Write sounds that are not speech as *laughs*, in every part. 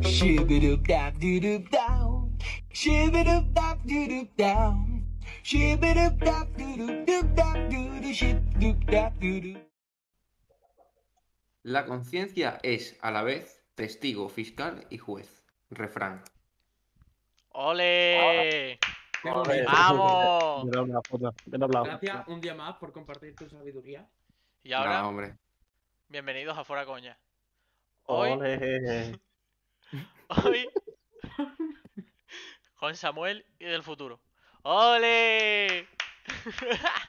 Shibidoop dap doop down. Shibidoop dap doop down. Shibidoop dap doop doop dap doop shibidoop dap doop. La conciencia es, a la vez, testigo, fiscal y juez. Refrán. ¡Ole! Joder. ¡Vamos! Me da Eh, una foto, me da una Gracias foto. un día más por compartir tu sabiduría. Y ahora, No, hombre. bienvenidos a Fuera Coña. Hoy, *laughs* Ole. hoy, con Samuel y del futuro. ¡Ole! *laughs*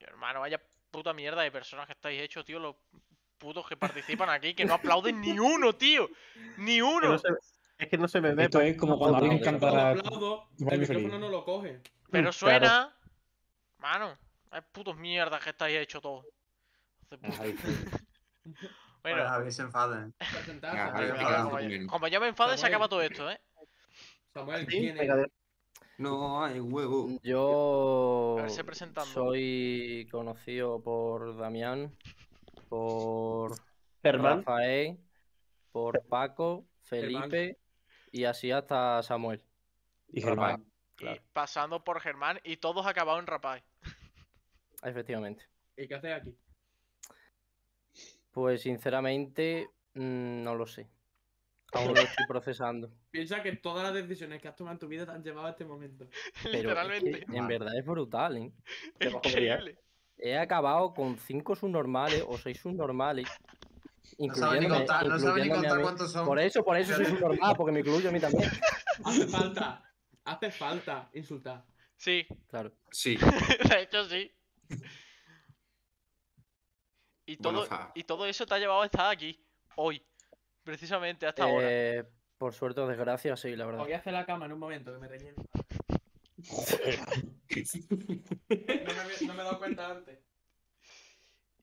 Y, hermano, vaya puta mierda de personas que estáis hechos, tío. Los putos que participan aquí, que no aplauden ni uno, tío. Ni Que no uno. se- Es que no se me ve. Esto es como cuando alguien canta Cuando la- aplaudo, Igual el que Felipe. micrófono no lo coge. Pero Claro. suena. Mano, hay putos mierdas que estáis hechos todos. Hace puto- Bueno, *laughs* Bueno, Javier se enfaden. Para Ya, sentarse. ahí venga, pica ahora la como, primera. yo, como yo me enfade, se Samuel. acaba todo esto, ¿eh? Samuel, Sí, ¿quién es? venga, de- No hay huevo. Yo A ver, se presentando. soy conocido por Damián, por Germán. Rafael, por Paco, Germán. Felipe y así hasta Samuel. Y Germán. Y pasando por Germán y todos acabados en Rapaz. *laughs* Efectivamente. ¿Y qué haces aquí? Pues sinceramente mm, no lo sé. Aún lo estoy procesando. Piensa que todas las decisiones que has tomado en tu vida te han llevado a este momento. *laughs* Pero es que, Literalmente. en verdad es *laughs* brutal, ¿eh? te bajo por allá. Increíble. He acabado con cinco subnormales o seis subnormales. No sabe ni incluyéndome- contar, no sabe ni incluyéndome a contar mí. cuántos son. Por eso, por eso soy subnormal, porque me incluyo a mí también. Hace falta, hace falta insultar. Sí, Claro. Sí. de hecho sí. Y Bueno, todo, fa. y todo eso te ha llevado a estar aquí, hoy. Precisamente hasta *laughs* ahora. Eh, por suerte o desgracia, sí, la verdad. *laughs* Voy a hacer la cama en un momento, que *laughs* me relleno. No me, había- no me he dado cuenta antes.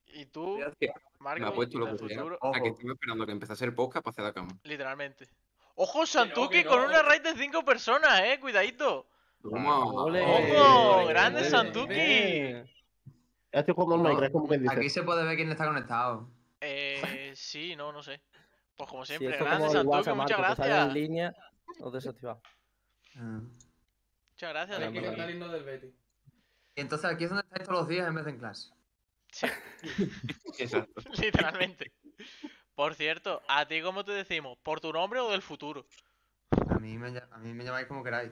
Y tú, Me Marco, ha puesto lo del que sea. futuro, A que estoy esperando que empezase el podcast para hacer la cama. literalmente. ¡Ojo, Santuki, que con no. una raid de cinco personas, eh! Cuidadito. Toma. Ole. ¡Ojo! Eh, ¡Grande eh, Santuki! Eh, Estoy jugando al No, Minecraft, como quien dice. Aquí se puede ver quién está conectado. Eh, sí, no, no sé. Pues como Sí, siempre, esto grande como el Santuki, WhatsApp, muchas Marco, que sale en gracias. línea o desactivado. Ah. Muchas gracias, Hay que Santuki. cantar el himno del Betty. Y entonces aquí es donde estáis todos los días en vez de en clase. Sí, Exacto. *laughs* literalmente. Por cierto, ¿a ti cómo te decimos? ¿Por tu nombre o del futuro? A mí me, ll- a mí me llamáis como queráis.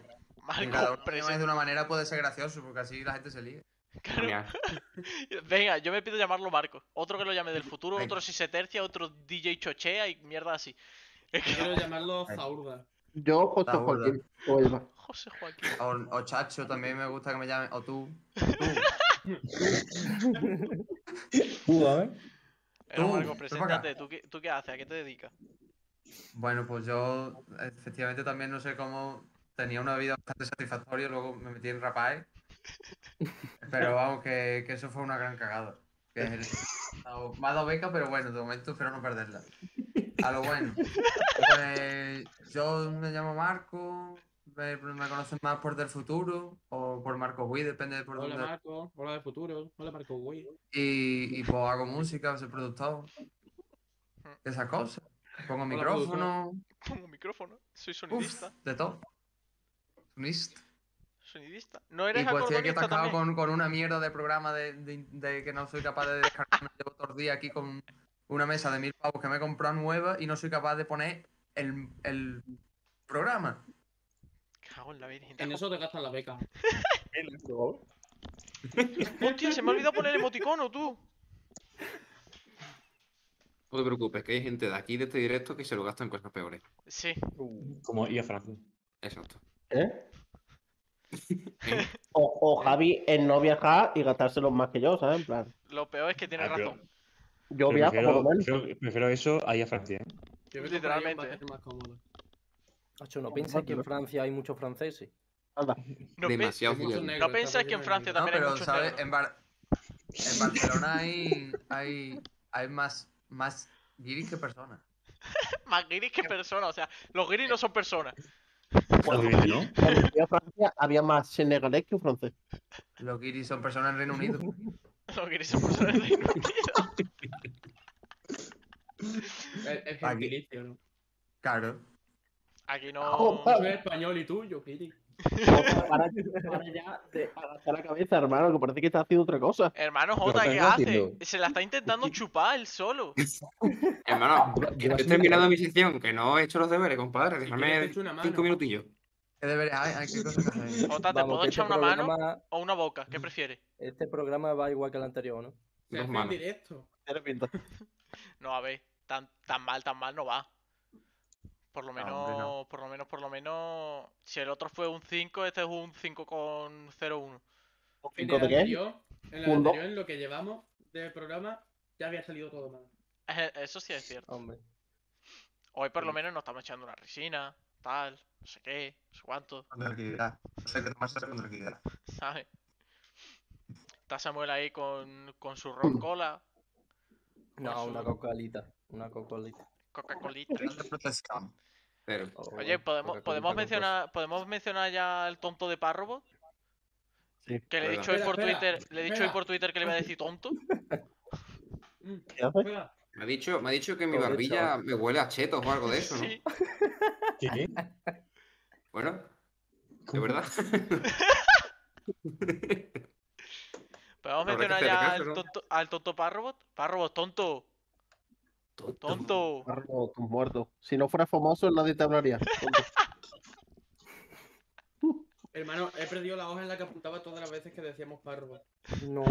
Y cada Marco, uno me llamáis de una manera puede ser gracioso, porque así la gente se liga. Genial. presen- *laughs* Venga, yo me pido llamarlo Marco. Otro que lo llame del futuro, Venga. otro si se tercia, otro DJ chochea y mierda así. Yo quiero llamarlo Zaurda. Yo, José La boda. Joaquín. como el más. José Joaquín. O, o Chacho, también me gusta que me llamen. O tú. Pudo, ¿eh? Pero Tú, Marco, ven para acá. preséntate. ¿Tú qué, ¿Tú qué haces? ¿A qué te dedicas? Bueno, pues yo efectivamente también no sé cómo tenía una vida bastante satisfactoria, luego me metí en Rapae. Pero vamos, que, que eso fue una gran cagada. Que es el- Me ha dado beca, pero bueno, de momento espero no perderla. A lo bueno. Pues yo me llamo Marco, me, me conocen más por Del Futuro o por Marco Wii, depende de por Hola dónde. Marco, hola del futuro, hola Marco Güey. Y, y pues hago música, soy productor. Esas cosas. Pongo Hola, micrófono, Pongo *laughs* un micrófono. Soy uff, sonidista. de todo. Sonista. Sonidista. ¿No Y eres pues estoy aquí acordeonista atascado también? con, con una mierda de programa de, de- de que no soy capaz de descargarme. Llevo todo el día aquí con una mesa de mil pavos que me he comprado nueva y no soy capaz de poner el, el programa. Cago en la virgen. te En has eso te gastan la beca. Hostia, se me ha olvidado poner emoticono, tú. No te preocupes, que hay gente de aquí, de este directo, que se lo gasta en cosas peores. Sí, Uh. Como y a Franco. Exacto. ¿Eh? ¿Eh? *laughs* O, o Javi en no viajar y gastárselo más que yo, ¿sabes? En plan, lo peor es que tienes Ah, pero- razón. Pero yo viajo por lo prefiero, menos. prefiero- prefiero eso ahí a Francia. ¿eh? Yo me compraría un Literalmente, bater más cómodo. Nacho, ¿no piensas que en Francia hay muchos franceses? Anda. No, pe- Demasiado Muchos moderno. negros, piensas estamos que en llenos Francia de negros. No, También hay pero, muchos ¿sabes? En, negros. Bar- en Barcelona hay, hay, hay más, más guiris que personas. *laughs* más guiris que personas. O sea, los guiris no son personas. Obviamente, ¿no? Cuando fui a Francia había más senegalés que un francés. Los guiris son personas en Reino Unido. *laughs* Los guiris son personas del Reino *laughs* Unido. Es, es Aquí. gentilicio, ¿no? Claro. Aquí no. Joder. Yo soy español y tú, yo Kiri. Para, para ya de agachar la cabeza, hermano, que parece que está haciendo otra cosa. Hermano Jota, estás ¿qué hace? haciendo. Se la está intentando chupar *laughs* él *laughs* solo. Hermano, Lleva- que lleva estoy siempre- terminando mi sección, que no he hecho los deberes, compadre. Si Déjame quieres te echo una mano. cinco minutillos. ¿Qué deberes hay? Ay, ¿Qué cosas hay? Jota, ¿te Vamos, puedo que echar este una mano programa- o una boca? ¿Qué prefieres? Este programa va igual que el anterior, ¿no? Se Dos hace en manos. directo. Tiene *laughs* pinta. No, a ver, tan, tan mal, tan mal no va. Por lo No, menos, hombre, no. por lo menos, por lo menos. Si el otro fue un 5, este es un 5,01. En ¿Cinco el de qué? anterior, en, el Un dos. anterior, en lo que llevamos del programa, ya había salido todo mal. Eh, Eso sí es cierto. Hombre. Hoy por lo menos nos estamos echando una resina, tal, no sé qué, no sé cuánto, Con tranquilidad. Eso hay que tomárselo con *laughs* tranquilidad. ¿sabes? Está Samuel ahí con, con su ron cola, No, Por una su- cocolita. Una cocolita. Coca-Colita. No te protestan. Pero, Oh, Oye, podemos, Coca-Colita podemos con mencionar, podemos mencionar ya al tonto de párrobo. Sí. Que le he Verdad. dicho hoy por Espera, espera, Twitter, le he dicho hoy espera. por Twitter que le iba a decir tonto. Mm, ¿Qué hace? venga. me ha dicho, me ha dicho que mi Pobre barbilla chaval. me huele a chetos o algo de eso, ¿no? Sí. ¿Qué? Bueno, de verdad. *laughs* Podemos Habrá que mencionar hacerle ya caso, al ¿no? tonto, al tonto párrobo. Párrobo, tonto. Tonto. Marco, tú muerto. Si no fuera famoso, nadie te hablaría. Hermano, he perdido la hoja en la que apuntaba todas las veces que decíamos párrobo. *laughs* No.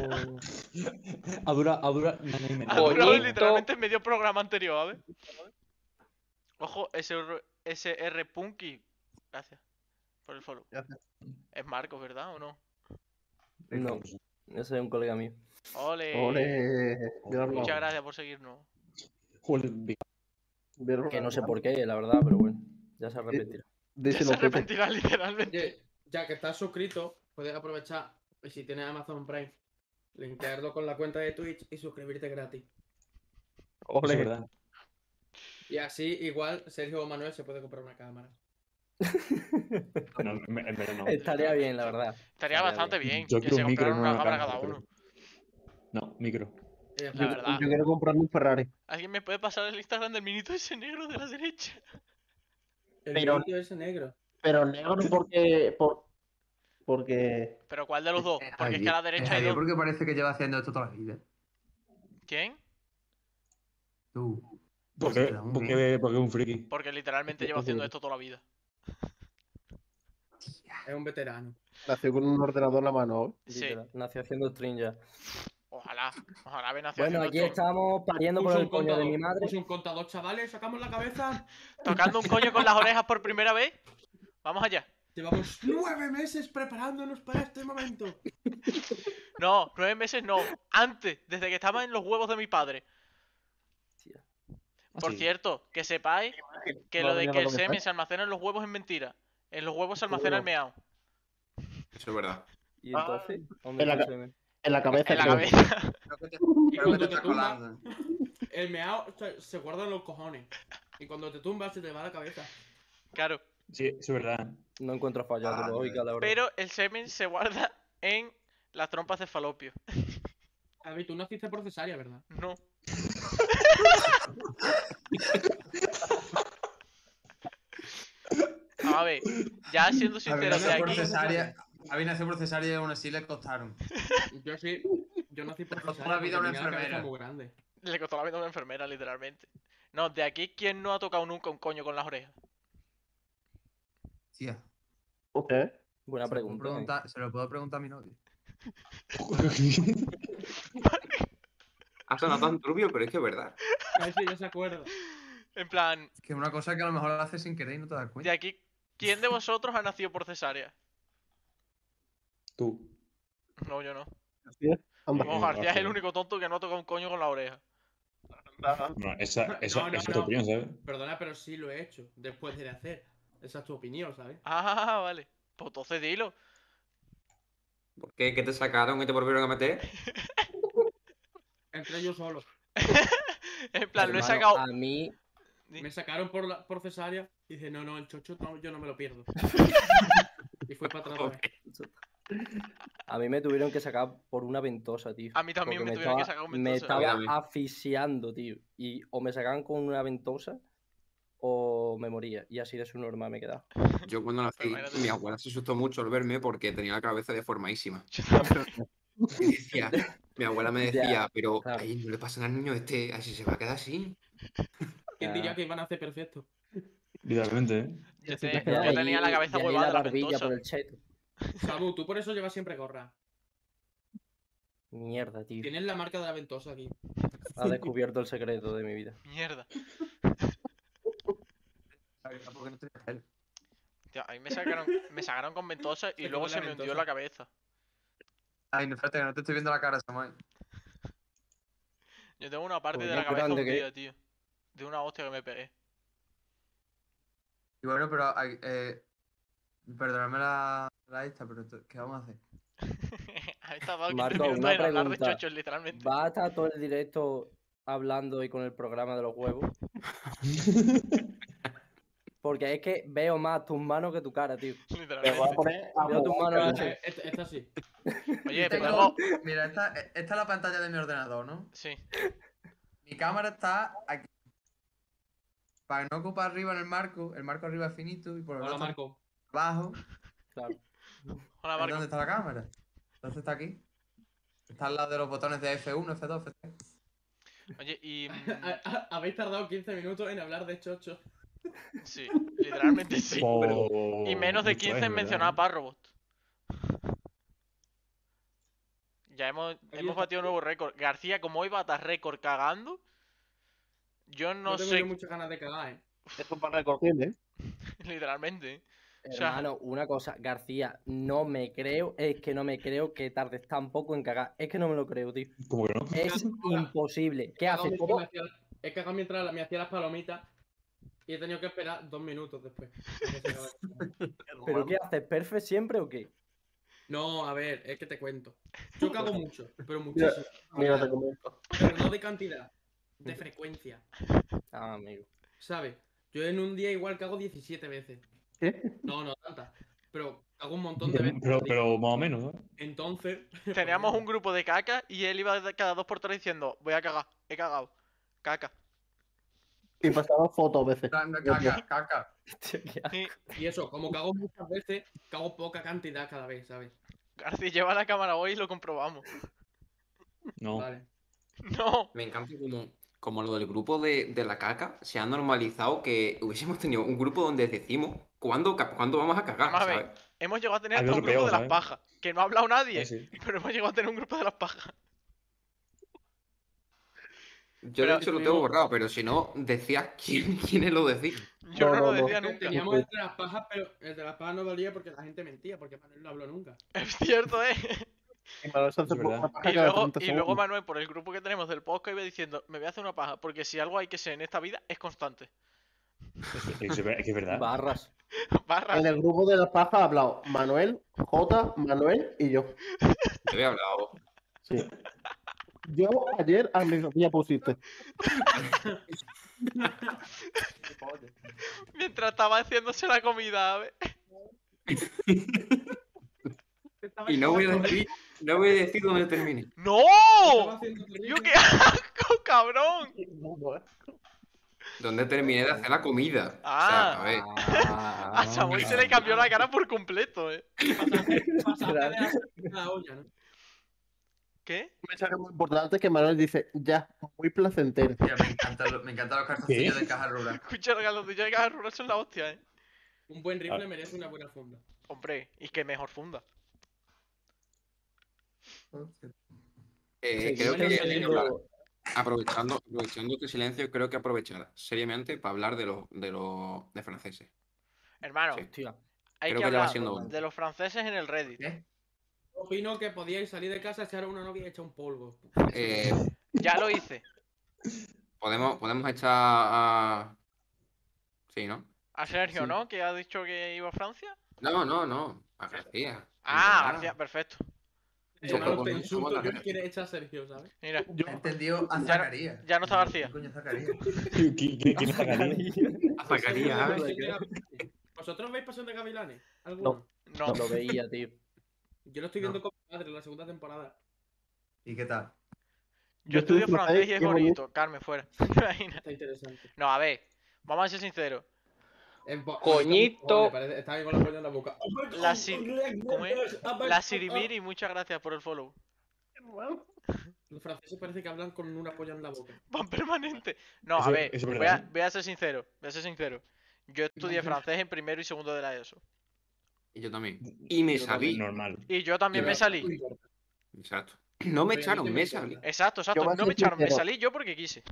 A dura, a dura. no, no, no, no. Ha durado Bonito. literalmente en medio programa anterior, ¿sabes? Ojo, SR, SR Punky. Gracias por el follow. Gracias. Es Marcos, ¿verdad o no? No. Ese es un colega mío. Ole. Ole, Ole. Muchas gracias por seguirnos. Joder, Que no sé por qué, la verdad, pero bueno. Ya se arrepentirá. Ya se arrepentirá literalmente. Oye, ya que estás suscrito, puedes aprovechar, pues, si tienes Amazon Prime, linkearlo con la cuenta de Twitch y suscribirte gratis. es Ole, verdad. Y así, igual, Sergio o Manuel se puede comprar una cámara. No, en ver- en verdad no. *laughs* Estaría bien, la verdad. Estaría Estaría bastante bien Yo que quiero se un micro, compraran no una una cámara cámara. cada pero- uno. No, micro. Y ya La está. verdad. yo quiero comprarme un Ferrari. ¿Alguien me puede pasar el Instagram del minito ese negro de la derecha? *laughs* El Pero- vídeo ese negro. Pero negro porque. por- porque. ¿Pero cuál de los dos? Eh, Porque es que a la derecha hay Javier, dos. porque parece que lleva haciendo esto toda la vida. ¿Quién? Tú. Pues Porque, Hostia, muy bien. porque, porque es un *laughs* friki. Porque literalmente lleva haciendo esto toda la vida. Es un veterano. Nació con un ordenador en la mano. Sí. Literal. Nació haciendo stream ya. Ojalá. Ojalá ven hacia Bueno, haciendo aquí esto. estamos pariendo por Puso el un coño de mi contador, madre. puso un contador, chavales, sacamos la cabeza. Tocando un coño con las orejas por primera vez. Vamos allá. Llevamos nueve meses preparándonos para este *laughs* momento. No, nueve meses no. Antes, desde que estaba en los huevos de mi padre. Por Ah, Sí. cierto, que sepáis que No lo de habría que el dado semen mensaje. se almacena en los huevos es mentira. En los huevos se almacena el meao. Eso es verdad. Y entonces, ¿dónde en la está el ca- semen? En la cabeza. En la creo. cabeza. Creo que te- Y creo que te cuando te está tumbas, colando. el meao se, se guarda en los cojones. Y cuando te tumbas, se te va la cabeza. Claro. Sí, eso es verdad. No encuentro fallas de Ah, lógica, la verdad. Pero el semen se guarda en las trompas de falopio. *laughs* A ver, tú naciste por cesárea, ¿verdad? No. A ver, ya siendo sincero, de Había por aquí. cesárea. Había nacido por cesárea y aún así le costaron. Yo sí, yo nací por Te costó cesárea. la vida porque una tenía cabeza enfermera. muy grande. Le costó la vida a una enfermera, literalmente. No, de aquí, ¿quién no ha tocado nunca un coño con las orejas? Tía. ¿Eh? Buena se lo puedo pregunta. ¿eh? preguntar- Se lo puedo preguntar a mi novio. Ha sonado tan turbio, pero es que es verdad. A ver si ya se acuerda. En plan, Es que es una cosa que a lo mejor la haces sin querer y no te das de cuenta. aquí, ¿quién de vosotros ha nacido por cesárea? Tú. No, yo no. Anda. Como García es el único tonto que no ha tocado un coño con la oreja. No, esa, esa, No, esa no, es tu no. opinión, ¿sabes? Perdona, pero sí lo he hecho. Después de hacer. Esa es tu opinión, ¿sabes? Ah, vale. Pues entonces dilo. ¿Por qué? ¿Qué te sacaron y te volvieron a meter? Entre ellos solo. En plan, lo he Hermano, sacado. A mí, Di- Me sacaron por, la, por cesárea y dije, no, no, el chocho no, yo no me lo *laughs* pierdo. y fue para atrás. otra vez. a mí me tuvieron que sacar por una ventosa, tío. A mí también porque me tuvieron que estaba- sacar con Me ventosa. A mí estaba también. asfixiando, tío. Y o me sacaban con una ventosa o me moría. Y así de su norma me quedaba. Yo cuando nací, Imagínate. mi abuela se asustó mucho al verme porque tenía la cabeza deformadísima. *laughs* Y decía, mi abuela me Ya, decía, pero claro. ahí no le pasa nada al niño este, así se va a quedar *laughs* así. ¿Quién Ya. diría que iban a hacer perfecto? Literalmente, ¿eh? Yo, sí, te- ya, yo Y- tenía la y cabeza ahí huevada de la la barbilla ventosa. por el cheto. Samu, tú por eso llevas siempre gorra. Mierda, tío. Tienes la marca de la ventosa aquí. *laughs* Ha descubierto el secreto de mi vida. Mierda. Tampoco no tenía pelo. Tío, a mí me sacaron, me sacaron con ventosa y Te luego quedó se la me hundió ventosa. la cabeza. Ay, no, espérate, que no te estoy viendo la cara, Samuel. Yo tengo una parte Pues de no, la cabeza grande que- hundida, tío. De una hostia que me pegué. *laughs* Y bueno, pero ay, eh, perdonadme la, la esta, pero esto- ¿qué vamos a hacer? Ahí estaba 15 Marco, minutos una *laughs* en hablar de pregunta. chochos, literalmente. ¿Va a estar todo el directo hablando y con el programa de los huevos? *laughs* Porque es que veo más tus manos que tu cara, tío. Me voy a *laughs* Literalmente. poner a Veo tus jugar manos así. Eh, Esta esta sí. Oye, Tengo- podemos. Mira, esta, esta es la pantalla de mi ordenador, ¿no? Sí. Mi cámara está aquí. Para no ocupar arriba en el marco, el marco arriba es finito y por Hola, debajo Marco. abajo. Claro. ¿Dónde Hola, Marco. está la cámara? Entonces está aquí. Está al lado de los botones de F1, F2, F3. Oye, *laughs* y. mm, Ha- ha- Habéis tardado 15 minutos en hablar de chocho. Sí, literalmente *laughs* sí. Oh, Y menos de mucho es, ¿eh? 15 en ¿verdad? mencionar a Parrobot. *laughs* Ya hemos, hemos batido un nuevo récord. García, como hoy batas récord cagando, yo no No tengo sé, yo muchas ganas de cagar, ¿eh? Esto para recorriendo, ¿eh? *laughs* literalmente. ¿eh? O sea- Hermano, una cosa, García, no me creo, es que no me creo que tardes tan poco en cagar. Es que no me lo creo, tío. ¿Cómo que no? Es imposible. ¿Qué He cagado haces? mientras ¿Cómo? me hacía- He cagado mientras me hacía las palomitas y he tenido que esperar dos minutos después. *laughs* ¿Pero qué haces? ¿Perfect siempre o qué? No, a ver, es que te cuento. Yo cago mucho, pero muchísimo. Mira, te comento. Pero no de cantidad, de frecuencia. Mm. Ah, amigo. ¿Sabes? Yo en un día igual cago 17 veces. No, no tantas. Pero cago un montón de veces. Pero, pero más o menos, ¿no? Entonces, *laughs* pues Teníamos un grupo de caca y él iba de- cada dos por tres diciendo, voy a cagar, he cagado. Caca. Y pasaba fotos pues, a veces. Plan de Dios mío. Caca, caca. Hostia, qué Y y eso, como cago muchas veces, cago poca cantidad cada vez, ¿sabes? García lleva la cámara hoy y lo comprobamos. No. Vale. No, Me encanta como, como lo del grupo de, de la caca se ha normalizado que hubiésemos tenido un grupo donde decimos cuándo, ca- cuándo vamos a cagar, Vamos a ver. ¿sabes? hemos llegado a tener Hay hasta un otro grupo peor, de ¿eh? las ¿sabes? Ah, pajas. Que no ha hablado nadie, Ese. pero hemos llegado a tener un grupo de las pajas. *laughs* Yo Pero- de hecho lo tengo borrado, pero si no, decías *laughs* quién, quiénes lo decís. Yo no, No, lo no, no. decía nunca. Teníamos *laughs* entre las pajas, pero entre las pajas no valía porque la gente mentía, porque Manuel no habló nunca. Es cierto, eh. Y me lo hace Es verdad. una paja Y cada luego, 30 y luego segundos. Manuel, por el grupo que tenemos del podcast, iba diciendo, me voy a hacer una paja, porque si algo hay que ser en esta vida es *laughs* constante. Es que es verdad. Barras. *laughs* Barras. En el grupo de la paja ha hablado Manuel, J, Manuel y yo. Te había hablado. Sí. Yo ayer a mediodía pusiste. Mientras estaba haciéndose la comida, ¿sabes? Y no voy a decir, no voy a decir dónde termine. ¡No! Estaba haciendo ¡Yo torrijas. qué asco, cabrón! ¿eh? Dónde terminé de hacer la comida. Ah. O sea, a ver. *laughs* Ah. A Samuel se le cambió la cara por completo, ¿eh? Pasaste- pasaste de la sartén a la olla, ¿no? ¿Qué? Un mensaje muy importante que Manuel dice, ya, muy placentero. Tío, me encantan los, me encantan los calzoncillos de caja rural. Escucha, los de Jack Rural son la hostia, ¿eh? Un buen rifle merece una buena funda. Hombre, y qué mejor funda. Eh, Sí, creo bueno, que saliendo- aprovechando, aprovechando tu silencio, creo que aprovechar seriamente para hablar de los de los de franceses. Hermano, Sí. Hostia. creo hay que que ya va hablar siendo bueno. de los franceses en el Reddit. ¿Qué? Opino que podíais salir de casa, echar a una novia y echar un polvo. Eh, Ya lo hice. podemos, podemos echar a. Sí, ¿no? A Sergio, ¿no? Que ha dicho que iba a Francia. No, no, no. A García. Ah, Ah. García, perfecto. Yo Hermano, creo te que somos este insulto, la yo gente. quiere echar a Sergio, ¿sabes? Mira, Yo, Entendió a Zacarías. ya no está García. ¿Qué coño Zacarías? ¿Qui- qui- qui- ¿Quién está ganando? A Zacarías. Seguro que sí. ¿Vosotros veis Pasión de Gavilanes? ¿Alguno? No. Lo veía, tío. Yo lo estoy No. viendo con mi madre la segunda temporada. ¿Y qué tal? Yo estudio en francés y es bonito. bonito. Carmen, fuera. *laughs* ¿Te imaginas? Está interesante. No, a ver. Vamos a ser sinceros. En bo- Coñito. Joder, parece- Está bien con la polla en la boca. La si- ¿cómo es? La Siribiri, muchas gracias por el follow. Los franceses parece que hablan con una polla en la boca. Van permanente. No, a Eso- ver, eso es voy, verdad, a, ¿eh? voy a ser sincero. Voy a ser sincero. Yo estudié francés en primero y segundo de la E ESO. Y yo también. Y me Yo también, salí. Normal. Y yo también Y me va- salí. Exacto. No me Oye, a mí echaron, también me me salí. echaron. Exacto, exacto. Yo voy a No ser me echaron, me sincero. salí yo porque quise.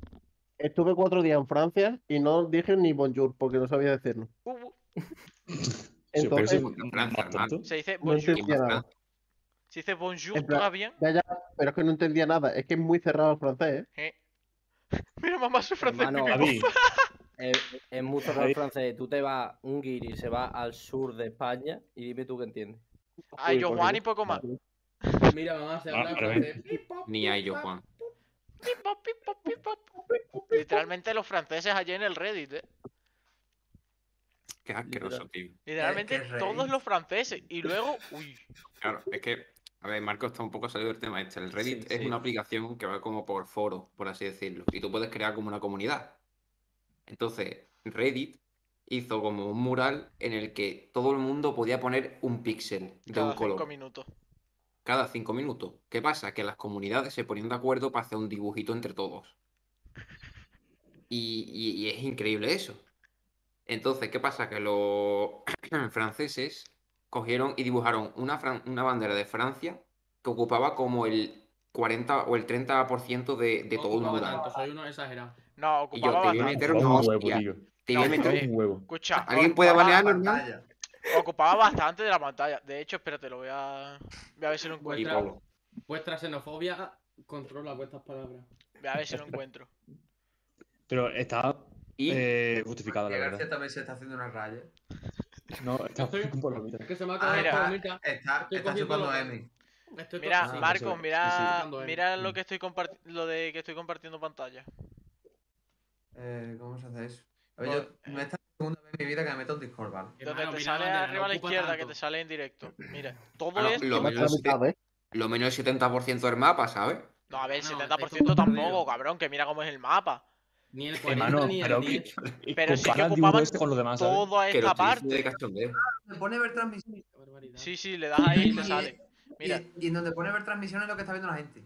Estuve cuatro días en Francia y no dije ni bonjour porque no sabía decirlo. Uh, uh. Sí, pero Entonces, eso- en Francia, más tonto. Se dice no bonjour. entendía nada. Se dice bonjour En plan- *laughs* todavía. Ya, ya, pero es que no entendía nada. Es que es muy cerrado el francés, ¿eh? Eh. Mira, mamá, soy francés. *laughs* Hermano, pipi. Javi, Es, es muy cerrado el francés. Tú te vas, un guiri se va al sur de España y dime tú qué entiendes. Ay, Uy, yo por pues Juan y Dios. poco más. Mira, mamá, se Ah, habla pero francés. Ni a ellos, Juan. Pip, pop, pip, pop, pip, pop. Literalmente los franceses allí en el Reddit, eh. Qué asqueroso, tío. Literalmente qué Reddit. todos los franceses. Y luego, uy, Claro, es que, a ver, Marco está un poco salido del tema este. El Reddit Sí, es sí. una aplicación que va como por foro, por así decirlo, y tú puedes crear como una comunidad. Entonces, Reddit hizo como un mural en el que todo el mundo podía poner un píxel de cada un color cinco minutos. cada cinco minutos. ¿Qué pasa? Que las comunidades se ponían de acuerdo para hacer un dibujito entre todos. Y, y- y es increíble eso. Entonces, ¿qué pasa? Que los *clears throat* franceses cogieron y dibujaron una, fran- una bandera de Francia que ocupaba como el 40 o el 30% de, de No todo el ocupaba mural. tanto, Soy uno exagerado. No, Y yo te ocupaba voy a bastante. meter un una huevo, hostia. tío. Te voy a No, meter- Un huevo. Escucha, ¿Alguien puede Ocupaba la banear normal? pantalla. ocupaba bastante de la pantalla. De hecho, espérate, lo voy a. Voy a ver si lo Y encuentro. Pablo. Vuestra xenofobia controla vuestras palabras. Voy a ver si lo encuentro. Pero está Y eh, justificado, la Que verdad. García también se está haciendo una raya. No, está Yo estoy- por la mitad. Es que se me ha Ah, acabado la mira. palomita. Está, Estoy está cogiendo chupando lo- a Emi. Estoy Mira, tocando- sí, Marcos, eso es. mira, Sí, sí. mira lo que estoy comparti- lo de que estoy compartiendo pantalla. Eh, ¿Cómo se hace eso? A ver, yo, me esta es la segunda vez en mi vida que me meto en Discord, ¿vale? Pues, eh. Donde Hermano, te mira sale dónde, arriba a la ocupa izquierda, que tanto. te sale en directo. Mira, todo Ah, Bueno, esto. Ah, lo Más de la menos, mitad, ¿eh? lo menos el 70% del mapa, ¿sabes? No, a ver, el No, 70% estoy tampoco, perdido. cabrón, que mira cómo es el mapa. Ni el 40 Hermano, ni el pero, 10. que- y Pero sí que compara el ocupaban dibujo este con los demás, ¿sabes? Toda Que lo esta estoy diciendo de parte. cachondeo. Donde pone ver transmisiones. Qué barbaridad. Sí, sí, le das ahí y te Y- sale. Mira, Y, y donde pone ver transmisiones es lo que está viendo la gente.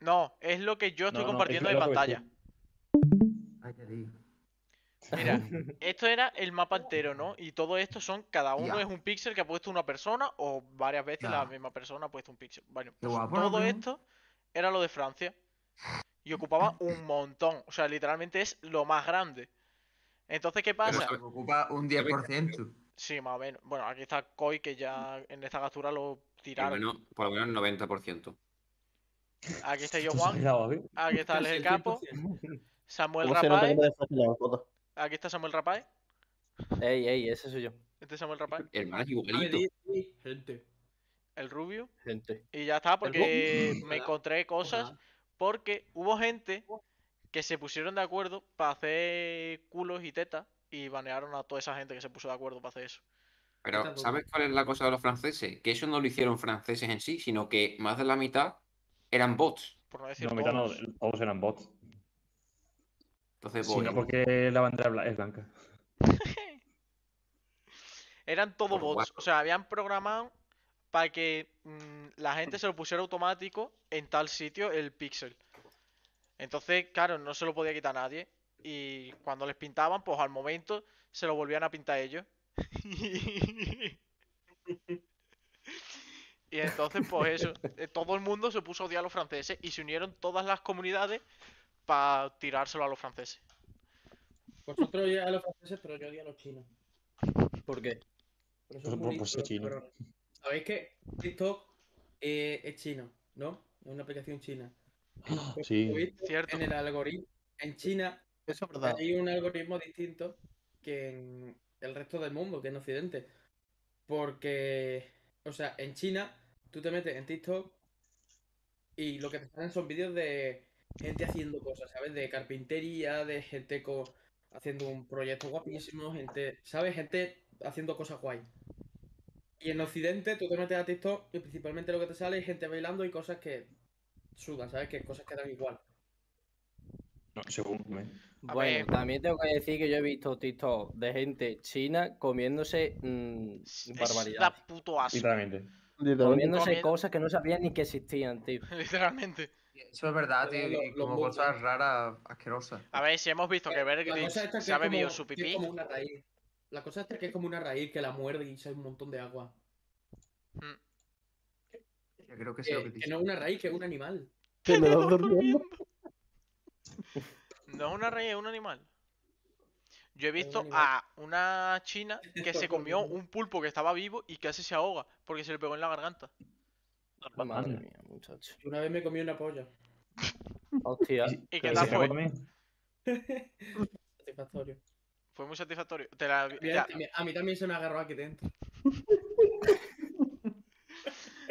no, es lo que yo estoy No, no, compartiendo es de lo que ves tú. pantalla. Ay, qué lío. *laughs* *laughs* Mira, esto era el mapa entero, ¿no? Y todo esto son, cada uno Ya. es un píxel que ha puesto una persona o varias veces la Ya. misma persona ha puesto un píxel. Bueno, Qué pues guapo, todo ¿no? esto era lo de Francia *laughs* y ocupaba un montón. O sea, literalmente es lo más grande. Entonces, ¿qué pasa? Pero- Ocupa un 10%. Sí, más o menos. Bueno, aquí está Koi que ya en esta captura lo Por lo tiraron. menos, por lo menos 90%. Aquí está yo Esto se ha Juan, grabado, a ver. aquí está Alex el Campo, Samuel ¿Cómo se nota que Rapaz, me desfacilaba, foto? aquí está Samuel Rapaz, Ey, ey, ese soy yo, este es Samuel Rapaz, El más A ver, igualito. di- di, gente. el rubio. gente. Y ya está, porque me Ojalá. encontré cosas Ojalá. Porque hubo gente que se pusieron de acuerdo para hacer culos y tetas y banearon a toda esa gente que se puso de acuerdo para hacer eso. Pero, Tampoco. ¿sabes cuál es la cosa de los franceses? Que eso no lo hicieron franceses en sí, sino que más de la mitad eran bots. Por no decir No, mitad no, todos. todos eran bots. Entonces, Sino pues, porque la bandera bla- es blanca. Eran todos Por bots. guapo. O sea, habían programado para que mm, la gente se lo pusiera automático en tal sitio el pixel. Entonces, claro, no se lo podía quitar nadie. Y cuando les pintaban, pues al momento se lo volvían a pintar ellos. y entonces, pues eso. eh, Todo el mundo se puso a odiar a los franceses y se unieron todas las comunidades para tirárselo a los franceses. Vosotros odiáis a los franceses, pero yo odio a los chinos. ¿Por qué? Pero Por- son Pues pues, por- por ser bonitos, chino. cabrones. Sabéis que TikTok eh, es chino, ¿no? Es una aplicación china. Pues, sí. ¿lo viste? ¿Cierto? En el algoritmo, en China Eso es verdad. Hay un algoritmo distinto que en el resto del mundo, que en Occidente. Porque, o sea, en China, tú te metes en TikTok y lo que te salen son vídeos de gente haciendo cosas, ¿sabes? De carpintería, de gente co- haciendo un proyecto guapísimo, gente, ¿sabes? Gente haciendo cosas guay. Y en Occidente, tú te metes a TikTok y principalmente lo que te sale es gente bailando y cosas que sudan, ¿sabes? Que cosas que dan igual. No, según. ¿eh? A Bueno, ver. también tengo que decir que yo he visto TikTok de gente china comiéndose mm, Es barbaridades. la puto asco. Literalmente. Comiéndose Comiendo- cosas que no sabían ni que existían, tío. *laughs* Literalmente. Eso es verdad, tío. Pero Y lo- lo como mucho. cosas raras, asquerosas. A ver, si hemos visto que La Bergdix cosa esta que se es ha bebido como- su que es pipí. como una raíz. La cosa esta que es como una raíz que la muerde y sale un montón de agua. Mm. Yo creo que Que, sé lo que que dice. no es una raíz, que es un animal. Que me vas durmiendo. No es una rey, es un animal. Yo he Es un visto animal. a una *laughs* china que se comió un pulpo que estaba vivo y casi se ahoga porque se le pegó en la garganta. Madre Anda. mía, muchacho. Yo Una vez me comí una polla. Hostia. ¿Y qué Pero se tal acabó fue? también. Satisfactorio. Fue muy satisfactorio. Te la- Mira, ya, a, mí, a mí también se me agarró aquí dentro. *laughs*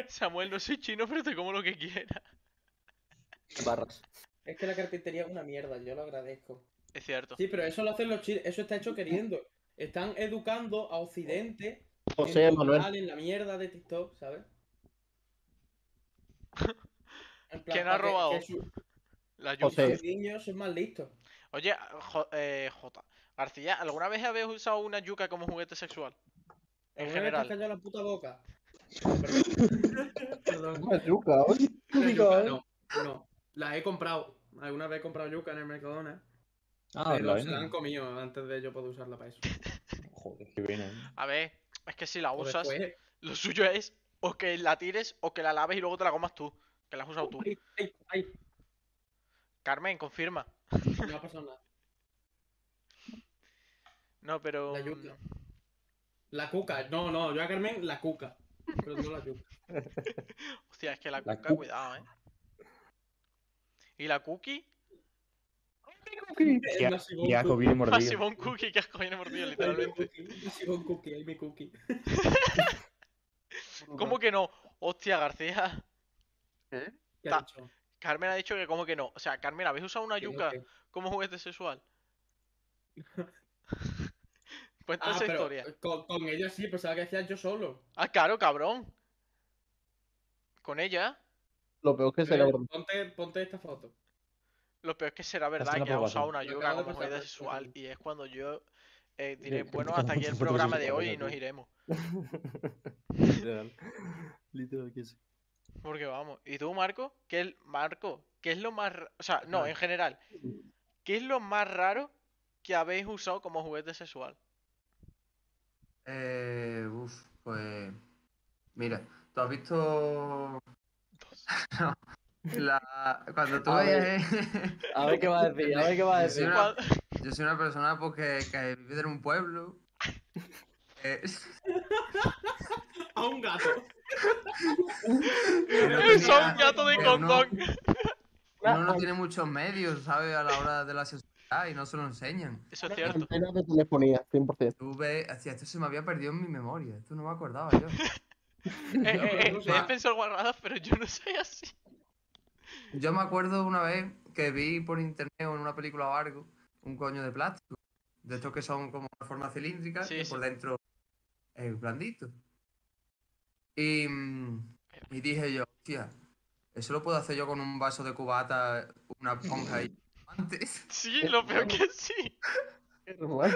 Samuel, no soy chino, pero te como lo que quiera. Barras. Es que la carpintería es una mierda, yo lo agradezco. Es cierto. Sí, pero eso lo hacen los chiles, eso está hecho queriendo. Están educando a Occidente José en, Manuel. canal, en la mierda de TikTok, *laughs* ¿sabes? En plan, ¿Quién ha para que- robado? que su- La lluvia. José. sus niños son más listos. Oye, J, eh, Jota, García, ¿alguna vez habéis usado una yuca como juguete sexual? En ¿Alguna vez te general. has callado la puta boca? Perdón. Perdón. Una yuca, oye. La Digo, yuca, eh. no, no. Las he comprado. Alguna vez he comprado yuca en el Mercadona. Ah, pero la se la han vena. comido antes de yo poder usarla para eso. Joder, qué vena. ¿eh? A ver, es que si la O usas, Pues después- lo suyo es o que la tires o que la laves y luego te la comas tú. Que la has usado tú. Ay, ay, ay, Carmen, confirma. no ha pasado nada. *laughs* No, pero. La yuca. La cuca. No, no, yo a Carmen la cuca. Pero no *laughs* la yuca. Hostia, es que la La cuca, cu- cuidado, eh. ¿Y la cookie? Y a- Y asco viene *laughs* Ah, mordido. Simón Cookie que has cogido mordido, literalmente. Literalmente. cookie, ahí mi cookie. *laughs* ¿Cómo que no? Hostia, García. ¿Qué Ta- ha dicho? Carmen ha dicho que cómo que no. O sea, Carmen, ¿habéis usado una Que no, yuca que- como juguete sexual? Cuenta Ah, esa pero historia. con, con ella sí, pensaba que hacía yo solo. Ah, claro, cabrón. Con ella, Lo peor que Eh, sería mordido. ponte, ponte esta foto. lo peor es que será verdad una que ha probación. usado una Lo yuca acabo de como pasar, juguete lo- sexual y es cuando yo eh, diré, creo bueno, que *laughs* hasta aquí no el fue tu programa decisión, de hoy Carmen, tú. y nos *laughs* *laughs* iremos. Literal. Literal que sí. Porque vamos. ¿Y tú, Marco? ¿Qué es, Marco, ¿qué es lo más... ra- O sea, no, en general. ¿Qué es lo más raro que habéis usado como juguete sexual? *laughs* Eh, uf, pues. Mira, ¿tú has visto. *laughs* la... Cuando tú A ver. veías. A ver qué va a decir, a ver qué va a Sí, decir. una- Cuando- Yo soy una persona porque que vive en un pueblo. Eh, *laughs* A un gato. que no Eso, tenía- un gato de que uno- condón. Uno no tiene muchos medios, ¿sabes? A la hora de la sexualidad y no se lo enseñan. Eso es cierto. Antena de telefonía, 100%. Tú ves, hacía, esto se me había perdido en mi memoria, esto no me acordaba yo. *laughs* Eh, eh, eh, no, *laughs* le he no. pensado guardadas, pero yo no soy así. Yo me acuerdo una vez que vi por internet o en una película o algo un coño de plástico, de estos que son como de forma cilíndrica Sí, y sí. por dentro es blandito. Y, mm, y dije yo, hostia, eso lo puedo hacer yo con un vaso de cubata, una esponja *laughs* y antes. Sí, Eh, lo peor que sí. Hermano.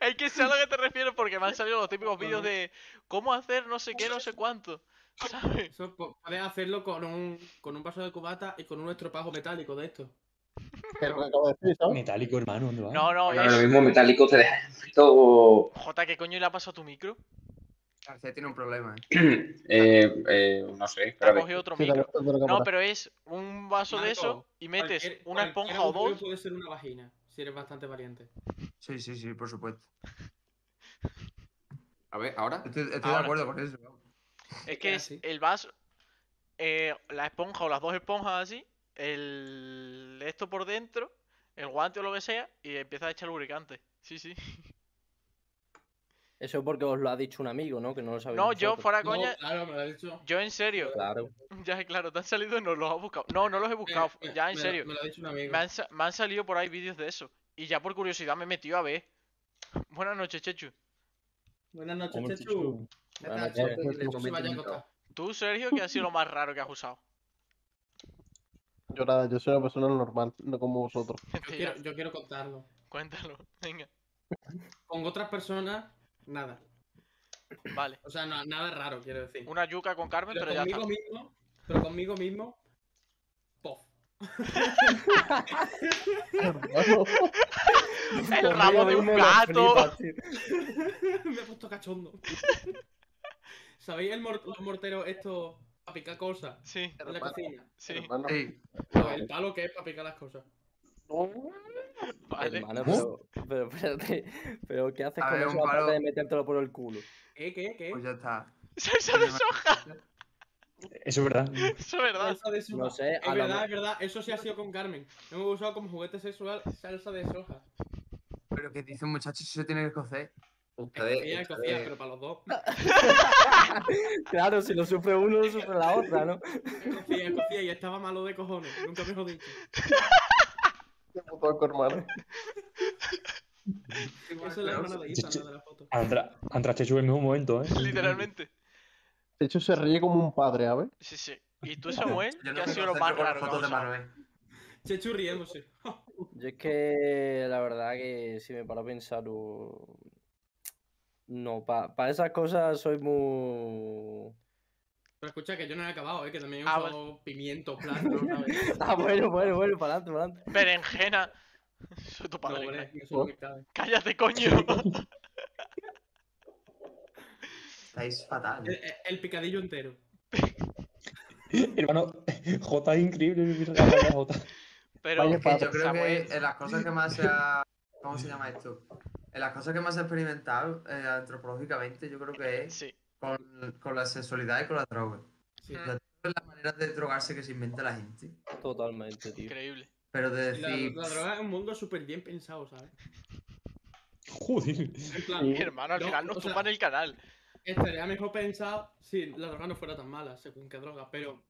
Es que sé a lo que te refiero porque me han salido los típicos vídeos de cómo hacer no sé qué, no sé cuánto. ¿Sabes? Eso po- puedes hacerlo con un, con un vaso de cubata y con un estropajo metálico de esto. Que es lo que acabo de decir, ¿sabes? Metálico, hermano, ¿dónde va? No, no, Bueno, lo es... mismo metálico te deja *clears throat* todo. Jota, ¿qué coño le ha pasado a tu micro? García tiene un problema, ¿eh? eh, eh, no sé, Te ha espérate. cogido otro Sí, también micro. estoy de la No, cámara. pero es un vaso de eso Marco, y metes Cualquier- una cualquier esponja o agujero dos. Puede ser una vagina, si eres bastante valiente. Sí, sí, sí, por supuesto. A ver, ahora. Estoy, estoy de Ahora. acuerdo con eso. vamos. Es que es así. el vaso, eh, la esponja o las dos esponjas así, el esto por dentro, el guante o lo que sea, y empieza a echar lubricante. Sí, sí. Eso es porque os lo ha dicho un amigo, ¿no? Que no lo sabéis. No, yo vosotros. fuera No, coña, claro, me lo he dicho. yo en serio. Claro. *laughs* Ya, claro, te han salido y no los has buscado. No, no los he buscado, Eh, Me- me- ya en me lo- serio. Me lo ha dicho un amigo. Me han, sa- me han salido por ahí vídeos de eso. Y ya por curiosidad me he metido a ver. *laughs* Buenas noches, Chechu. Buenas noches, Hombre, *laughs* Chechu. Ya Buenas está, noches. Chechu, se vaya a acostar. Tú, Sergio, ¿qué ha sido lo más raro que has usado? Yo nada, yo soy una persona normal, no como *laughs* vosotros. Yo quiero, yo quiero contarlo. Cuéntalo, venga. Con otras personas, nada. Vale. O sea, no- nada raro, quiero decir. Una yuca con Carmen, Pero, pero ya conmigo está. mismo, pero conmigo mismo, pof. *laughs* El rabo de un gato. *laughs* Me he puesto cachondo. ¿Sabéis el mor- los morteros estos para picar cosas Sí, en la cocina? sí. Hermano, Sí. No, el palo que es para picar las cosas. Vale. Hermano, ¿Cómo? pero, pero espérate, pero ¿qué haces A con ver, eso un aparte palo. de metértelo por el culo? ¿Qué, qué, qué? Pues ya está. *laughs* Se sale soja, Eso es verdad. *laughs* eso es verdad. Salsa de soja. No sé, Es a lo verdad, me- es verdad. Eso sí ha sido con Carmen. Hemos usado como juguete sexual salsa de soja. Pero que dice un muchacho si se tiene que cocer. Ella cocía, pero para los dos. Claro, si lo sufre uno, lo sufre la otra, ¿no? Cocía, cocía y estaba malo de cojones. Nunca mejor dicho. Qué putoco, *laughs* hermano. Eso es la hermana de Sí, sí. Isa, la de la foto. Antra- Antrachechu en el mismo momento, ¿eh? *laughs* Literalmente. De hecho, se ríe como un padre, ¿sabes? Sí, sí. ¿Y tú, Samuel? Yo ¿Qué no ha me sido lo concentro más con las raro? que fotos de has usado? Manuel. Chechu riéndose. Yo es que la verdad que si me paro a pensar, uh, no, para esas cosas soy muy... Pero escucha que yo no he acabado, ¿eh? que también he Ah, usado *laughs* pimiento, plátano, ¿sabes? *laughs* Ah, bueno, bueno, bueno, para adelante, para adelante. Berenjena. Soy tu No, padre. bueno, Isaac. no sé lo que cabe. Cállate, coño. Estáis fatal. *laughs* *laughs* El, el- el picadillo entero. *laughs* Hermano, *laughs* J es increíble. mira la cara de Jota. Pero Vaya Que Pato, yo creo Samuel- que en las cosas que más se ha... ¿Cómo se llama esto? En las cosas que más se ha experimentado eh, antropológicamente, yo creo que es Sí. con, con la sexualidad y con las drogas. Sí. Las drogas es la manera de drogarse que se inventa la gente. Totalmente, tío. Increíble. Pero de La, decir... la droga es un mundo súper bien pensado, ¿sabes? Joder. En plan, Sí. Hermano, al No, final nos o sea- tumban el canal. estaría mejor pensado si la droga no fuera tan mala, según qué droga, pero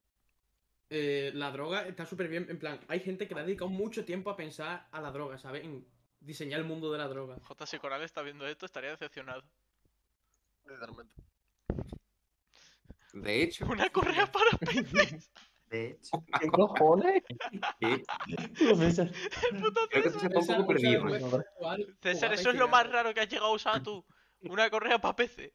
eh, la droga está súper bien. En plan, hay gente que le ha dedicado mucho tiempo a pensar a la droga, ¿sabes? En diseñar el mundo de la droga. J. Si Coral está viendo esto, estaría decepcionado. *laughs* De hecho, Una correa para peces. De hecho, ¿Qué cojones? sí, Lo piensas. El puto creo que esto se César. fue un poco Esa- perdido. esa- ¿eh? *laughs* César, eso es lo más raro que has llegado a usar tú. Una correa para peces.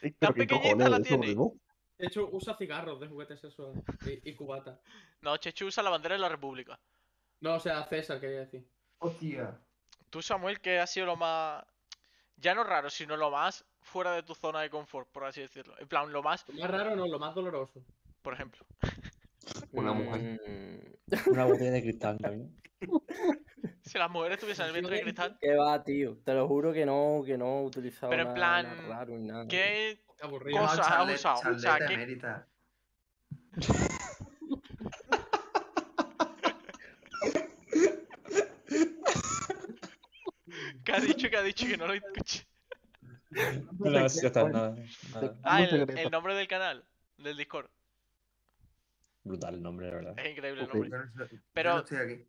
Pero qué pequeñita cojones, la eso, tiene. bro. De hecho, usa cigarros de juguete sexual y, y cubata. No, Chechu usa la bandera de la República. No, o sea, César, quería decir. hostia. Tú, Samuel, que ha sido lo más. Ya no raro, sino lo más fuera de tu zona de confort, por así decirlo. En plan, lo más, Lo más raro no, lo más doloroso. por ejemplo. Una mujer. Mm, Una botella de cristal también. Si las *laughs* mujeres tuviesen el vientre de cristal, *laughs* ¿Qué va, tío? Te lo juro que no, que no he utilizado Pero en nada plan, raro ni nada. ¿qué Qué aburrido. Cosa, Llamado ha usado, o sea, charleta que- emérita. ¿Qué ha dicho? que ha dicho? Que no lo escuché. No, ya está, nada. nada. Ah, Un el, secreto. el nombre del canal, del Discord. Brutal el nombre, la verdad. Es increíble el Ok. nombre. Yo no sé- yo Pero- no estoy aquí.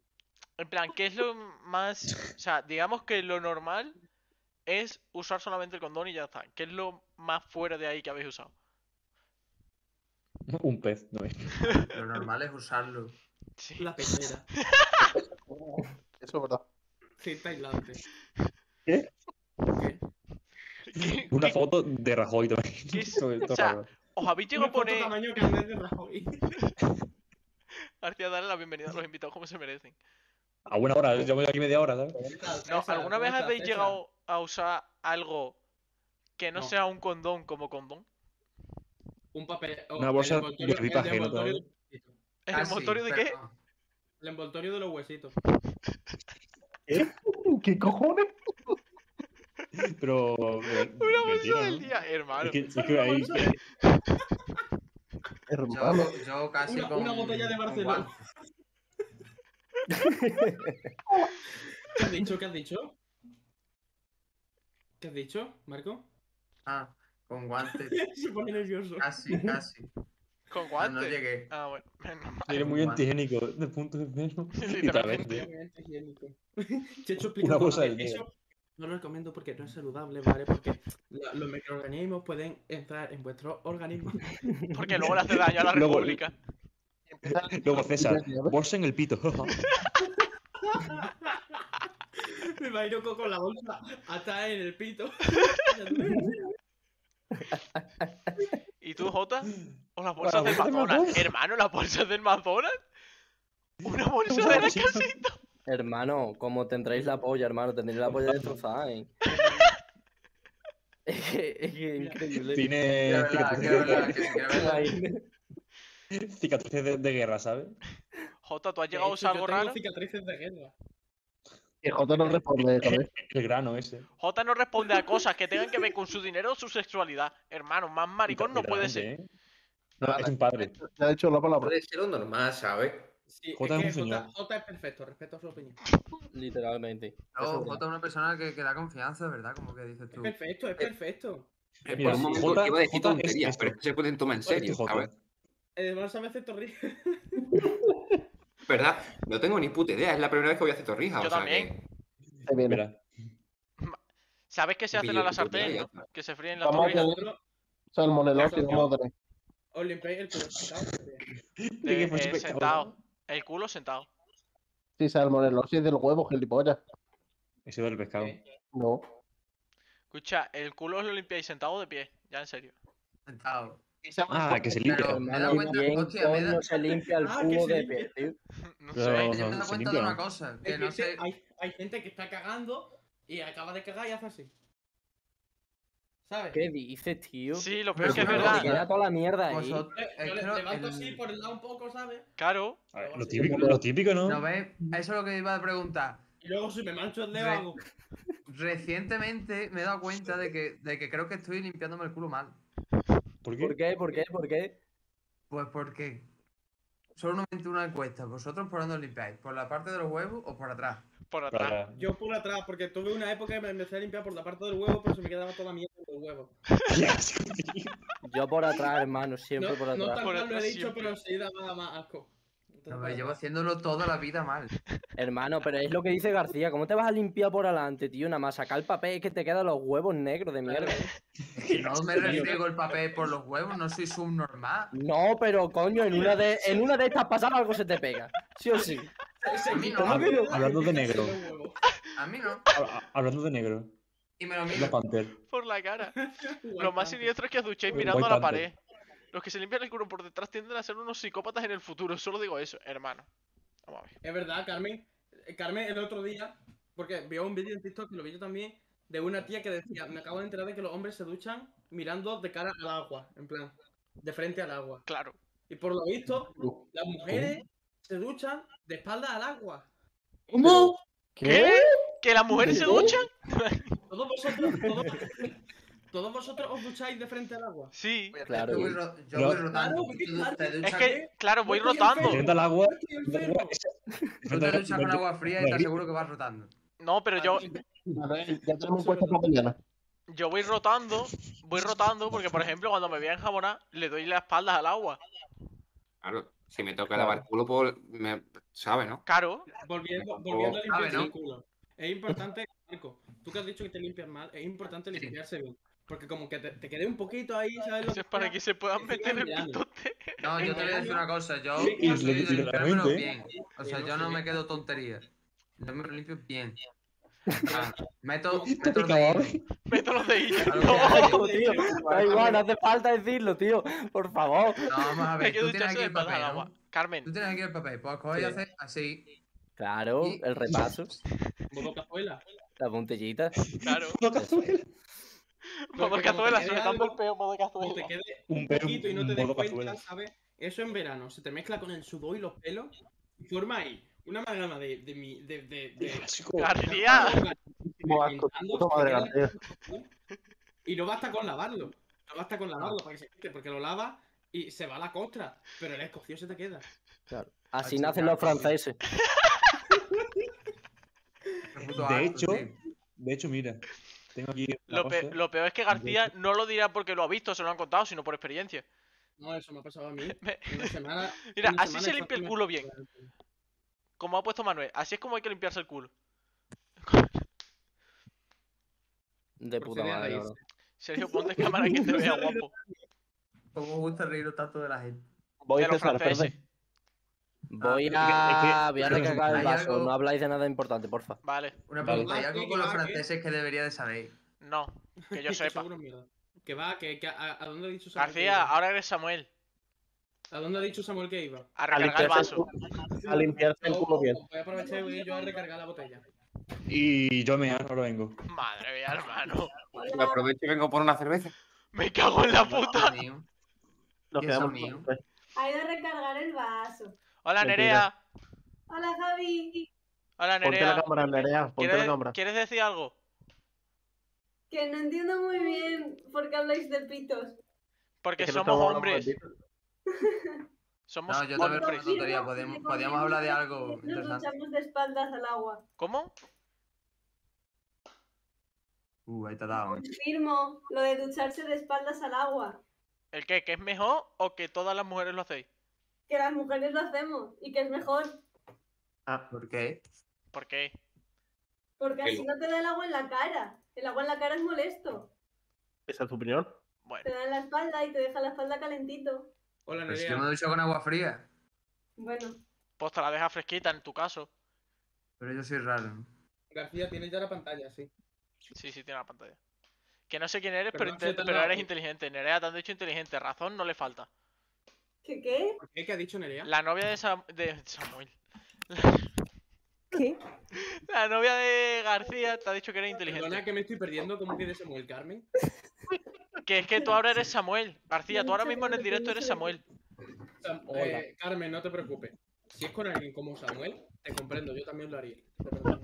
En plan, ¿qué es lo más. O sea, digamos que lo normal es usar solamente el condón y ya está. ¿Qué es lo más fuera de ahí que habéis usado? *laughs* Un pez, no *laughs* es. Lo normal es usarlo. Sí. *laughs* La pechera. Eso es verdad. Cinta aislante. ¿Qué- *laughs* Una qué- foto de Rajoy *laughs* también. ¿Qué es? Todo- todo O sea, raro. ¿Os habéis Una llegado a foto poner. tamaño carnet de *laughs* Rajoy. García, darle la bienvenida a los invitados como se merecen. A buena hora, yo voy aquí media hora, ¿sabes? No, César, ¿alguna vez César, habéis César. llegado a usar algo que no, No. sea un condón como condón? Un papel. o Una Oh, el bolsa de envoltorio- el pipaje, ¿no? envoltorio- ¿El Ah, sí, envoltorio de qué? pero no. El envoltorio de los huesitos. *laughs* ¿Qué cojones? Pero. eh, Una bolsa del día, hermano. Es que, es que ahí. *laughs* Hermano. Yo, yo casi Una- con una botella de con Barcelona. *laughs* guantes. ¿Qué has dicho? ¿Qué has dicho? ¿Qué has dicho, Marco? Ah, con guantes. *laughs* Se pone nervioso. Casi, casi. Con Pero No guantes. llegué. Ah, bueno, menos mal. Eres muy *laughs* antigénico, de punto de vista. Literalmente. Literalmente. Obviamente higiénico. *laughs* Checho explica Una cosa del cosas. día. Eso no lo recomiendo porque no es saludable, ¿vale? Porque la- los *laughs* microorganismos pueden entrar en vuestro organismo. Porque luego le hace daño a la Luego- República. Luego César, bolsa en el pito. *laughs* *laughs* Me imagino co- con la bolsa hasta en el *laughs* pito. ¿Y tú, Jota? ¿O las bolsas Bueno, bolsas del del McDonald's? McDonald's. Hermano, las bolsas del McDonald's. Una bolsa de la bolsas del casita. Hermano, como tendréis la polla, hermano, tendréis la polla destrozada, ¿eh? *laughs* es que es que es increíble. Tiene Quiero verla, quiero verla, cicatrices quiero- quiero *laughs* ¿Te verla. imaginas? de- cicatrices de, de guerra, ¿sabes? Jota, ¿tú has De llegado a hecho, usar yo algo tengo raro? cicatrices de guerra. Que Jota no responde, joder. *laughs* El grano ese. Jota no responde *laughs* a cosas que tengan que ver con su dinero o su sexualidad. Hermano, más maricón no puede ser. Literalmente, ¿eh? No, es un padre. Le ha hecho la palabra. Puede ser lo normal, ¿sabes? Sí, Jota es es que un Jota, señor. Jota es perfecto, respeto su opinión. Literalmente. No, Jota es una persona que, que da confianza, ¿verdad? Como que dices Es tú. perfecto, es perfecto. Eh, Mira, por un momento Jota- iba a decir Jota es tonterías, esto. pero es que se pueden tomar en Jota es serio, Jota. ¿sabes? Además, a veces torrí. ¿Verdad? No tengo ni puta idea, es la primera vez que voy a hacer torrijas. Yo o sea también. que- Se viene. Espera. ¿Sabes qué se hacen a la Billetito, sartén? ya no? está. Que se fríen las Vamos a torrijas. tener salmonelosis, vamos a tener. Os limpiáis el *laughs* culo. ¿sabes? De que Eh, fue eh, súper sentado. cabrón. El culo sentado. Sí, salmonelosis del huevo, gilipollas. Ese del pescado. No. Escucha, el culo os lo limpiáis sentado o de pie. Ya en serio. Sentado. Ah, que se limpia. Pero- Me he dado Hermano, cuenta- ¿quién hostia, me he coño dado- se limpia el Ah, que culo se de limpia. pie, tío? No Pero- sé. Yo me he dado se cuenta de limpia, una ¿no? cosa, Es que que no se- sé. hay, hay gente que está cagando y acaba de cagar y hace así. ¿Sabes? ¿Qué dices, tío? Sí, lo peor es que es Pero- verdad. Queda toda la mierda Pues ahí. Vosotros, Yo, Pues es yo que le- no- levanto el- así por el lado un poco, ¿sabes? Claro. A ver, lo típico, lo típico, ¿no? ¿No veis? Eso es lo que iba a preguntar. Y luego si me mancho el dedo Re- hago. Recientemente me he dado cuenta de que, de que creo que estoy limpiándome el culo mal. ¿Por qué? ¿Por qué? ¿Por qué? ¿Por qué? Pues porque. Solamente una encuesta. ¿Vosotros por dónde os limpiáis? ¿Por la parte de los huevos o por atrás? Por atrás. Para- Yo por atrás, porque tuve una época que me empecé a limpiar por la parte del huevo, pero se me quedaba toda la mierda en los huevos. Qué asco, tío. Yo por atrás, hermano, No, siempre por no atrás. tan Por mal lo he atrás dicho, siempre. pero enseguida me da más asco. Entonces, No, por me llevo atrás. haciéndolo toda la vida mal. Hermano, pero es lo que dice García. ¿Cómo te vas a limpiar por adelante, tío? Nada más sacar el papel es que te quedan los huevos negros de mierda. Que no *laughs* me restriego el papel por los huevos, no soy subnormal. No, pero coño, en una de, en una de estas pasadas algo se te pega. Sí o sí. Se A mí quita Ah, no. la mierda Hablando y de se negro. quita los huevos. A mí no. Hab- hab- Hablando de negro. Y me lo Black miro. Panther. Por la *laughs* cara. Lo Guay, más tanto. siniestro es que os duchéis Guay mirando a la tanto. pared. Los que se limpian el culo por detrás tienden a ser unos psicópatas en el futuro. Solo digo eso, hermano. Vamos a ver. Es verdad, Carmen. Eh, Carmen, el otro día, porque vio un vídeo en TikTok que lo vi yo también, de una tía que decía, me acabo de enterar de que los hombres se duchan mirando de cara al agua, en plan, de frente al agua. Claro. Y por lo visto, las mujeres se duchan de espalda al agua. ¿Qué? ¿Que las mujeres se duchan? Todos vosotros, todos, todos vosotros os ducháis de frente al agua. Sí. Claro. Yo voy, ro- yo Lo- voy rotando. Claro, Tú- tú te Es duchas- que, claro, voy Estoy rotando. enfermo. Enfrenta el agua. Estoy enfermo. tú te duchas con agua fría y te Madrid. aseguro que vas rotando. No, pero yo, A ver, ya tenemos encuesta para mañana. yo voy rotando. Voy rotando porque, por ejemplo, cuando me voy a enjabonar, le doy las espaldas al agua. Claro, si me toca lavar el culo, pues me... ¿Sabes, no? Claro. Volviendo, Tampoco- volviendo a limpiarse ¿no? el culo. Es importante, Marco, tú que has dicho que te limpias mal, es importante limpiarse bien. Porque como que te, te quedé un poquito ahí, ¿sabes? Lo Eso es para que se puedan meter el pitote. No, yo te voy a decir una cosa, yo Sí, yo y soy de le- limpiármelo literalmente. bien. O sea, yo no me quedo tonterías. Yo me lo limpio bien. Ah, meto, *laughs* Te Este meto los picaba. deditos. Meto los dedillos. Claro No, que sí. No, tío, da igual, no hace falta decirlo, tío. Por favor. No, vamos a Hay ver, que tú tienes ducharse aquí de el espaldas papel, al ¿no? agua. Carmen. Tú tienes aquí el papel, pues coger y Sí. hacer así. Claro, Y- el repaso, Modo cazuela. la puntillita. Claro. No, cazuela. Modo como cazuela, te se quede me está dando el algo- peo, modo Como te cazuela. quede Un perro. poquito y no te Un des modo cuenta, cazuela. ¿sabes? Eso en verano, se te mezcla con el sudor y los pelos y forma ahí una amalgama de, de, mi- de, de, de- Asco. García. Como asco, puta madre, García. Y no basta con lavarlo. No basta con lavarlo para que se quite, porque lo lavas y se va a la costra. Pero el escocio se te queda. Así nacen los franceses. qué puto De asco, hecho, tío. de hecho, mira. Tengo aquí. una Lo, pe- cosa. lo peor es que García no lo dirá porque lo ha visto, se lo han contado, sino por experiencia. No, eso me ha pasado a mí. *laughs* Me- Una semana- *laughs* Mira, una así semana se limpia el exactamente. culo bien, como ha puesto Manuel. Así es como hay que limpiarse el culo. De puta Procede a madre, reírse. bro. Sergio, ponte cámara que *laughs* te vea guapo. ¿Cómo me gusta reír tanto de la gente? Voy de los César, franceses. perdón. Voy Ah, a, voy a es que- recargar el hay vaso, algo- no habláis de nada importante, porfa. Vale. Una Vale. pregunta, ¿hay algo con los Ah, ¿qué? franceses que debería de saber? No, que *laughs* yo sepa. Seguro mierda. Que va, que, que a, a dónde ha dicho Samuel? que García, iba? ahora eres Samuel. ¿A dónde ha dicho Samuel que iba? A A recargar el limpiarse el vaso. A limpiarse el Oh, culo oh, bien. Voy a aprovechar y voy yo a recargar la botella. Y yo me ahora vengo. Madre mía, hermano. *laughs* Me aprovecho y vengo por una cerveza. Me cago en la Dios puta. mío. Nos ¿Y quedamos. esa unión? Ha ido a recargar el vaso. *laughs* Hola, Mentira. Nerea. Hola, Javi. Hola, Ponte la Nerea. cámara, Nerea. Ponte la ¿Quieres, cámara. quieres decir algo? Que no entiendo muy bien por qué habláis de pitos. Porque Es que no somos estamos hablando hombres. de ti. Somos No, yo también hombres. pregunto tontería. Confirmo, Podemos, te podíamos hablar de algo confirmo que Nos interesante. duchamos de espaldas al agua. ¿Cómo? Uh, ahí te ha dado. eh. Confirmo lo de ducharse de espaldas al agua. ¿El qué? ¿Que es mejor o que todas las mujeres lo hacéis? Que las mujeres lo hacemos y que es mejor. Ah, ¿Por qué? ¿Por qué? Porque así Pelo. no te da el agua en la cara. El agua en la cara es molesto. esa es tu opinión. Te Bueno, da en la espalda y te deja la espalda calentito. Hola, Pero si Nerea. Pues yo me ducho con agua fría. Bueno, pues te la deja fresquita en tu caso. Pero yo soy raro. García, tienes ya la pantalla, sí. Sí, sí, tiene la pantalla. Que no sé quién eres, Pero pero, no sé inte- tan pero nada. eres inteligente. Nerea, te han dicho inteligente. Razón no le falta. ¿qué qué? ¿Por qué? ¿Qué ha dicho Nerea? La novia de, Sam- de Samuel. ¿Qué? *laughs* La novia de García te ha dicho que eres Perdona inteligente. que me estoy perdiendo, ¿cómo que de Samuel Carmen? Que es que tú ahora eres Samuel. García, Me tú ahora gusta mismo en que el directo me eres pienses. Samuel. Sam- Hola. eh, Carmen, no te preocupes. Si es con alguien como Samuel, te comprendo, yo también lo haría. Te perdono.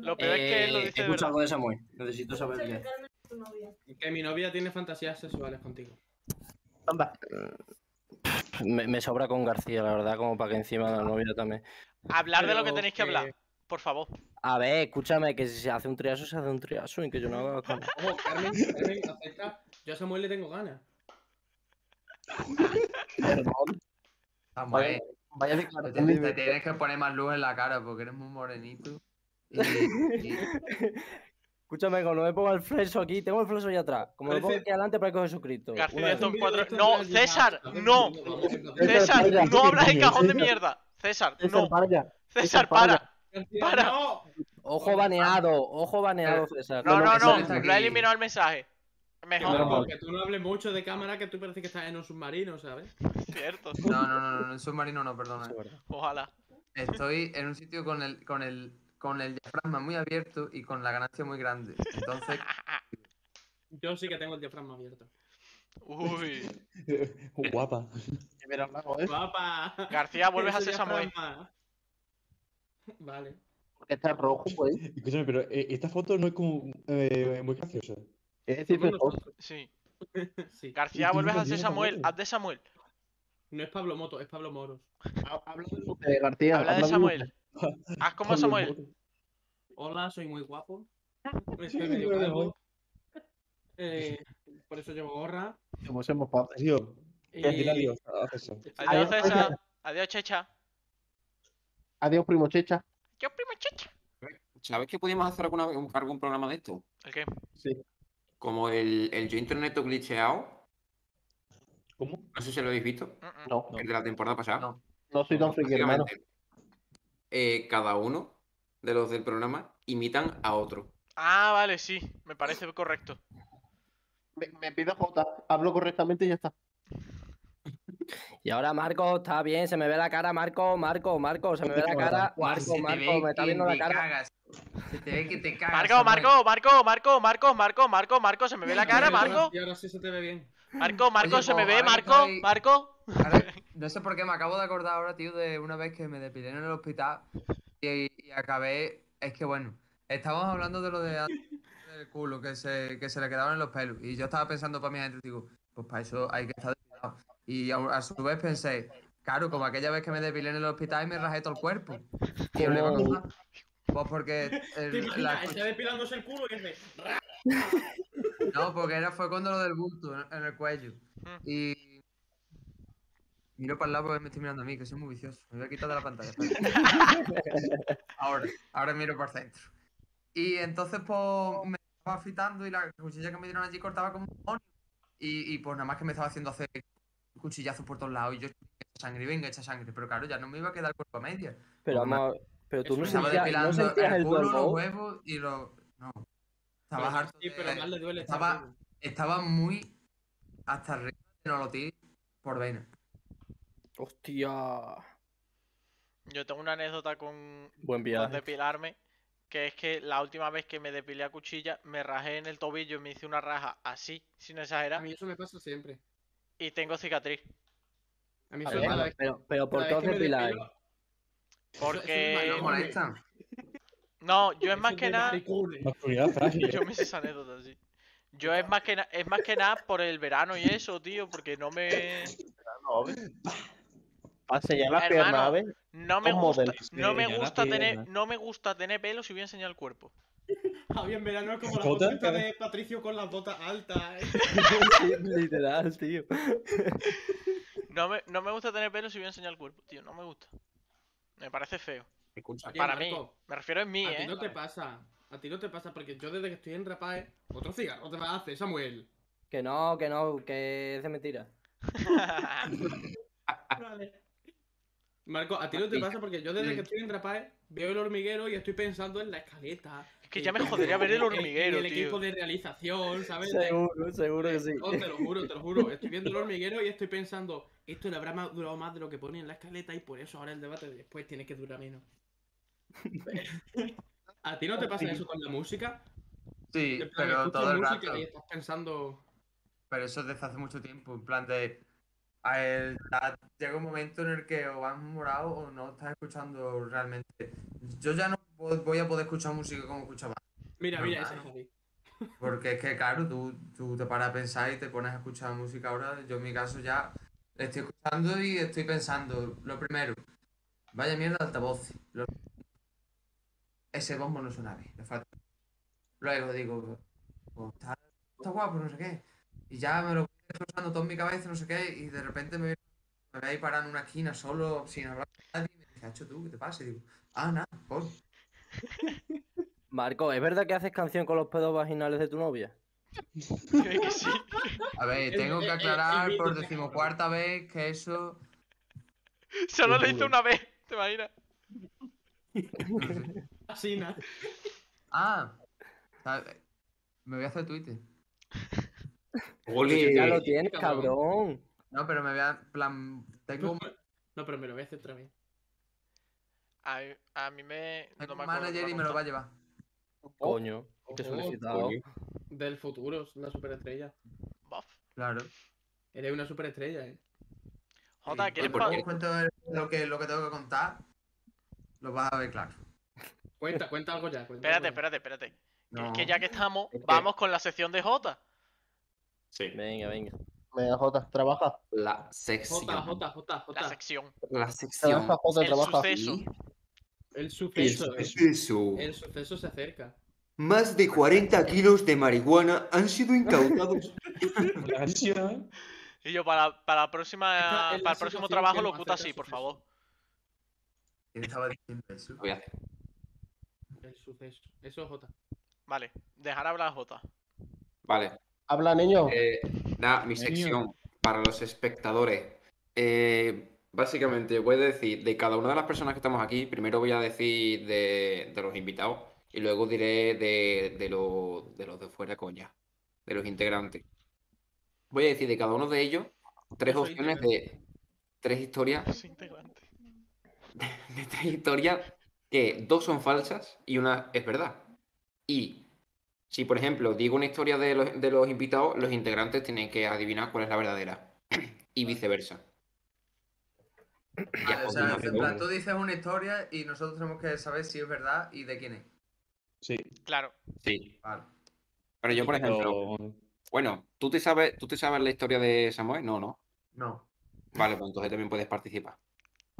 Lo peor es que Eh, él lo Eh, dice de escucho verdad. algo de Samuel, necesito Mucho saber que bien. Carmen es tu novia. Que mi novia tiene fantasías sexuales contigo. Anda. Me, me sobra con García, la verdad, como para que encima la novia también. Hablar de lo que Pero tenéis que que- hablar, por favor. A ver, escúchame, que si se hace un triazo, se hace un triazo y que yo no haga. con- Ojo, Carmen, Carmen, acepta. Yo a Samuel le tengo ganas. Perdón. Samuel, Vaya te, tienes- te declaración. tienes que poner más luz en la cara porque eres muy morenito. Y, y- Escúchame, como no me pongo el fleso aquí, tengo el fleso allá atrás. Como me Parece- pongo aquí adelante, parezco Jesucristo. Una García, vez. estos Un cuatro. video ¡No, de estos César! de ¡No! Vamos, vamos, vamos. César, César, vaya, no hablas el coño, cajón de César. mierda. César, César, no. para César, César, para. García, Para. ¡No! Ojo baneado, ojo baneado, César. Eh, No, no, eso no. no está Lo he aquí. eliminado el mensaje. Mejor, Claro, porque tú no hables mucho de cámara, que tú parece que estás en un submarino, ¿sabes? cierto. No, no, no, no, en submarino no, perdona. Ojalá. Estoy en un sitio con el, con el, con el diafragma muy abierto y con la ganancia muy grande. Entonces, Yo sí que tengo el diafragma abierto. Uy. *laughs* Guapa. Mira, Mago, ¿eh? ¡Guapa! García, vuelves a Ese ser Samuel. diafragma. Vale. Porque está rojo, pues. güey. Escúchame, pero eh, esta foto no es como eh, muy graciosa. Es decir, Somos rojo. nosotros, Sí. sí. García, tú vuelves a también ser eres Samuel. Samuel. Haz de Samuel. No es Pablo Moto, es Pablo Moros. Ha- Habla de Eh, usted, García. Habla de habla Samuel. Haz como Pablo Ah, Samuel. Moto. Hola, soy muy guapo. Estoy medio calvo. Eh, por eso llevo gorra. usted, pues hemos pasado. Tío, Y... dile adiós a a César. Adiós, Adiós, César. Adiós, Checha. Adiós, primo Checha. Yo, primo Checha. ¿Sabes que podíamos hacer alguna, vez un- algún programa de esto? ¿El qué? Sí. Como el, el Yo Internet glitcheado. ¿Cómo? No sé si lo habéis visto. Mm, mm. No, El de la temporada pasada. No. no soy tan friki, hermano. Básicamente, eh, cada uno de los del programa imitan a otro. Ah, vale, sí. Me parece correcto. Me, me pide J. Hablo correctamente y ya está. Y ahora Marco, está bien, se me ve la cara, Marco, Marco, Marco, se me ve la cara. Buah, Marco, se te Marco, ve me está que viendo la te cara. cagas. Se te ve que te cagas. Marco, Samuel. Marco, Marco, Marco, Marco, Marco, Marco, Marco, se me ve la cara, Marco. Y ahora sí se te ve bien. Marco, Marco, Oye, se me como ve, ahora Marco, estoy- Marco. *laughs* Ahora, no sé por qué me acabo de acordar ahora, tío, de una vez que me depilé en el hospital y, y acabé. Es que bueno, estábamos hablando de lo de antes, del culo que se, que se le quedaban en los pelos. Y yo estaba pensando para mi gente, digo, pues para eso hay que estar depilado. Y a, a su vez pensé, claro, como aquella vez que me depilé en el hospital y me rajé todo el cuerpo. Y yo le iba a contar, Pues porque. el- Oh. *laughs* Te la- imaginas, está depilándose el culo y hace... "Ra". No, porque era, fue cuando lo del bulto en, en el cuello. Mm. Y. Miro para el lado porque me estoy mirando a mí, que soy muy vicioso. Me voy a quitar de la pantalla. espera. ahora, ahora miro para el centro. Y entonces, pues, me estaba afitando y la cuchilla que me dieron allí cortaba como un demonio. Y, y pues nada más que me estaba haciendo hacer cuchillazos por todos lados. Y yo, sangre, venga, echa sangre. Pero claro, ya no me iba a quedar el cuerpo a media. Pero, Porque me- vamos, a- pero tú me no estaba sentías, no depilando sentías el el culo, Pues. los dolor. huevos y los. No. Estaba Pero- harto Sí, pero de- más le duele estar Estaba, vivo. estaba muy hasta arriba de no lo tiré por vena. Hostia. Yo tengo una anécdota con, Buen con viaje. depilarme, que es que la última vez que me depilé a cuchilla, me rajé en el tobillo y me hice una raja así, sin A exagerar, mí eso me pasa siempre. y tengo cicatriz. A mí A eso ver, cada vez- pero, pero ¿por cada qué vez os que me depiláis? depilo- Porque... eso es ¿No Eh, molesta? No, yo es más eso que de nada... maricones. Masculinidad frágil. *laughs* Yo me hice esa anécdota, sí. Yo es más que nada, es más que nada por el verano y eso, tío, porque no me Para sellar las Hermano, piernas, ¿ves? no me Son gusta, modelos, no me sí, ya la gusta tener, pierna. no me gusta tener pelo si voy a enseñar el *laughs* cuerpo. Javi en Ah, verano es como la ¿Jota? fotito de Patricio con las botas altas. ¿eh? *laughs* Sí, Literal, tío. *laughs* No me, no me gusta tener pelo si voy a enseñar el cuerpo, tío, no me gusta. Me parece feo. Escucha, Oye, Para mí, Marco, me refiero a mí, A ti eh. no te pasa. A ti no te pasa porque yo desde que estoy en Rapae, otro cigarro te va a hacer, *laughs* Samuel. Que no, que no, que es de mentira. Marco, a ti no te pasa porque yo desde que estoy en Rapae veo el hormiguero y estoy pensando en la escaleta. Es que en ya me el *laughs* jodería ver el equipo, en- hormiguero, en el equipo tío. de realización, ¿sabes? De- Seguro, seguro que sí. Oh, No, Oh, te *laughs* lo juro, te lo juro. Estoy viendo el hormiguero y estoy pensando, esto le habrá ma- durado más de lo que pone en la escaleta y por eso ahora el debate de después tiene que durar menos. ¿A ti no te pasa eso con la música? Sí, En plan, pero escuchas todo el música rato. Y estás pensando... Pero eso es desde hace mucho tiempo. En plan de. a el- a- llega un momento en el que o vas morado o no estás escuchando realmente. Yo ya no po- voy a poder escuchar música como escuchaba. Mira, mira, ese Normal. es Javi. Porque es que, claro, tú, tú te paras a pensar y te pones a escuchar música ahora. Yo en mi caso ya la estoy escuchando y estoy pensando, lo primero, vaya mierda de altavoz. Lo- Ese bombo no suena bien, le falta. Luego digo, "Pues está, está guapo, no sé qué. Y ya me lo voy desglosando todo en mi cabeza, no sé qué, y de repente me, me voy a ir parar en una esquina solo, sin hablar con nadie. Y me dice, "Acho, tú, ¿qué te pasa? Y digo, ah, nada, por. Marco, ¿es verdad que haces canción con los pedos vaginales de tu *laughs* novia? Yo que sí. A ver, El- Pues, tengo el- que el- el aclarar vídeo por está decimocuarta vez que eso. Solo lo hice *laughs* una vez, ¿te imaginas? no sé. Así, nada. Ah, sabe- me voy a hacer Twitter. Oli, Ya lo tienes, cabrón. cabrón. No, pero me voy a. Ah, plan, tengo un, No, pero me lo voy a hacer otra vez. A mí, a mí me. tengo No un me acuerdo manager cómo y la me lo va a contó. llevar. Coño, qué Ojo, solicitado. Oh, Del futuro, una superestrella. Buff. Claro. Eres una superestrella, ¿eh? Jota, Y ¿quieres cuando pa- os cuento el- lo que, lo que tengo que contar, lo vas a ver claro. Cuenta, cuenta algo ya. cuenta Espérate, algo ya. espérate, espérate. No. Es que ya que estamos, Es que- vamos con la sección de Jota. sí. Venga, venga. Venga, Jota, trabaja. La sección. Jota, Jota, Jota, La Jota. sección. La sección. Trabaja, Jota, El trabaja. suceso. El El suceso, ¿eh? suceso. El suceso se acerca. Más de 40 kilos de marihuana han sido *laughs* *laughs* incautados. La ansia. Y yo para, para la próxima, Esta es la para el próximo situación trabajo que lo nos oculta acerca así, al por suceso. favor. ¿Quién estaba diciendo eso? Voy a hacer. El suceso. Eso es Jota. Vale, dejar hablar a Jota. Vale. Habla, niño. Eh, nada, mi Genio. sección para los espectadores. Eh, básicamente voy a decir de cada una de las personas que estamos aquí, primero voy a decir de, de los invitados y luego diré de, de, lo- de los de fuera, coña, de los integrantes. Voy a decir de cada uno de ellos tres Yo soy opciones de tres historias, Es pues integrante. de tres historias que dos son falsas y una es verdad. Y si, por ejemplo, digo una historia de los, de los invitados, los integrantes tienen que adivinar cuál es la verdadera. *clears throat* Y viceversa. Vale, Ah, o sea, continúa, en plan, tú dices una historia y nosotros tenemos que saber si es verdad y de quién es. Sí. Claro, Sí. Vale. Pero yo, por ejemplo, Pero- bueno, ¿tú te sabes, tú te sabes la historia de Samuel? No, no. No. Vale, pues entonces también puedes participar.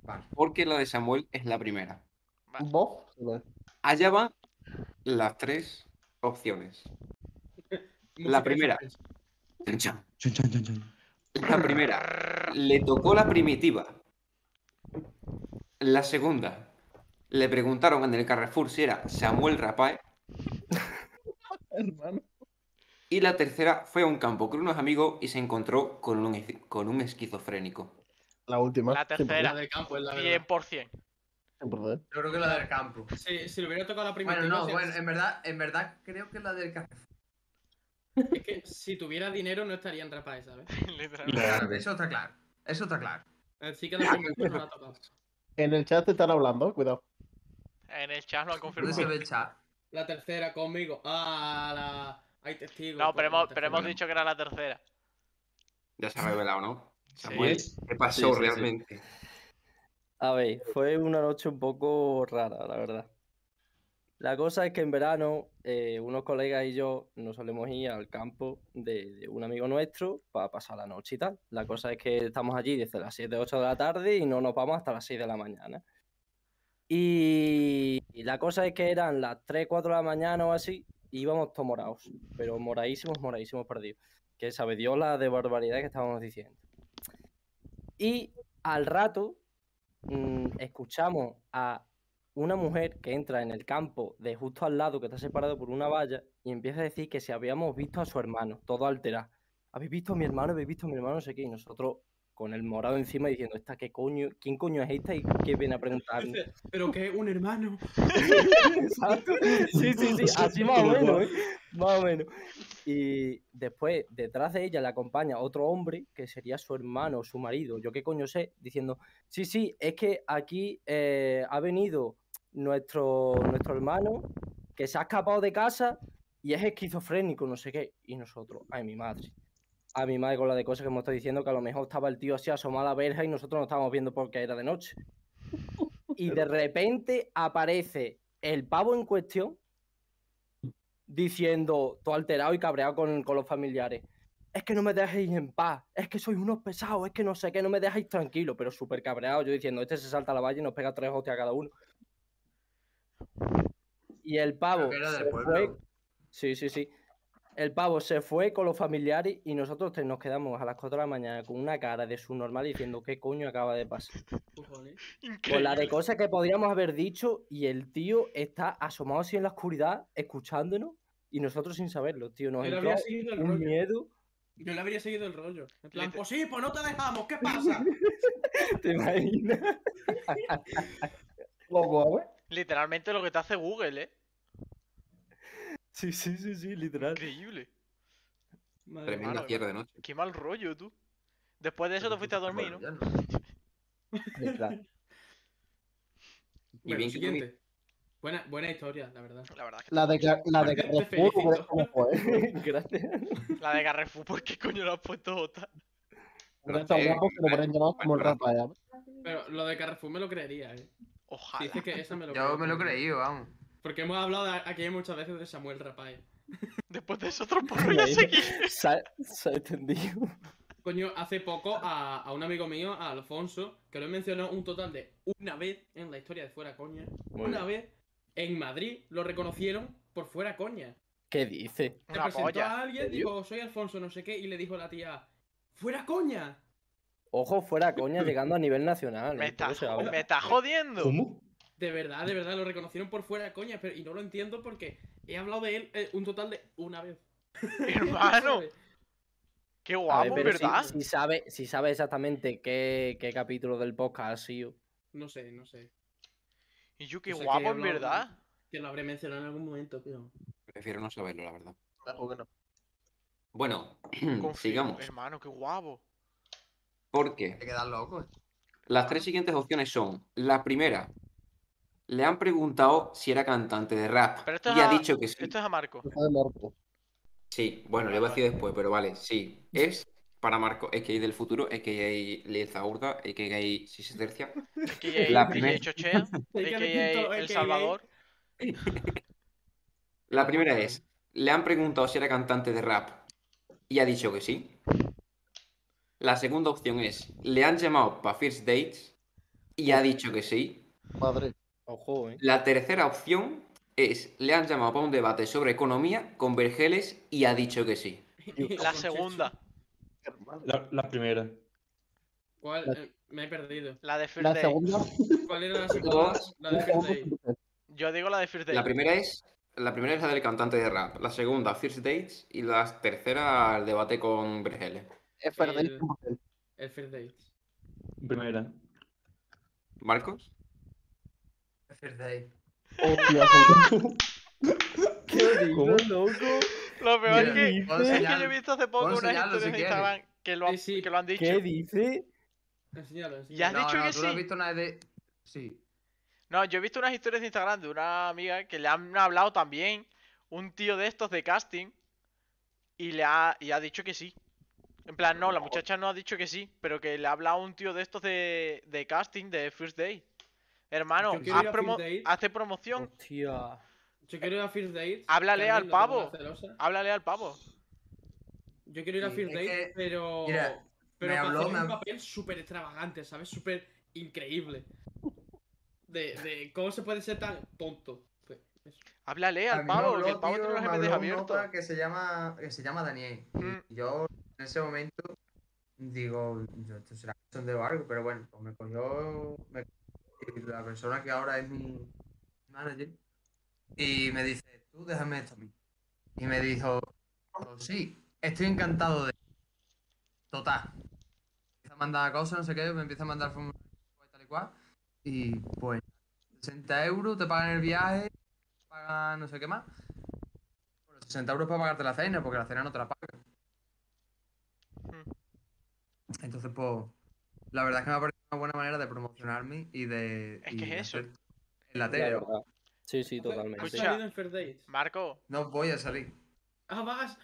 Vale. Porque la de Samuel es la primera. vale. ¿Vos? Vale. Allá van las tres opciones. La primera. Chan, *laughs* chan. Chun, chun, chun, chun. La primera, le tocó la primitiva. La segunda, le preguntaron en el Carrefour si era Samuel Rapaz. Hermano. Y la tercera fue a un campo con unos amigos y se encontró con un, esqui- con un esquizofrénico. La última. La tercera. La del campo es la verdad. 100%. Yo creo que la del campo. Sí, si le hubiera tocado la primera. Bueno, no, bueno, en verdad, en verdad creo que la del café. Es que si tuviera dinero no estaría en Rapaz, *laughs* ¿sabes? Claro, Eso está claro. Eso está claro. Así que la primera no la ha tocado. En el chat te están hablando, *laughs* cuidado. En el chat lo han ¿Dónde se confirmado. ve el chat? La tercera conmigo. Ah, la... Hay testigos. No, pero coño, hemos, la pero hemos tercera. dicho que era la tercera. Ya se ha revelado, ¿no? Samuel, Sí. ¿qué pasó Sí, sí, sí. realmente? A ver, fue una noche un poco rara, la verdad. La cosa es que en verano eh, unos colegas y yo nos solemos ir al campo de, de un amigo nuestro para pasar la noche y tal. La cosa es que estamos allí desde las 7, 8 de la tarde y no nos vamos hasta las 6 de la mañana. Y, y la cosa es que eran las 3, 4 de la mañana o así, y íbamos todos morados, pero moradísimos, moradísimos perdidos. Que sabe Dios la de barbaridad que estábamos diciendo. Y al rato mm, escuchamos a una mujer que entra en el campo de justo al lado, que está separado por una valla, y empieza a decir que si habíamos visto a su hermano, todo alterado. ¿Habéis visto a mi hermano? ¿Habéis visto a mi hermano? No sé qué. Y nosotros con el morado encima diciendo, ¿esta qué coño? ¿Quién coño es esta y qué viene a preguntarnos? Pero que un *laughs* hermano. Exacto. *laughs* Sí, sí, sí, así más o menos, ¿eh? Más o menos. Y después, detrás de ella, le acompaña otro hombre, que sería su hermano, su marido, yo qué coño sé, diciendo, sí, sí, es que aquí eh, ha venido nuestro, nuestro hermano, que se ha escapado de casa y es esquizofrénico, no sé qué. Y nosotros, ay, mi madre. A mi madre con la de cosas que hemos estado diciendo, que a lo mejor estaba el tío así asomado a la verja y nosotros no estábamos viendo porque era de noche. Y de repente aparece el pavo en cuestión diciendo, todo alterado y cabreado con, con los familiares. Es que no me dejéis en paz, es que sois unos pesados, es que no sé qué, no me dejáis tranquilo, pero súper cabreado. Yo diciendo, este se salta a la valla y nos pega tres hostias a cada uno. Y el Creo pavo. que era del se pueblo. fue- Sí, sí, sí. El pavo se fue con los familiares y nosotros te- nos quedamos a las 4 de la mañana con una cara de subnormal diciendo, ¿qué coño acaba de pasar? Cojones. Con Pues la de cosas que podríamos haber dicho y el tío está asomado así en la oscuridad, escuchándonos y nosotros sin saberlo, tío. Nos Yo le entró habría seguido el un rollo. miedo. Yo le habría seguido el rollo. En plan, Liter- pues sí, pues no te dejamos, ¿qué pasa? ¿Te imaginas? Loco, ¿eh? Literalmente lo que te hace Google, ¿eh? Sí, sí, sí, sí, literal. Increíble. Madre mía. Tremenda mala, cierre de noche. Qué mal rollo, tú. Después de eso te fuiste a dormir, ¿no? Bueno, Literal. Y bien Bueno, que tuvi- siguiente. Buena, buena historia, la verdad. La verdad es que La de, Car- la de Te Carrefour, felicito. ¿cómo fue? *laughs* Gracias. la de Carrefour, ¿por qué coño la has puesto Jota? Tan guapo que lo ponen llamado como el Rafa, ¿eh? Pero lo de Carrefour me lo creería, ¿eh? Si Ojalá. dices que esa me lo Yo me lo he creído, vamos. Porque hemos hablado de- aquí muchas veces de Samuel Rapaz. Después de eso *laughs* otro porro ya seguí. Se ha, se ha extendido. Coño, hace poco a, a un amigo mío, a Alfonso, que lo he mencionado un total de una vez en la historia de Fuera Coña. Muy una vez en Madrid lo reconocieron por Fuera Coña. ¿Qué dice? Se Una presentó polla. a alguien, ¿En serio? dijo, soy Alfonso, no sé qué, y le dijo la tía, ¡Fuera Coña! Ojo, fuera coña, llegando a nivel nacional. Me ¿eh? Poco estás se habla. me está jodiendo. ¿Cómo? De verdad, de verdad, lo reconocieron por Fuera Coña, pero y no lo entiendo porque he hablado de él eh, un total de *laughs* una vez. *laughs* Hermano, qué A ver, guapo, pero si- ¿verdad? Si, sabe, si sabe exactamente qué, qué capítulo del podcast ha sido. No sé, no sé. Y yo, qué O sea, que guapo, en hablo- verdad. Que lo habré mencionado en algún momento, pero... Prefiero no saberlo, la verdad. Ojo *laughs* que no. Bueno, *clears throat* Confío, Mm, sigamos. hermano, qué guapo. Porque Te quedas loco. eh. las tres siguientes opciones son: la primera, le han preguntado si era cantante de rap Pero esto y es ha a- dicho que sí. Esto es a Marco. Está *laughs* de muerto. Sí, bueno, le voy a decir después, pero vale, sí. Es para Marco, es que hay del futuro, es que hay Liza Urda, es que hay Sisi Tercia. AKA, La AKA primera. Chochea, Hay que decir todo, AKA El AKA. Salvador. *laughs* La primera es: le han preguntado si era cantante de rap y ha dicho que sí. La segunda opción es: le han llamado para First Dates y ha dicho que sí. Madre. Ojo, ¿eh? *laughs* La tercera opción es, le han llamado para un debate sobre economía con Vergeles y ha dicho que sí. La segunda, La, la primera. ¿Cuál? La- Eh, me he perdido. la de First La Day. segunda. ¿Cuál era la segunda? Dos. La de First Day. Yo digo la de First Day. La primera es la primera es la del cantante de rap, la segunda First Dates y la tercera el debate con Vergeles. Es verdad. El- El First Date. Primera. ¿Marcos? First Day. *laughs* Hostia, ¿Qué digo, ¿Cómo? loco? Lo Mira, peor es que, puedo es que yo he enseñarlo. visto hace poco Puedo unas enseñarlo historias si en quieres. Instagram que lo, han- que lo han dicho. ¿Qué *laughs* dice? Enseñalo, enseñalo. ¿Y has No, dicho no, que tú lo has sí? visto una de... Sí. No, yo he visto unas historias de Instagram de una amiga que le han hablado también un tío de estos de casting y le ha, y ha dicho que sí. En plan, no, la muchacha no ha dicho que sí, pero que le ha hablado un tío de estos de, de casting de First Day. Hermano, Yo quiero haz ir a promo- First Date. hazte promoción, Hostia. Yo quiero ir a First Date. Háblale que al alguien lo ponga pavo. celosa. háblale al pavo. Yo quiero ir a Sí, First es Date, que- pero. mira, pero me para habló, hacer me un hab- papel súper extravagante, ¿sabes? Súper increíble. De, de cómo se puede ser tan tonto. Pues, eso. Háblale A al mí pavo, me que el habló, pavo tío, tiene los me MDs habló un abiertos. nota que se llama que se llama Daniel. Y Mm. yo en ese momento digo, yo esto será sondeo o algo, pero bueno, pues me cogió me- y la persona que ahora es mi manager y me dice, "Tú déjame esto a mí." Y me dijo, "Oh, "Sí, estoy encantado de total." Empieza a mandar cosas, no sé qué, me empieza a mandar formularios tal y cual y pues 60 euros, te pagan el viaje, te pagan no sé qué más. Bueno, 60 euros para pagarte la cena, porque la cena no te la pagan. Hmm. Entonces, pues, la verdad es que me ha parecido una buena manera de promocionarme y de. Es y que de es eso. hacer En la tele. Claro. Sí, sí, totalmente. ¿Has Escucha. salido en First Date? Marco, No voy a salir. Ah, vas.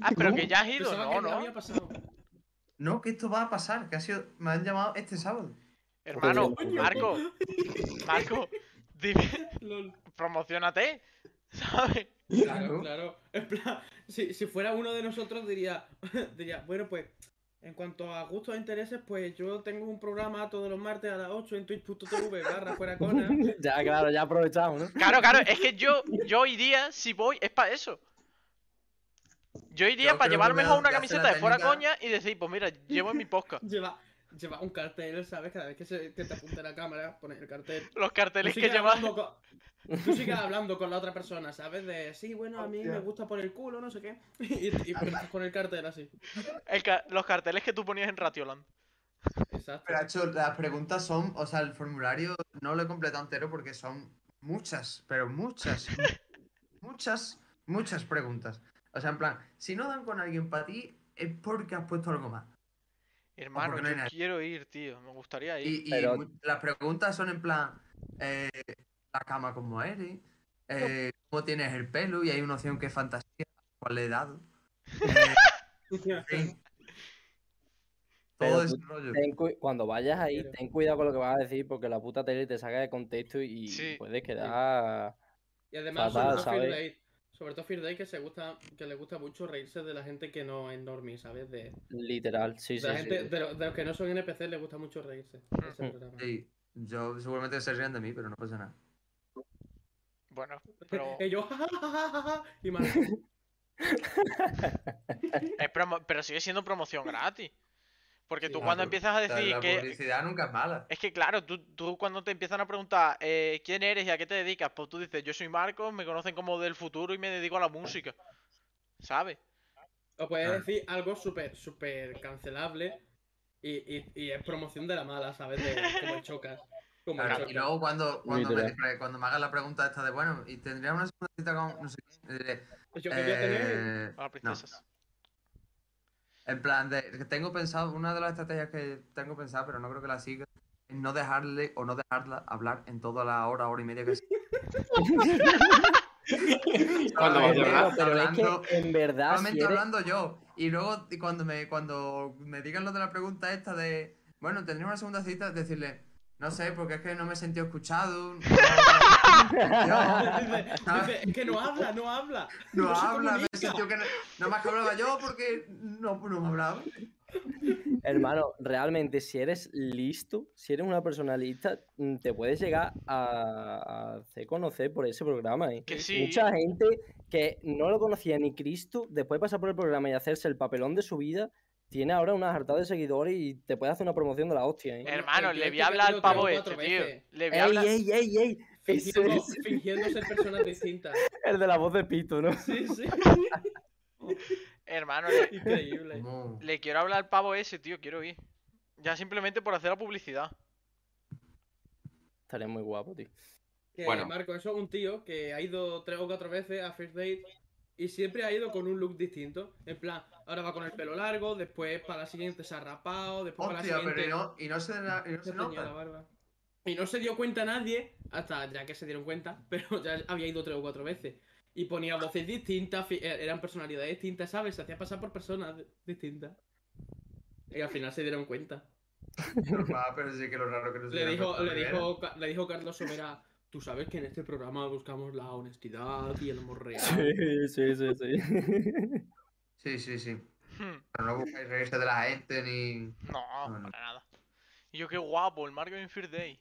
ah, pero que ya has ido, Pensaba no, que no no. había pasado. No, que esto va a pasar, que ha sido. Me han llamado este sábado. Hermano, Coño. Marco, *laughs* Marco, dime, Lol. promocionate, ¿sabes? Claro, claro. En plan, si, si fuera uno de nosotros diría, *laughs* diría, bueno, pues, en cuanto a gustos e intereses, pues yo tengo un programa todos los martes a las 8 en twitch.tv barra fuera cona. ya, claro, ya aprovechamos, ¿no? Claro, claro, es que yo, yo iría, si voy, es para eso. Yo iría Yo creo para que llevarme me a una adaptaste camiseta la de fuera técnica. coña y decir, pues mira, llevo en mi podcast. Lleva, lleva un cartel, ¿sabes? Cada vez que, se, que te apunta la cámara, pones el cartel. Tú Los carteles que sigues llevas. hablando con- Tú *laughs* sigues hablando con la otra persona, ¿sabes? De, sí, bueno, a mí Hostia. me gusta por el culo, no sé qué. Y, *laughs* *laughs* y empiezas con el cartel así. el ca- los carteles que tú ponías en Ratioland. Exacto. Pero, Nacho, las preguntas son. O sea, el formulario no lo he completado entero porque son muchas, pero *laughs* muchas. muchas, muchas preguntas. O sea, en plan, si no dan con alguien para ti, es porque has puesto algo más. Hermano, porque no yo hay nadie. quiero ir, tío. Me gustaría ir. Y, y Pero- mu- las preguntas son en plan, eh, la cama como eres, eh, cómo tienes el pelo, y hay una opción que es fantasía, cuál le he *laughs* dado. Eh, en fin. Pero Todo ese tú rollo. Ten cu- cuando vayas ahí, Pero- ten cuidado con lo que vas a decir porque la puta tele te saca de contexto y Sí. puedes quedar... Y además, Fatal, sobre todo Fear ¿sabes? Day, sobre todo Fear Day, que se gusta, que le gusta mucho reírse de la gente que no es normie, ¿sabes? De, Literal, sí, de sí. la sí. gente, de, lo- de los que no son NPC les gusta mucho reírse. de ese Mm-hmm. Mm. programa. Sí, yo seguramente se rían de mí, pero no pasa nada. Bueno, pero, Y yo, jajajaja, y mal. *laughs* es promo- pero sigue siendo promoción gratis. Porque tú Ah, cuando pero- empiezas a o sea, decir la que, publicidad nunca es mala. Es que claro, tú, tú cuando te empiezan a preguntar eh, quién eres y a qué te dedicas, pues tú dices, yo soy Marcos, me conocen como del futuro y me dedico a la música. ¿Sabes? O puedes Ah. decir algo súper, súper cancelable y, y, y es promoción de la mala, ¿sabes? De como el chocas. Como el Claro, y chocas. luego cuando, cuando, me, Literal. pre- cuando me hagan la pregunta esta de, bueno, y tendría una segunda cita con, no sé qué, diré, Pues Yo que voy a tener. eh, A las princesas. En plan, de, que tengo pensado, una de las estrategias que tengo pensado, pero no creo que la siga, es no dejarle o no dejarla hablar en toda la hora, hora y media que sea. Cuando vaya a Solamente hablar, pero es que hablando- en verdad, si solamente eres- hablando yo. Y luego, y cuando me, cuando me digan lo de la pregunta esta de, bueno, tendría una segunda cita, decirle, no sé, porque es que no me he sentido escuchado. no- *laughs* yo- *laughs* Dice, dice, es que no habla, no habla. no se habla, me he comunica". sentido que no, no más que hablaba yo porque no, no me *laughs* hablaba. hermano, realmente si eres listo, si eres una persona lista, mm, te puedes llegar a, a hacer conocer por ese programa. ¿eh? Que sí. Mucha gente que no lo conocía ni Cristo, después de pasar por el programa y hacerse el papelón de su vida, tiene ahora una hartada de seguidores y te puede hacer una promoción de la hostia. ¿eh? Bueno, Hermano, el le tío voy este a que hablar ha al ido tres o pavo este, cuatro tío. veces. Le voy a ¡Ey, hablar. ey, ey, ey! Eso Fingiendo, es fingiendo ser personas distintas. el de la voz de Pito, ¿no? Sí, *laughs* sí. Hermano, le, Increíble. *laughs* Como- le quiero hablar al pavo ese, tío, quiero ir. Ya simplemente por hacer la publicidad. Estaría muy guapo, tío. Que, Bueno. Marco, eso es un tío que ha ido tres o cuatro veces a First Date y siempre ha ido con un look distinto. En plan, ahora va con el pelo largo, después para la siguiente se ha rapado, después Hostia, para la siguiente. pero y no, y no se, da- y no se se teñía nota. la barba. Y no se dio cuenta nadie, hasta ya que se dieron cuenta, *laughs* pero ya había ido tres o cuatro veces. Y ponía voces distintas, fi- eh, eran personalidades distintas, ¿sabes? Se hacía pasar por personas di- distintas. Y al final se dieron cuenta. Normal, *laughs* pero sí que lo raro que no se Le hubiera dijo, puesto le primero. dijo, Ca- le dijo Carlos Sobera, tú sabes que en este programa buscamos la honestidad y el amor real. sí, sí, sí. Sí, sí, sí. Hmm. Pero no buscáis reírse de la gente ni. No, No, no. para nada. Y yo, qué guapo, el Mario in Fear Day.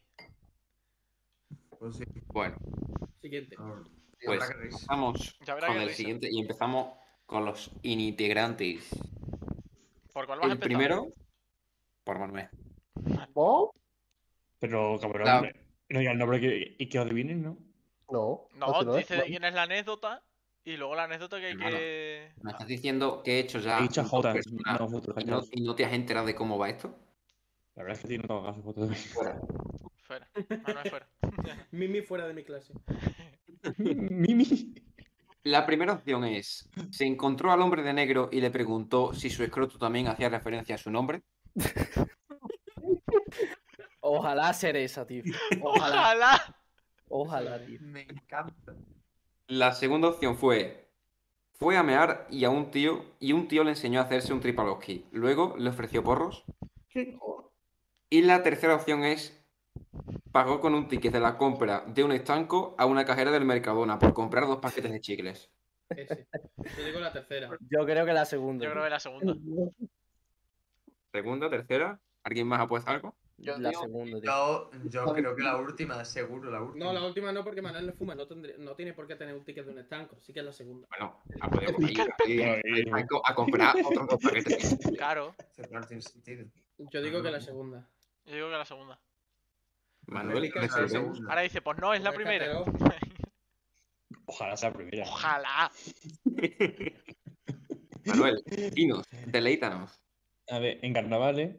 Pues sí. Bueno, Siguiente. no. Sí, pues habrá que reírse. pasamos Ya verá con qué el risa. siguiente y empezamos con los integrantes. ¿Por cuál vas El a empezar? primero, por Manuel. ¿No? Pero, cabrón, La- hombre, no digas el nombre que- y que os adivinen, ¿no? No. No, así no es. dice de quién es la anécdota y luego la anécdota que hay Hermano. que. ¿Me estás diciendo que he hecho ya Ah. He dicho dos Jota, personas no Jota, y, no, Jota. y no te has enterado de cómo va esto? La verdad es que sí, no tengo caso foto de Fuera. Manuel, fuera. *laughs* Mimi fuera de mi clase. Mimi. La primera opción es, se encontró al hombre de negro y le preguntó si su escroto también hacía referencia a su nombre. Ojalá ser esa, tío. Ojalá, ¡Ojalá! ojalá, tío. Me *laughs* encanta. La segunda opción fue, fue a mear y a un tío y un tío le enseñó a hacerse un tripaloski. Luego le ofreció porros. Y la tercera opción es, pagó con un ticket de la compra de un estanco a una cajera del Mercadona por comprar dos paquetes de chicles. Ese. Yo digo la tercera. *laughs* Yo creo que la segunda. Yo tío. creo que la segunda. Segunda, tercera, ¿alguien más apuesta algo? Yo la digo- segunda, tío. Yo, yo creo que la última, seguro, la última. No, la última no, porque Manuel no fuma, no, tendría- no tiene por qué tener un ticket de un estanco, sí que es la segunda. Bueno, a poder ir Bueno, al eh, estanco a comprar otros dos paquetes de chicles. Claro, Esto no tiene sentido. Yo Ah, digo que la segunda. yo digo que la segunda. Manuel, Yo creo que la resolvemos. segunda. Ahora dice, pues no, es la Pues primera. cátalo. Ojalá sea la primera. *laughs* Ojalá. *laughs* Manuel, dinos, deleítanos. A ver, en carnavales,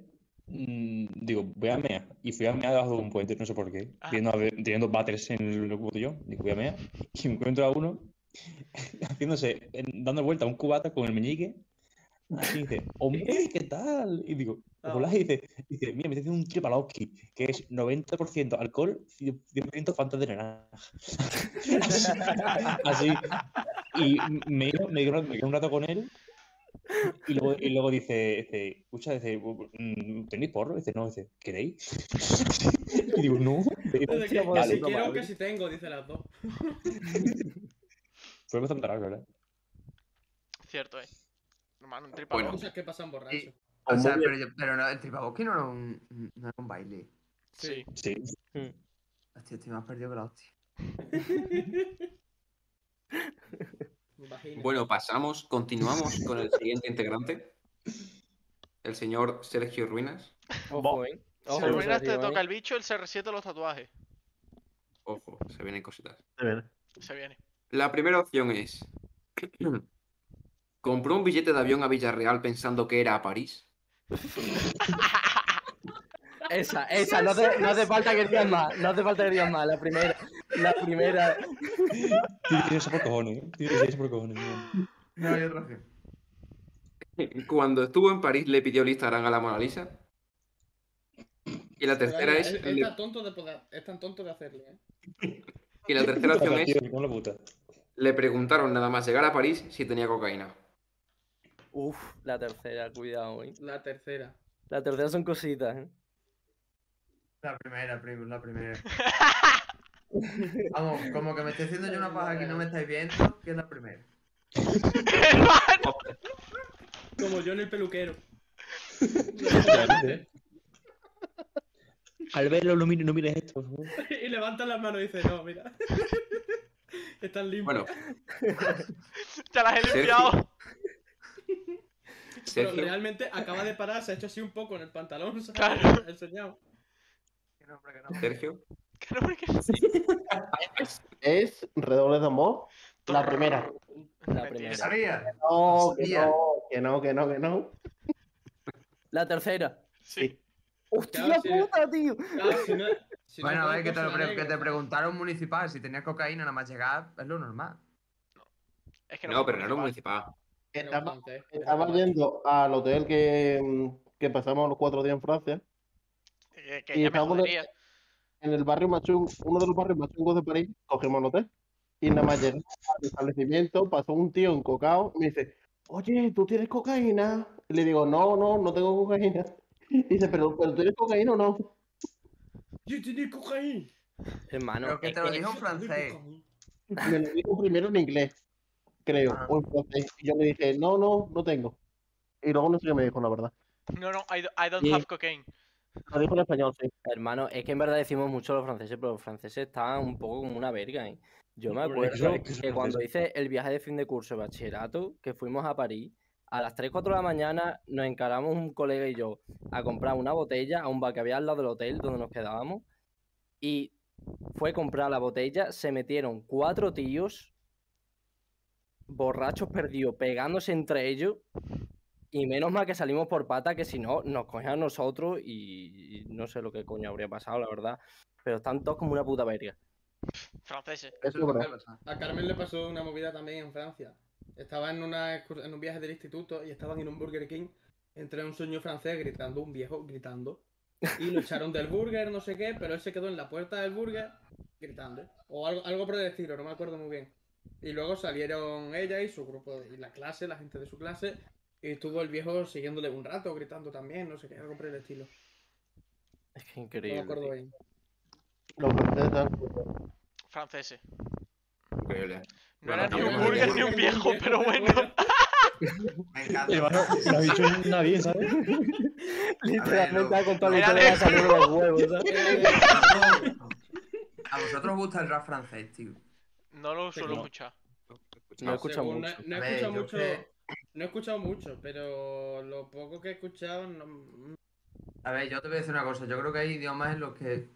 mm, digo, voy a mear. Y fui a mear debajo de un puente, no sé por qué. Ah. Viendo, a ver- teniendo batters en el botellón, digo, voy a mear. Y me encuentro a uno *laughs* haciéndose, en- dando vuelta a un cubata con el meñique. Así dice, hombre, ¿qué tal? Y digo, Ah. hola, y dice, dice, mira, me estoy haciendo un tripaloski, que es 90% alcohol, 100% fanta de naranja. Así, así. Y me quedé me quedé un rato- me quedé un rato con él y luego, y luego dice, dice, escucha, dice, mm, ¿tenéis porro? Dice, no, dice, ¿queréis? *laughs* Y digo, no. Dice, Desde "Hostia, que, que vale". si quiero, que si tengo, dice las dos. Fue bastante raro, ¿verdad? Cierto, eh. Hermano, un tripa. Bueno. loco. Cosas que pasan borrachos. O sea, Hombre. pero, yo- pero no, el tripaboqui no era un, no era un baile. Sí. Sí. Hostia, estoy más perdido que la hostia. Vagina. Bueno, pasamos, continuamos con el siguiente integrante, el señor Sergio Ruinas. Ojo, eh. Ojo, Si arruinas te Sergio, eh. toca el bicho, el CR7 los tatuajes. Ojo, se vienen cositas. Se viene. La primera opción es, *clears throat* compró un billete de avión a Villarreal pensando que era a París. *laughs* *laughs* Esa, esa, no hace, no hace falta que digas más, no hace falta que digas más, la primera, la primera, Tiene que ser por cojones, ¿eh? Tiene que ser por cojones. tío. No hay otra opción. Cuando estuvo en París le pidió el Instagram a la Mona Lisa. Y la tercera es, Es, eh, es tan tonto de poder- es tan tonto de hacerlo, ¿eh? y la tercera opción es, Tío, me cago en la puta. le preguntaron nada más llegar a París si tenía cocaína. uff, la tercera, cuidado, eh. La tercera. La tercera son cositas, eh. La primera, primo, la primera. Vamos, como que me estoy haciendo yo una paja que no me estáis viendo, que es la primera. Como yo en el peluquero. Al verlo, no mires, no mires esto. por favor. *laughs* y levanta las manos y dice, no, *laughs* mira. Están limpios. Bueno, Ya las he Sergio. limpiado. Pero Sergio, realmente acaba de parar, se ha hecho así un poco en el pantalón, ¿sabes? Claro. Ha enseñado. Que no, hombre, que no. Sergio. *laughs* Que no, porque- Es redoble de amor. La primera. La Mentira. primera. ¿Sabía? No, que Hostia. no, que no, que no, que no. La tercera. Sí. ¡Hostia si- puta, tío! Ah, Ah, si no bueno, a fuera ver, que te, lo cosa pre- negra. que te preguntaron municipal si tenías cocaína nada más llegar, es lo normal. Es que no, pero no era un municipal. Estaba, eh. estaba yendo al hotel que, mm, que pasamos los cuatro días en Francia. Que, y estábamos en- en el barrio Machung, uno de los barrios machungos de París, cogimos el hotel. Y nada más llegar al establecimiento, pasó un tío encocao y me dice, oye, ¿tú tienes cocaína? Y le digo, no, no, no tengo cocaína. Y dice, pero, pero ¿tú tienes cocaína o no? Yo tenía cocaína. Hermano. Pero que te lo dijo en francés. Me lo dijo primero en inglés, creo, Ah. o en francés. Y yo le dije, no, no, no tengo. Y luego no sé qué me dijo, la verdad. No, no, I, do- I don't Sí. have cocaine. Lo dijo en español, sí. Hermano, es que en verdad decimos mucho los franceses, pero los franceses están un poco como una verga, ¿eh? Yo me Hombre, acuerdo claro, es que son que cuando franceses. hice el viaje de fin de curso de bachillerato, que fuimos a París, a las 3, 4 de la mañana nos encaramos un colega y yo a comprar una botella a un bar que había al lado del hotel donde nos quedábamos. Y fue comprar la botella, se metieron cuatro tíos, borrachos perdidos, pegándose entre ellos. Y menos mal que salimos por pata, que si no, nos cogen a nosotros y, y no sé lo que coño habría pasado, la verdad. Pero están todos como una puta verga. Franceses. Eso es verdad. A Carmen le pasó una movida también en Francia. Estaba en, una, excurs- en un viaje del instituto y estaban en un Burger King. Entré un sueño francés gritando, un viejo gritando. Y lo echaron del burger, no sé qué, pero él se quedó en la puerta del burger gritando. O algo, algo por el estilo, no me acuerdo muy bien. Y luego salieron ella y su grupo, de- y la clase, la gente de su clase. Y estuvo el viejo siguiéndole un rato, gritando también, no sé qué, algo por el estilo. Es que No me increíble. acuerdo bien. Los franceses están- Franceses. Increíble. No Bueno, era ni un tampoco- burger ni un viejo, *laughs* pero bueno. Me *laughs* encanta. Hermano, lo ha dicho nadie, ¿sabes? *laughs* Literalmente ha contado Era que le va a salir de los huevos, ¿sabes? A vosotros os gusta el rap francés, tío. No lo suelo no. escuchar. No he escuchado Según- no- mucho. No, A he ver, escuchado yo mucho. que- No he escuchado mucho, pero lo poco que he escuchado no- mm. A ver, yo te voy a decir una cosa. Yo creo que hay idiomas en los que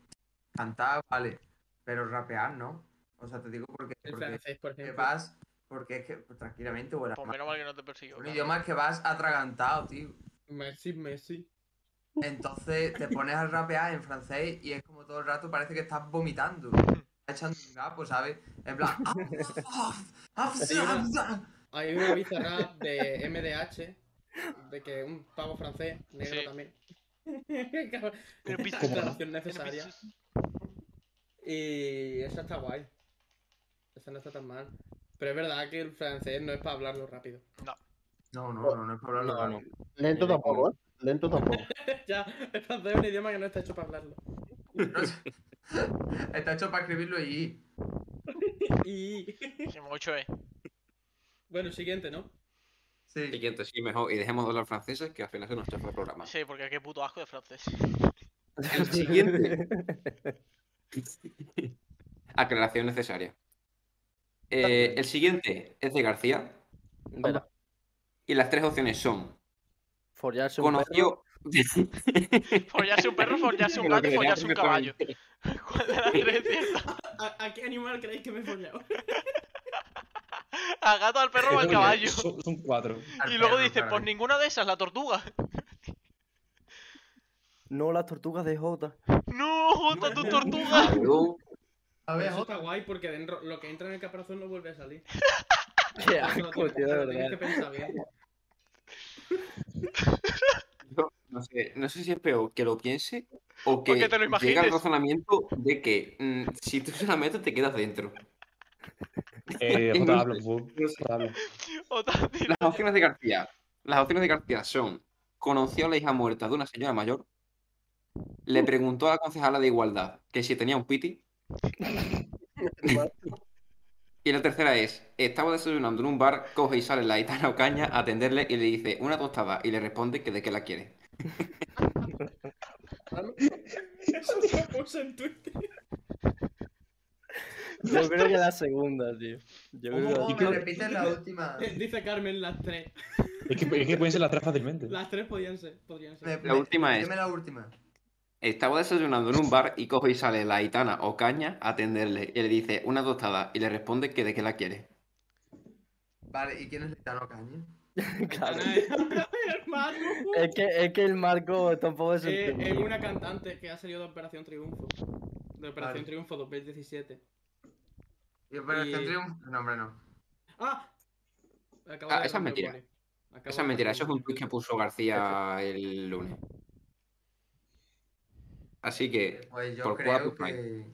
cantar, vale, pero rapear, ¿no? O sea, te digo porque, el porque francés, por que ejemplo. vas, porque es que pues, tranquilamente, bueno, Pues menos mal que no te persiguió. un claro. idioma que vas atragantado, tío. Messi, Messi. Entonces te pones a rapear en francés y es como todo el rato parece que estás vomitando. Estás echando un gapo, ¿sabes? En plan. "Ah, Hay una bizarra de *laughs* MDH, de que un pavo francés, negro Sí. también. *laughs* Pero pizza. aclaración necesaria. Y esa está guay. Esa no está tan mal. Pero es verdad que el francés no es para hablarlo rápido. No, no, no, no es para hablarlo. No, no. rápido. Lento tampoco, ¿eh? Lento tampoco. *laughs* ya, el francés es un idioma que no está hecho para hablarlo. *laughs* Está hecho para escribirlo y. *laughs* Y Sí, mucho, *laughs* eh. bueno, siguiente, ¿no? Sí. Siguiente, sí, mejor. Y dejemos de hablar franceses, que al final se nos chafa el programa. Sí, porque qué puto asco de francés. El siguiente. Aclaración necesaria. Eh, el siguiente es de García. Verá, Y las tres opciones son. follarse un perro. Conoció. *laughs* Follarse un perro, follarse un Me lo gato y creería follarse un caballo. perfectamente. ¿Cuál de las tres es cierta? ¿A, a qué animal creéis que me he follado? *laughs* Al gato, al perro o al Son- caballo. Son, son cuatro. Al Y luego perro, dices, claro. pues ninguna de esas, la tortuga. No las tortugas de Jota. No, Jota, tu *laughs* tortuga. Habló. A ver, Eso Jota, está guay porque dentro, lo que entra en el caparazón no vuelve a salir. *laughs* Qué Eso lo asco, tienes- tío, de lo tienes que verdad. pensar bien. Yo no sé, no sé si es peor que lo piense o que, que te lo llega imagines. al razonamiento de que mm, si tú se la metes te quedas dentro. *laughs* Eh, Jota, habla, por favor. No sé. Jota, habla. Jota, tira. Las opciones de García. Las opciones de García son: conoció a la hija muerta de una señora mayor, le preguntó a la concejala de igualdad que si tenía un piti. y la tercera es: estaba desayunando en un bar, coge y sale la gitana Ocaña a atenderle y le dice una tostada y le responde que de qué la quiere. Eso lo puse en Twitter. Yo creo que la segunda, tío. Yo creo que la- ¿cómo me repites la última? *laughs* Dice Carmen las tres. Es que, es que pueden ser las tres fácilmente. Las tres podían ser, podrían ser. La última es- Dime la última. Estaba desayunando en un bar y coge y sale la gitana Ocaña a atenderle y le dice una tostada y le responde que de qué la quiere. Vale, ¿y quién es Letano Caña? *laughs* Claro. *laughs* es, que, es que el marco tampoco es Eh, un es tema. una cantante que ha salido de Operación Triunfo. De Operación Vale. Triunfo 2017. Y Operación Y- Triunfo. No, hombre, no. ¡Ah! Acabo Ah, esa de es darme mentira. cuenta. Acabo Esa de es mentira, darme eso es un tweet que puso García el lunes. Así que, Pues yo por creo cuatro, que,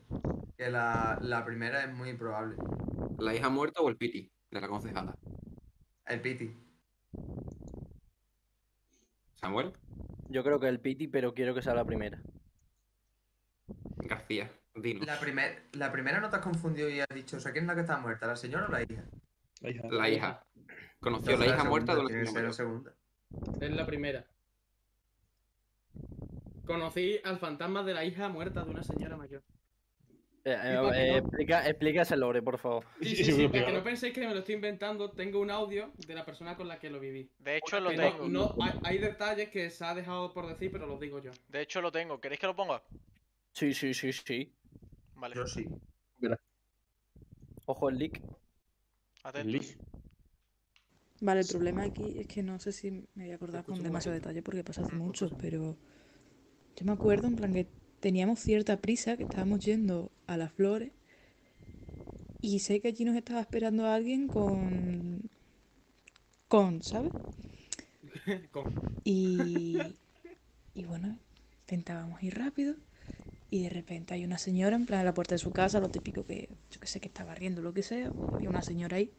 que la, la primera es muy probable. ¿la hija muerta o el piti de la concejala? El Piti. ¿Samuel? Yo creo que el Piti, pero quiero que sea la primera. García, dinos. La, primer, la primera no te has confundido y has dicho, o sea, ¿quién es la que está muerta? ¿La señora o la hija? La hija. Conoció a la hija muerta de segunda, la tiene que señora ser la mayor. segunda. cuenta. Es la primera. Conocí al fantasma de la hija muerta de una señora mayor. Eh, eh, para que eh, no- explica, explica ese lore, por favor. Sí, sí, sí, para que no penséis que me lo estoy inventando, tengo un audio de la persona con la que lo viví. De hecho, lo Que no- tengo. no- hay, hay detalles que se ha dejado por decir, pero los digo yo. De hecho, lo tengo. ¿Queréis que lo ponga? Sí, sí, sí, sí. Vale. Yo sí. Ojo el leak. Atento. Vale, el problema aquí es que no sé si me voy a acordar con demasiado detalle porque pasa hace mucho, pero yo me acuerdo en plan que teníamos cierta prisa, que estábamos yendo a las flores y sé que allí nos estaba esperando alguien con... con, ¿sabes? Y, y bueno, intentábamos ir rápido y de repente hay una señora en plan en la puerta de su casa, lo típico que yo que sé que está barriendo, lo que sea, y una señora ahí.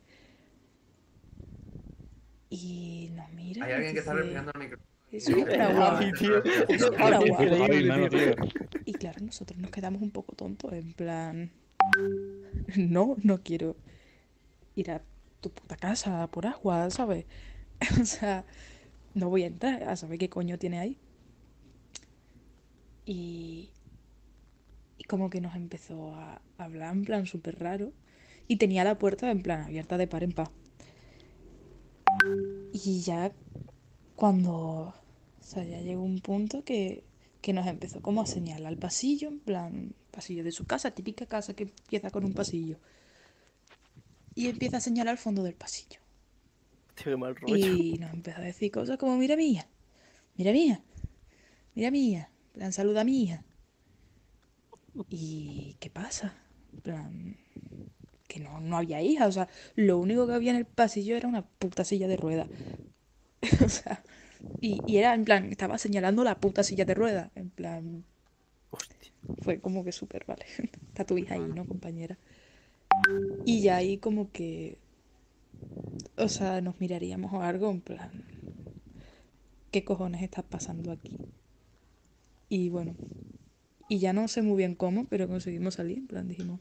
Y nos mira. Hay y alguien que está dice, respirando al micrófono. "Es súper guapo". Es súper guapo. Y claro, nosotros nos quedamos un poco tontos, en plan. No, no quiero ir a tu puta casa por agua, ¿sabes? *laughs* O sea, no voy a entrar a saber qué coño tiene ahí. Y. Y como que nos empezó a hablar en plan súper raro. Y tenía la puerta en plan abierta de par en par. Y ya cuando. O sea, ya llegó un punto que, que nos empezó como a señalar el pasillo, en plan, pasillo de su casa, típica casa que empieza con un pasillo. Y empieza a señalar el fondo del pasillo. Tío, qué mal rollo. Y nos empezó a decir cosas como, mira mía, mira mía, mira mía, en plan, saluda mía. ¿Y qué pasa? En plan, que no, no había hija, o sea, lo único que había en el pasillo era una puta silla de rueda. *laughs* o sea, y, y era en plan, estaba señalando la puta silla de rueda, en plan... Fue como que súper, vale. *laughs* Está tu hija ahí, ¿no, compañera? Y ya ahí como que o sea, nos miraríamos o algo en plan, ¿qué cojones está pasando aquí? Y bueno, y ya no sé muy bien cómo, pero conseguimos salir, en plan dijimos,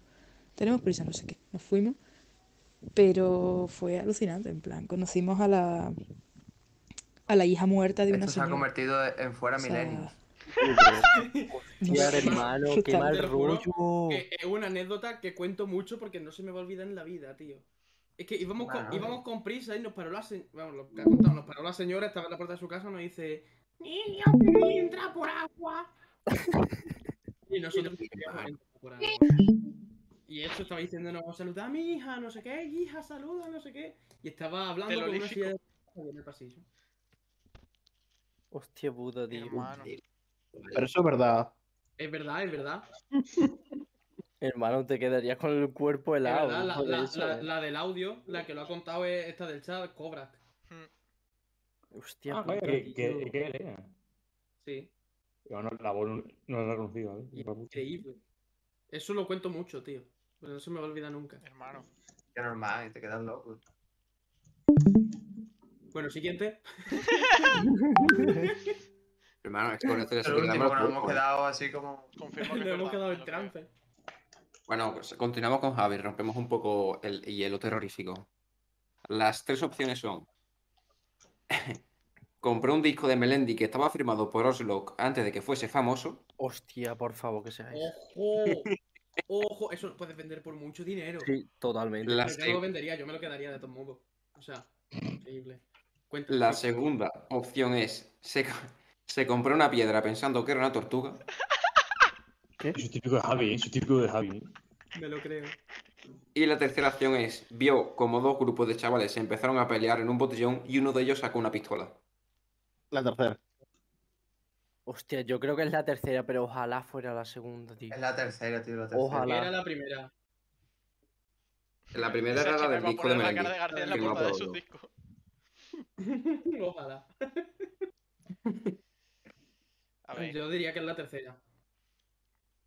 tenemos prisa, no sé qué, nos fuimos, pero fue alucinante, en plan, conocimos a la a la hija muerta de una Esto se ha señora. convertido en fuera O sea, milenios. *laughs* Hostia, hermano, qué Total. mal Te lo juro rollo. que es una anécdota que cuento mucho porque no se me va a olvidar en la vida, tío. Es que íbamos, con, Vale. íbamos con prisa y nos paró la señora. Vamos, lo que ha contado, nos paró la señora, estaba en la puerta de su casa, nos dice. Niño, queréis entrar por agua. y nosotros queríamos entrar por agua. Y eso estaba diciéndonos, saluda a mi hija, no sé qué, hija, saluda, no sé qué. Y estaba hablando con una Telolífico. silla de ruedas en el pasillo. Hostia *laughs* puta, tío. Hermano. Pero eso es verdad. Es verdad, es verdad. Hermano, te quedarías con el cuerpo Es helado. verdad, la, hijo de la- eso, la- eh. la del audio, la que lo ha contado es esta del chat, Cobra. Hostia Ah, puta, vaya, que, que, tío. que era. Sí. Yo no, la voz no, no la he reconocido. ¿eh? Hija puta. Increíble. Eso lo cuento mucho, tío. Pero no se me va a olvidar nunca. Hermano. Qué normal, y te quedas loco. Bueno, siguiente. Hermano, es que con esto ya se Pero queda último, mal nos hemos cuerpo, ¿eh? quedado así como. Confirmo que Nos es verdad, hemos quedado me en lo creo. trance. Bueno, pues continuamos con Javi, rompemos un poco el hielo terrorífico. Las tres opciones son: *laughs* compró un disco de Melendi que estaba firmado por Oslo antes de que fuese famoso. Hostia, por favor, que sea Oh. eso. ¡Ojo! ¡Ojo! Eso lo puedes vender por mucho dinero. Sí, totalmente. La, Pero yo se- no lo vendería, yo me lo quedaría de todos modos. O sea, increíble. Cuenta. la sí. segunda opción es: se, co- se compró una piedra pensando que era una tortuga. Eso es típico de Javi, ¿eh? eso es típico de Javi. ¿eh? Me lo creo. Y la tercera acción es, vio como dos grupos de chavales se empezaron a pelear en un botellón y uno de ellos sacó una pistola. La tercera. Hostia, yo creo que es la tercera, pero ojalá fuera la segunda, tío. Es la tercera, tío, la tercera. Ojalá. Era la primera. La primera Esa era la chica del va a disco de poner la Melendi. cara de García en la que no la portada de puedo su ver. disco. Ojalá. A ver. Yo diría que es la tercera.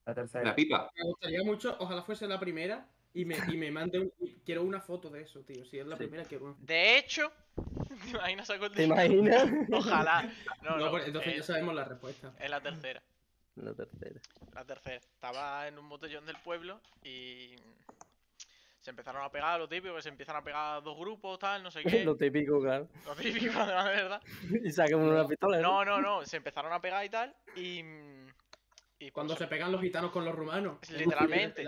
La tercera. La pipa. Me gustaría mucho, ojalá fuese la primera y me, y me mande un- Quiero una foto de eso, tío. Si es la primera, quiero una. De hecho, *laughs* ¿te imaginas algo ¿Te imaginas? *laughs* Ojalá. No, no, eh, No, pues entonces es- ya sabemos la respuesta. Es la tercera. La tercera. La tercera. Estaba en un botellón del pueblo y. Se empezaron a pegar, lo típico, que se empiezan a pegar dos grupos, tal, *laughs* no sé qué. Lo típico, claro. *laughs* Lo típico, *laughs* la verdad. Y saquemos una pistola. No, no, no, se empezaron a pegar y tal. Y. mm, y Cuando se pegan los gitanos con los rumanos. *laughs* Literalmente.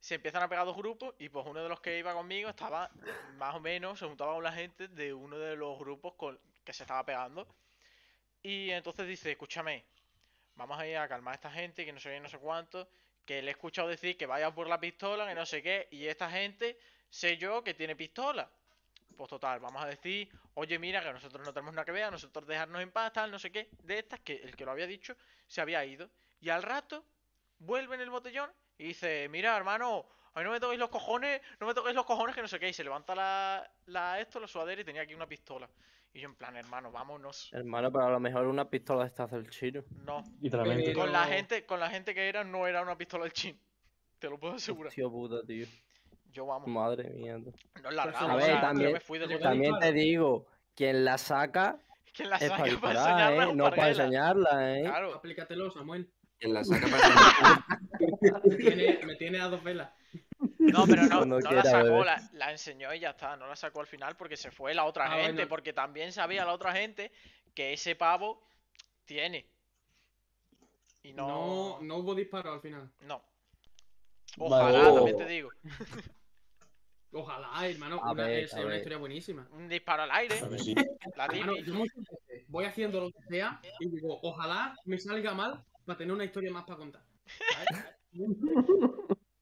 Se empiezan a pegar dos grupos y pues uno de los que iba conmigo estaba más o menos, se juntaba con la gente de uno de los grupos con, que se estaba pegando. Y entonces dice, escúchame, vamos a ir a calmar a esta gente, que no sé qué, no sé cuánto, que le he escuchado decir que vaya por la pistola, que no sé qué, y esta gente sé yo que tiene pistola. Pues total, vamos a decir, oye, mira, que nosotros no tenemos nada que ver, a nosotros dejarnos en paz, tal, no sé qué, de estas, que el que lo había dicho se había ido. Y al rato vuelve en el botellón y dice, mira, hermano, a mí no me toquéis los cojones, no me toquéis los cojones, que no sé qué, y se levanta la, la esto, la sudadera y tenía aquí una pistola. Y yo en plan, hermano, vámonos. Hermano, pero a lo mejor una pistola de estas del chino. No. Literalmente. Con la gente, con la gente que era, no era una pistola del chin. Te lo puedo asegurar. Tío puta, tío. Yo vamos. Madre mía. tú. Nos largamos, A o ver, sea, también, yo me fui del botellón. también te digo, quien la saca Quien la es saca para para disparar, enseñarla ¿eh? es No para Parguela. enseñarla, ¿eh? Claro. Aplícatelo, Samuel. En la saca para *laughs* me, tiene, me tiene a dos velas. No, pero no, *laughs* no Cuando quiera, la sacó, bebé. la, la enseñó y ya está. No la sacó al final porque se fue la otra Ah, gente. bueno. Porque también sabía la otra gente que ese pavo tiene. Y no. No, no hubo disparo al final. No. Ojalá, Vale. también te digo. Oh. Ojalá, hermano. A una- ver, es a una ver. historia buenísima. Un disparo al aire. La Hermano, típica. yo muchas veces voy haciendo lo que sea y digo, ojalá me salga mal para tener una historia más para contar. ¿sabes?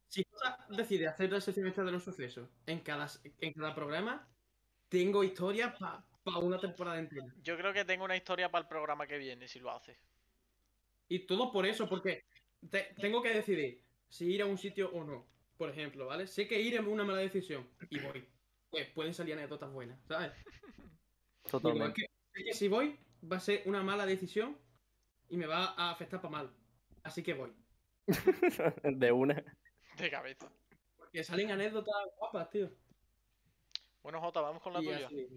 si Cora decide hacer la sección esta de los sucesos en cada, en cada programa, tengo historias para una temporada entera. Yo creo que tengo una historia para el programa que viene, si lo hace. Y todo por eso, porque te- tengo que decidir si ir a un sitio o no. Por ejemplo, ¿vale? Sé que ir es una mala decisión y voy. Pues pueden salir anécdotas buenas, ¿sabes? Digo, es Totalmente. que, es que si voy, va a ser una mala decisión y me va a afectar para mal. Así que voy. *laughs* De una. De cabeza. Porque salen anécdotas guapas, tío. Bueno, Jota, vamos con la Y tuya. así-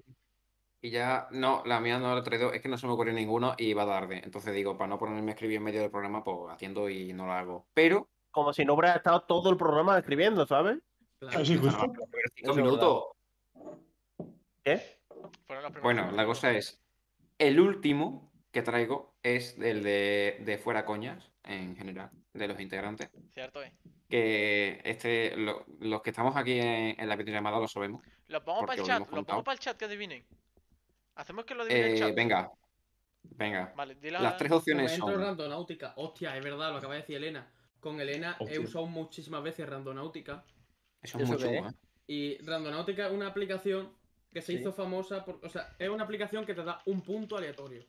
Y ya, no, la mía no la he traído, es que no se me ocurrió ninguno y va tarde. Entonces digo, para no ponerme a escribir en medio del programa, pues atiendo y no la hago. Pero. *laughs* Como si no hubiera estado todo el programa escribiendo, ¿sabes? Ah, pero cinco minutos. ¿Qué? Fueron los primeros Bueno, la cosa es, el último que traigo es el de, de fuera coñas, en general, de los integrantes. Cierto, eh. Que este, lo- los que estamos aquí en, en la videollamada lo sabemos. Lo pongo para porque el lo chat, hemos lo contado. pongo para el chat que adivinen. Hacemos que lo adivine el Eh, chat. venga, venga. Vale, di la- Las tres opciones Momento son. randonáutica. Hostia, es verdad, lo acaba de decir Elena. Con Elena he Hostia. usado muchísimas veces randonáutica. Eso es muy ¿Eso qué chungo, es? ¿eh? Y Randonáutica es una aplicación que se Sí. hizo famosa por. O sea, es una aplicación que te da un punto aleatorio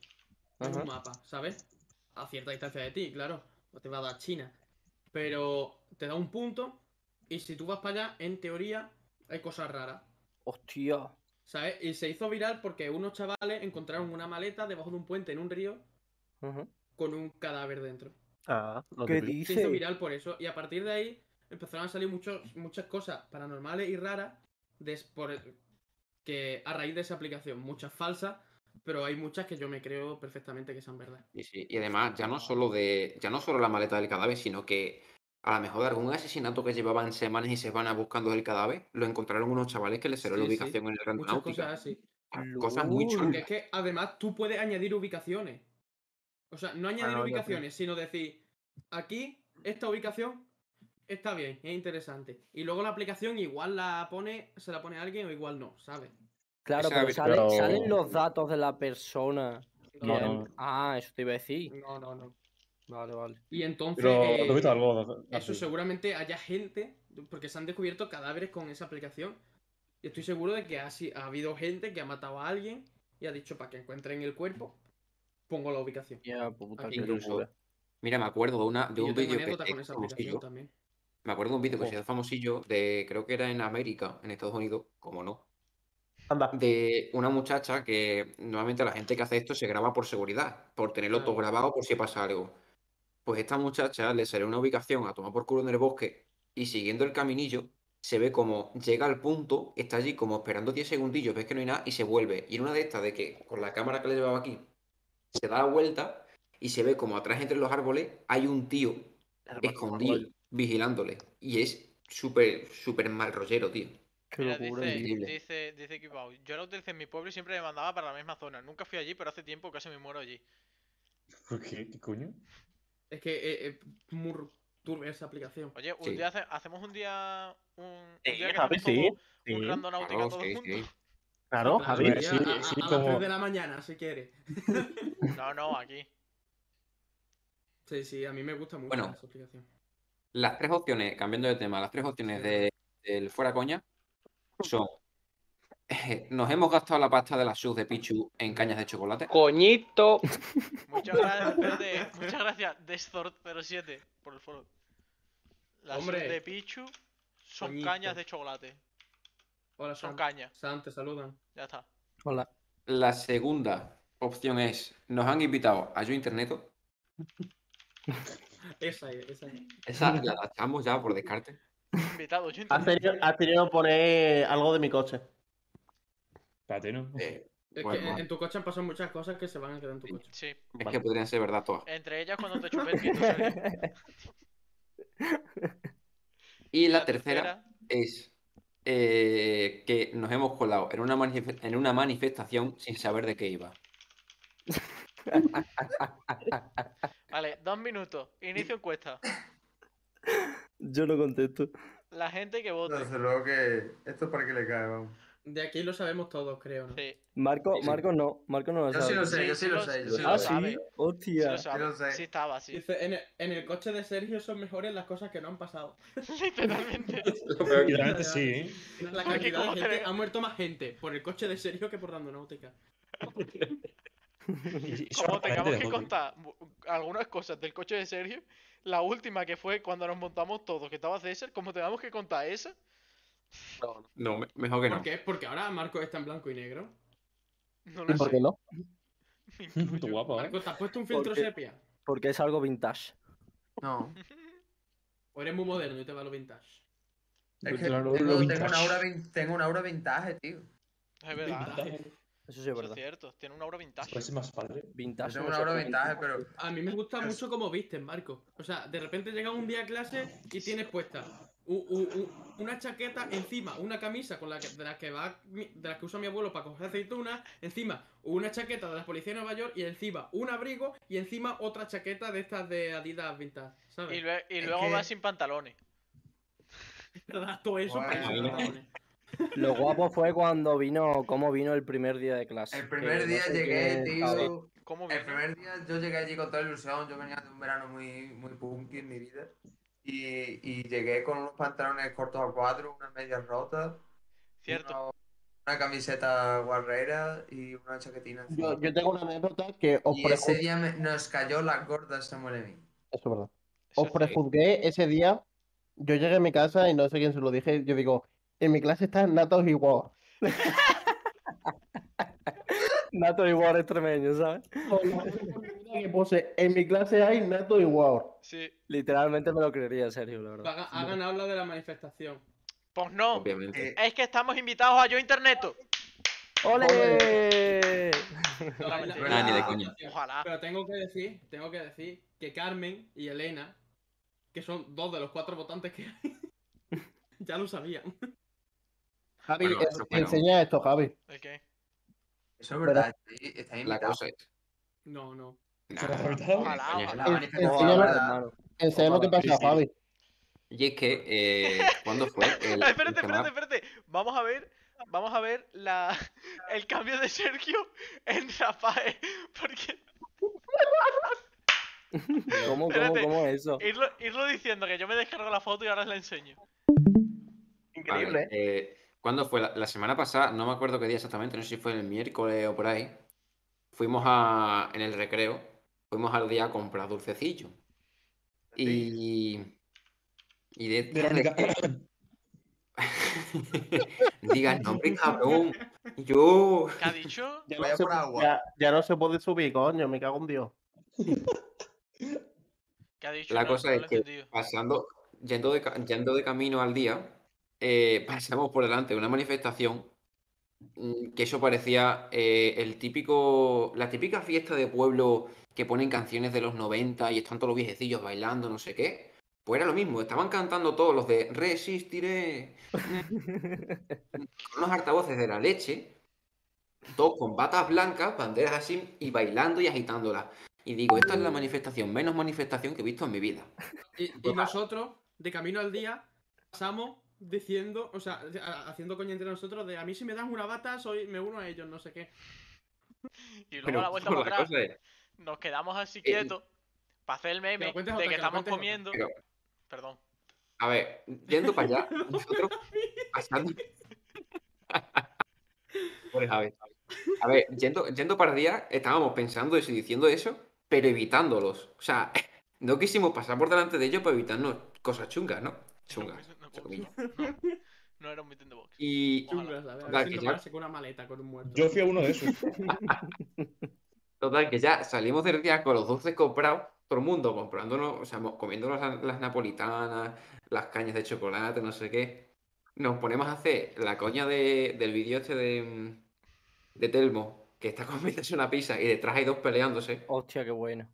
en Ajá. un mapa, ¿sabes? A cierta distancia de ti, claro. No te va a dar China. Pero te da un punto. Y si tú vas para allá, en teoría, hay cosas raras. Hostia. ¿Sabes? Y se hizo viral porque unos chavales encontraron una maleta debajo de un puente en un río Ajá. con un cadáver dentro. Ah, lo ¿Qué típico. Se hizo dice? viral por eso. Y a partir de ahí empezaron a salir muchos, muchas cosas paranormales y raras des- por el- que a raíz de esa aplicación. Muchas falsas, pero hay muchas que yo me creo perfectamente que son verdad. Y, sí, y además, ya no solo de, ya no solo la maleta del cadáver, sino que a lo mejor de algún asesinato que llevaban semanas y se van a buscando el cadáver, lo encontraron unos chavales que les cerró la Sí, sí. ubicación en el Muchas Randonáutica. cosas así. Cosas muy Porque chulas. es que además tú puedes añadir ubicaciones. O sea, no añadir no, ya sé. ubicaciones, sino decir, aquí esta ubicación está bien, es interesante. Y luego la aplicación igual la pone, se la pone a alguien o igual no, ¿sabes? Claro, Esa pero, vez- sale- pero- salen los datos de la persona. No, Que- no. Ah, eso te iba a decir. No, no, no. Vale, vale. Y entonces. Pero, eh, ¿tú has visto algo? Eso García? seguramente haya gente Porque se han descubierto cadáveres con esa aplicación. Y estoy seguro de que ha, si- ha habido gente que ha matado a alguien y ha dicho para que encuentren el cuerpo, pongo la ubicación. Aquí. Incluso, mira, me acuerdo de, una, de Y yo un tengo vídeo que anécdota se con hizo esa aplicación famosillo. también. Me acuerdo de un vídeo que se Ojo. hizo famosillo de, creo que era en América, en Estados Unidos, como no. De una muchacha que normalmente la gente que hace esto se graba por seguridad, por tenerlo todo grabado por si pasa algo. Pues esta muchacha le salió una ubicación a tomar por culo en el bosque y siguiendo el caminillo se ve como llega al punto, está allí como esperando 10 segundillos, ves que no hay nada y se vuelve. Y en una de estas de que con la cámara que le llevaba aquí se da la vuelta y se ve como atrás entre los árboles hay un tío escondido vigilándole. Y es súper, súper mal rollero, tío. Qué locura, dice, Increíble. dice, dice Kipau, yo la utilicé en mi pueblo y siempre me mandaba para la misma zona. Nunca fui allí, pero hace tiempo casi me muero allí. ¿Por qué? ¿Qué coño? Es que eh, eh, es muy turbia esa aplicación. Oye, un Sí. día hace- hacemos un día un, un Sí, día que Javi, hacemos sí, como un sí. randonáutica Claro, todos sí, juntos. Claro, Claro, Javi. ya Pues a, a- a las 3 de la mañana, si quieres. *laughs* No, no, aquí. Sí, sí, a mí me gusta mucho Bueno. esa aplicación. Las tres opciones, cambiando de tema, las tres opciones de, del fuera coña son *laughs* nos hemos gastado la pasta de la SUS de Pichu en cañas de chocolate. Coñito. *laughs* Muchas gracias, espérate, muchas gracias, Destort07, por el follow. Las Hombre. de Pichu son Coñito. cañas de chocolate. Hola, Son Sam. cañas, Sam, te saludan. ya está. Hola. La segunda opción es nos han invitado a Yo Interneto. Esa es, esa es. Esa la tachamos ya por descarte. Invitado, yo Has tenido, has tenido que poner algo de mi coche. Espérate, ¿no? Es Eh, Bueno, que en- vale. en tu coche han pasado muchas cosas que se van a quedar en tu coche. Sí. Es que podrían ser verdad todas. Entre ellas cuando te chupé el pito, Sergio. *laughs* Y la tercera es eh, que nos hemos colado en una, manif- en una manifestación sin saber de qué iba. Vale, dos minutos, *laughs* inicio encuesta. Yo no contesto. La gente que vote. Desde luego que esto es para que le caiga, vamos. De aquí lo sabemos todos, creo, ¿no? Sí. Marco, Marco no, Marco no lo Yo sabe. sí lo sé, yo sí lo sé, yo sí lo ah, sé. sí, hostia. Sí estaba así. Dice, en el, en el coche de Sergio son mejores las cosas que no han pasado. *laughs* Literalmente. *laughs* Literalmente sí, ¿eh? La Porque cantidad como te de gente, ve- ha muerto más gente por el coche de Sergio que por Randonáutica. Como tengamos que de todo. contar bu- algunas cosas del coche de Sergio, la última que fue cuando nos montamos todos, que estaba César, como tengamos que contar esa, No, me- mejor que no. ¿Por qué? Porque ahora Marco está en blanco y negro. No lo ¿Y por sé. *laughs* qué no? Tú guapo, ¿eh? Marco, ¿te has puesto un filtro Porque- sepia? Porque es algo vintage. No. O eres muy moderno y te va lo vintage. Es que tengo, Claro, lo tengo vintage. una aura, vin- tengo una aura vintage, tío. es verdad. Eso sí Es es verdad. cierto, tiene una obra vintage. Pues Parece más padre. Vintage. Yo tengo una obra vintage, pero. A mí me gusta mucho cómo vistes, Marco. O sea, de repente llegas un día a clase y tienes puesta u- u- u- una chaqueta encima, una camisa con la que, de las que va mi- de las que usa mi abuelo para coger aceitunas, encima una chaqueta de la policía de Nueva York y encima un abrigo y encima otra chaqueta de estas de Adidas Vintage, ¿sabes? Y, lue- y luego que- va sin pantalones. todo eso Guau. para eso, perdón. Lo guapo fue cuando vino, cómo vino el primer día de clase. El primer Que no día sé llegué, qué tío. estaba. El primer día yo llegué allí con toda la ilusión. Yo venía de un verano muy, muy punky en mi vida. Y, y llegué con unos pantalones cortos a cuadro, unas medias rotas. Cierto. Una, camiseta guarrera y una chaquetina. Yo, yo tengo una anécdota que os Y ese prejuzgué. día me- nos cayó la gorda Samuel Levin. Eso es verdad. Os prejuzgué ese día. Yo llegué a mi casa y no sé quién se lo dije. Yo digo, en mi clase están natos y *laughs* guau. Nato igual extremeño, ¿sabes? Que puse, en mi clase hay natos y guau. Sí. Literalmente me lo creería, Sergio, la verdad. Haga- Hagan habla de la manifestación. Pues no. Obviamente. Es que estamos invitados a Yo Interneto. ¡Ole! Nah, Ah, ni de *laughs* coña. Ojalá. Pero tengo que decir, tengo que decir que Carmen y Elena, que son dos de los cuatro votantes que hay, *laughs* ya lo sabían. Javi, Bueno, en- eso Eh, fue, ¿no? enseña esto, Javi. ¿El qué? Eso es Pero- verdad. sí, Está La invitado. cosa es. No, no. Ojalá, coño. este ojalá. En- manifestación, enseña lo- ¿verdad? enseña lo que Sí, pasa, sí. Javi. Y es que, eh, ¿cuándo fue? El- Ah, espérate, el tema- espérate, espérate. Vamos a ver, vamos a ver la el cambio de Sergio en Rafael. Porque. ¿Cómo, cómo, Espérate. cómo es eso? Irlo, irlo diciendo que yo me descargo la foto y ahora os la enseño. Increíble, eh, ¿Cuándo fue? La, la semana pasada, no me acuerdo qué día exactamente, no sé si fue el miércoles o por ahí. Fuimos a, en el recreo, fuimos al día a comprar dulcecillo. Y. Y de. Verónica. *laughs* Diga el nombre, cabrón. Yo. ¿Qué ha dicho? Ya no, Vaya se, por agua. ya- ya no se puede subir, coño, me cago en Dios. ¿Qué ha dicho? La No, cosa no es lo he que entendido. pasando, yendo de, ca- yendo de camino al día, eh, *laughs* pasamos por delante de una manifestación mm, que eso parecía eh, el típico, la típica fiesta de pueblo que ponen canciones de los 90 y están todos los viejecillos bailando, no sé qué. Pues era lo mismo, estaban cantando todos los de Resistiré, con unos altavoces de la leche, todos con batas blancas, banderas así, y bailando y agitándolas. Y digo, esta es la manifestación, menos manifestación que he visto en mi vida. Y nosotros, de camino al día, pasamos diciendo, o sea, ha- haciendo coña entre nosotros de a mí si me dan una bata, soy, me uno a ellos, no sé qué. Y luego Pero, la *laughs* vuelta la para atrás. cosa es- Nos quedamos así Eh, quietos para hacer el meme lo cuentes de otra, que que lo estamos cuentes otra. comiendo. Pero- Perdón. A ver, yendo para *laughs* allá, nosotros pasando. Pues, a ver, a ver, yendo, yendo para allá, estábamos pensando eso y diciendo eso, pero evitándolos. O sea, *laughs* no quisimos pasar por delante de ellos para evitarnos cosas chungas, ¿no? Chungas. entre comillas. No era un meeting de box. Y Chungas, la verdad. Total, Si que no ya- pararse con una maleta, con un muerto. Yo fui a uno de esos. *laughs* Total, que ya salimos del día con los dulces comprados, todo el mundo comprándonos, o sea, mo- comiéndonos las, las napolitanas, las cañas de chocolate, no sé qué. Nos ponemos a hacer la coña de- del vídeo este de, mm, de Telmo, que está *laughs* comiéndose una pizza y detrás hay dos peleándose. Hostia, qué bueno.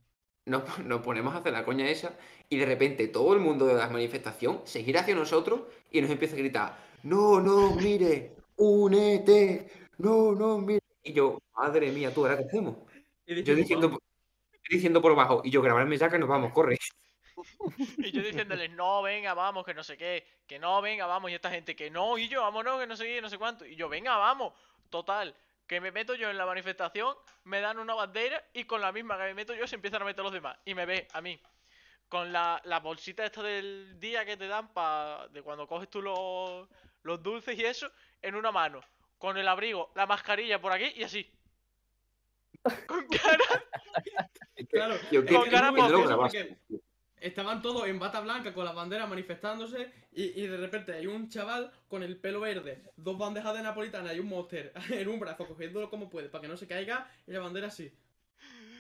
Nos, nos ponemos a hacer la coña esa y de repente todo el mundo de la manifestación se gira hacia nosotros y nos empieza a gritar, no, no, mire, únete, no, no, mire. Y yo, madre mía, tú, ¿ahora qué hacemos? Y Yo dijimos, "Ah". diciendo, "Vamos". yo diciendo por bajo, y yo grabarme ya que nos vamos, corre. Y yo diciéndoles, no, venga, vamos, que no sé qué, que no, venga, vamos, y esta gente, que no, y yo, vámonos, que no sé qué, no sé cuánto. Y yo, venga, vamos, total, que me meto yo en la manifestación, me dan una bandera y con la misma que me meto yo se empiezan a meter los demás. Y me ve a mí, con la, la bolsita esta del día que te dan pa, de cuando coges tú los, los dulces y eso, en una mano, con el abrigo, la mascarilla por aquí y así. Con cara, Claro, Yo es quiero que era que me muy lo gracioso grabase. porque Estaban todos en bata blanca con las banderas manifestándose y, y de repente hay un chaval con el pelo verde, dos bandejas de napolitana y un monster *laughs* en un brazo cogiéndolo como puede para que no se caiga y la bandera así.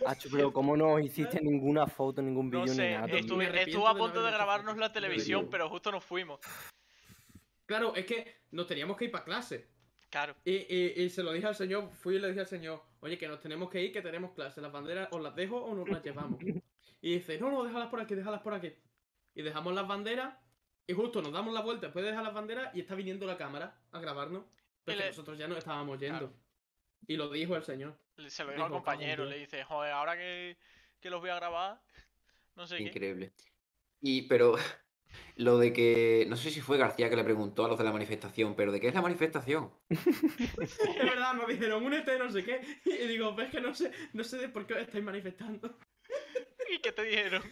Hacho, pero cómo no hiciste ninguna foto, ningún no vídeo ni sé, nada. tío? estuve, arrepiento estuvo a de no punto de haber hecho grabarnos la televisión, Debería. pero justo nos fuimos. Claro, es que nos teníamos que ir para clase. Claro. Y, y- y se lo dije al señor, fui y le dije al señor, oye, que nos tenemos que ir, que tenemos clase, las banderas os las dejo o nos las llevamos. Y dice, no, no, déjalas por aquí, déjalas por aquí. Y dejamos las banderas y justo nos damos la vuelta después de dejar las banderas y está viniendo la cámara a grabarnos. Y Pero es que le- nosotros ya nos estábamos yendo. Claro. Y lo dijo el señor. Le- Se lo digo Digo, al "Cago en compañero, Dios". le dice, joder, ahora que, que los voy a grabar, no sé qué. Increíble. Y, pero *laughs* lo de que, no sé si fue García que le preguntó a los de la manifestación, pero ¿de qué es la manifestación? Es verdad, nos dijeron, únete, no sé qué. Y digo, ves que no sé, no sé de por qué os estáis manifestando. *laughs* ¿Y qué te dijeron?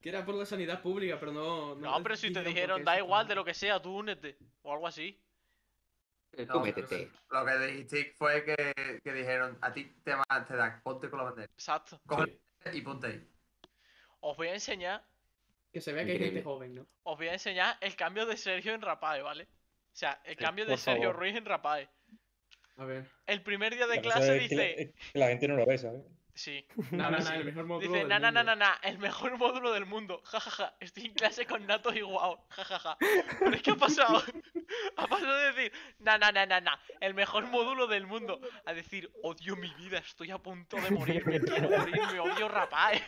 Que era por la sanidad pública, pero no... No, pero si te por dijeron, qué da igual de exactamente". lo que sea, tú únete. O algo así. Eh, No, Tú no, métete. Lo que dijiste fue que, que dijeron, a ti te, ma- te dan, ponte con la bandera. Exacto. Coge la bandera y ponte ahí. Os voy a enseñar, Que se vea que hay Increíble. gente joven, ¿no? os voy a enseñar el cambio de Sergio en Rapae, ¿vale? O sea, el cambio de por Sergio favor. Ruiz en Rapae. A ver. El primer día de La cosa clase es que la- dice, es que la gente no lo ve, ¿sabes? sí, No, no, no, sí. el mejor módulo dice, del na, na, na, mundo. na, na, el mejor módulo del mundo. Ja, ja, ja, estoy en clase con Nato y Guau. Ja, ja, ja. Pero es que ha pasado. Ha pasado de decir, na, na, na, na, na, el mejor módulo del mundo. A decir, odio mi vida, estoy a punto de morirme, quiero morirme, odio rapae.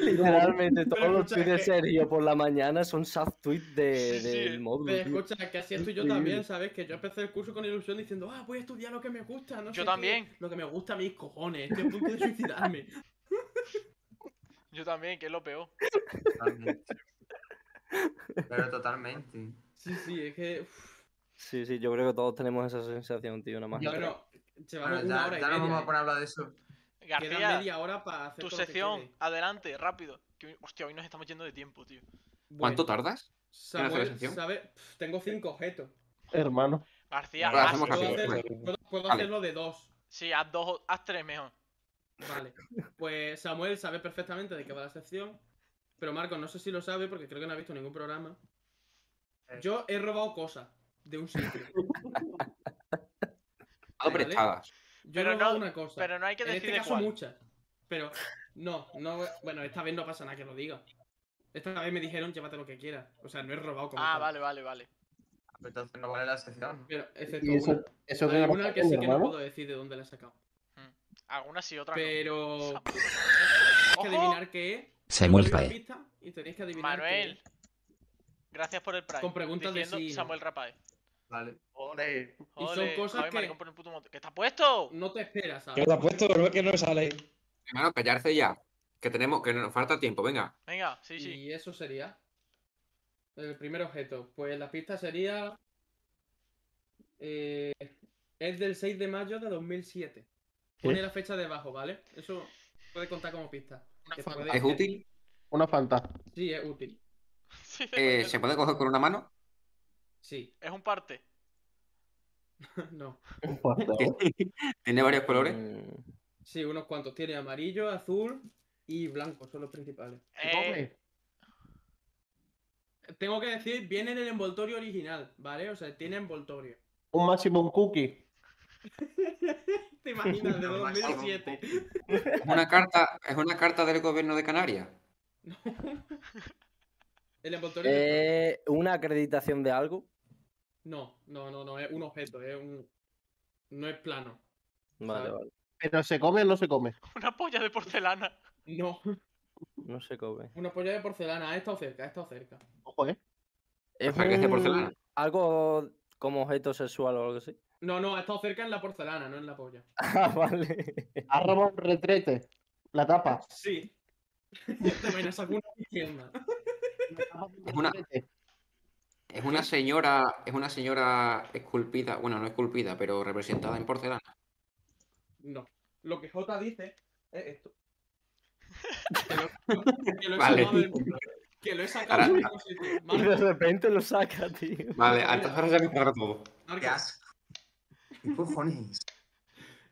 Literalmente todos Pero los escucha, eh, tweets de que- Sergio por la mañana son soft tweets de, Sí, sí, del módulo. eh, Pero tío. Pues escucha, que así estoy yo Increíble. también, ¿sabes? Que yo empecé el curso con ilusión diciendo, ah, voy a estudiar lo que me gusta, no sé Yo qué, también. Lo que me gusta a mis cojones, estoy a punto de suicidarme. Yo también, que es lo peor. Totalmente. *laughs* Pero totalmente. Sí, sí, es que. uff. Sí, sí, yo creo que todos tenemos esa sensación, tío, nada más. Yo Bueno, llevamos Bueno, una ya, hora y ya no media. vamos a ¿eh? poner a hablar de eso. Queda García, media hora para hacer tu todo lo que sección, quede. adelante, rápido. Que hoy- hostia, hoy nos estamos yendo de tiempo, tío. Bueno, ¿Cuánto tardas? Samuel, ¿sabes? Pff, Tengo cinco objetos. Hermano. García, Ahora haz hacemos dos. rápido. pues. Puedo, hacer- puedo- puedo Vale. hacerlo de dos. Sí, haz dos, o- haz tres mejor. Vale. Pues Samuel sabe perfectamente de qué va la sección. Pero Marco, no sé si lo sabe porque creo que no ha visto ningún programa. Yo he robado cosas de un sitio. Dado ¿Vale? prestadas. Yo Pero he robado no- una cosa. pero no hay que En este decir de caso cuál. muchas. Pero no, no. Bueno, esta vez no pasa nada que lo diga. Esta vez me dijeron llévate lo que quieras. O sea, no he robado como Ah, tal. vale, vale, vale. Ah, Entonces no vale la sección. Pero excepto Y eso, una. eso Hay que una que sí que no puedo decir de dónde la he sacado. Hmm, Algunas sí, otras *laughs* Pero. Tenéis que adivinar qué es. Samuel Os doy una Paez. pista Y tenéis que adivinar. Manuel, gracias por el Prime. Con preguntas de Diciendo sí y no. Samuel Rapae. Vale. Ole. Y son Ole, cosas Javi que- Maricón por el puto moto. ¿Qué te has puesto? No te esperas, ¿Qué te has *laughs* puesto? Pero es que no sale. Hermano, callarse ya. Que tenemos, que nos falta tiempo, venga. Venga, sí, sí. Y eso sería. El primer objeto. Pues la pista sería. eh, es del 6 de mayo de 2007. Pone la fecha debajo, ¿vale? Eso puede contar como pista. Que se puede- ¿Es útil? Una falta. Sí, es útil. Eh, ¿Se puede coger con una mano? Sí. Es un parte. *laughs* no. *laughs* Tiene varios colores. Eh, Mm. Sí, unos cuantos. Tiene amarillo, azul y blanco. Son los principales. Eh, Tengo que decir, viene en el envoltorio original, ¿vale? O sea, tiene *laughs* envoltorio. Un Maximum Cookie. ¿Te imaginas? De 2007. ¿Es una carta, es una carta del gobierno de Canarias? El envoltorio. Eh, ¿Una acreditación de algo? No, no, no, no. Es un objeto. Es un... No es plano. Vale, vale. Pero se come o no se come. Una polla de porcelana. No. No se come. Una polla de porcelana. Ha estado cerca, ha estado cerca. Ojo, ¿eh? ¿Es sea, que es de porcelana. un- algo como objeto sexual o algo así? No, no, ha estado cerca en la porcelana, no en la polla. Ah, vale. Ha robado un retrete. La tapa. Sí. También ha sacado una izquierda. *laughs* Es una, es una señora, es una señora esculpida, bueno, no esculpida, pero representada en porcelana. No. Lo que J dice *laughs* es esto. Que lo, que lo he Vale. sacado del- que lo he sacado Ahora- del mismo sitio. Y Marco, de repente lo saca, tío. Vale, entonces ahora ya me cuadra todo. Marco, ¿Qué cojones?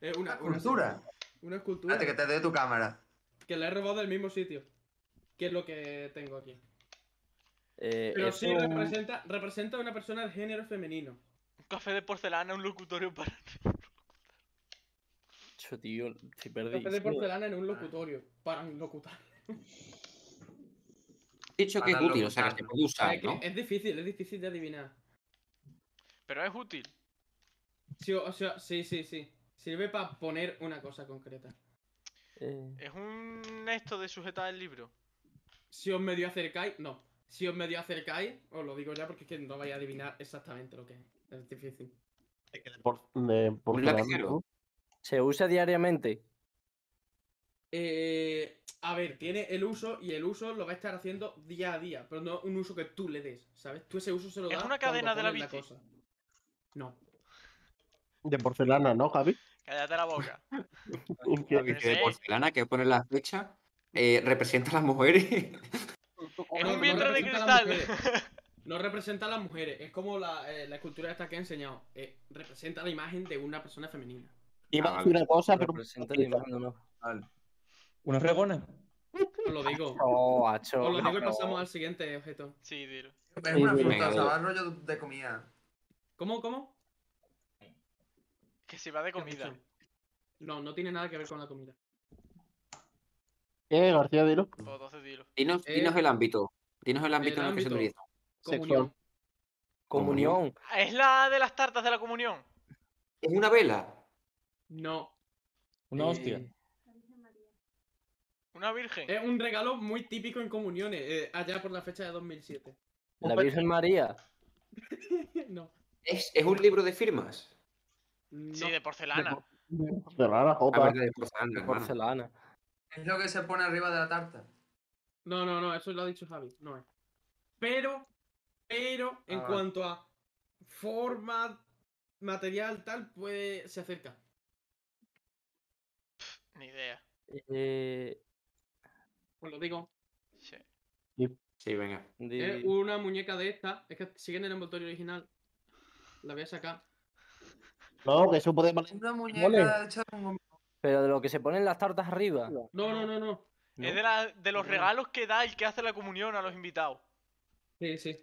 es una, *laughs* una- Cultura. Una escultura Espérate que te dé tu cámara. que la he robado del mismo sitio. Que es lo que tengo aquí. Eh, Pero es sí un- representa, representa a una persona del género femenino. Un café de porcelana, un locutorio para. Cho, tío, estoy perdido. Café de porcelana en un locutorio. Para locutar. He dicho que es útil, o sea, que se puede usar, es, que ¿no? es difícil, es difícil de adivinar. Pero es útil. Sí, o o sea, sí, sí, sí. Sirve para poner una cosa concreta. Eh, Es un esto de sujetar el libro. Si os medio acercáis, no. Si os medio acercáis, os lo digo ya porque es que no vais a adivinar exactamente lo que es. Es difícil. Por, de porcelana, lapicero. ¿no? ¿Se usa diariamente? Eh, a ver, tiene el uso y el uso lo va a estar haciendo día a día, pero no un uso que tú le des, ¿sabes? Tú ese uso se lo Es das. una cuando cadena de la pones bici. cosa. No. De porcelana, ¿no, Javi? Cállate la *laughs* boca. Que de porcelana, que pone la fecha, eh, representa a las mujeres. *laughs* Es No, un no vientre de representa a las cristal. *laughs* mujeres. No representa a las mujeres, es como la, eh, la escultura esta que he enseñado. Eh, representa la imagen de una persona femenina. Iba Ah, a decir una cosa, pero. Representa la imagen de una- ¿Una fregona? Os lo digo. No, hacho, Os lo digo y Oh, no. pasamos al siguiente objeto. Sí, dilo. Es una Sí, fruta, venga, o sea, dale. va rollo de comida. ¿Cómo, cómo? Que si va de comida. No, no tiene nada que ver con la comida. ¿Qué, García Dilo? Pues entonces dilo. Dinos, Eh, dinos el ámbito. Dinos el ámbito el en el que se ámbito. utiliza. Comunión. Comunión. Es la de las tartas de la comunión. Es una vela. No. Una Eh, hostia. Una virgen. Es un regalo muy típico en comuniones, eh, allá por la fecha de 2007. La Virgen María. no. Es, es un libro de firmas. no. Sí, de porcelana. Porcelana, La Jota. verdad, Ah, de porcelana, hermano. Porcelana. Es lo que se pone arriba de la tarta. No, no, no, eso lo ha dicho Javi, no es. Pero, pero, en Ah. cuanto a forma, material, tal, pues se acerca. Ni idea. Eh, Os lo digo. Sí. Sí, venga. Es una muñeca de esta. Es que sigue en el envoltorio original. La voy a sacar. No, que eso puede valer. Una Vale. Pero de lo que se ponen las tartas arriba. No, no, no, no. Es de, la- de los regalos que da el que hace la comunión a los invitados. Sí, sí.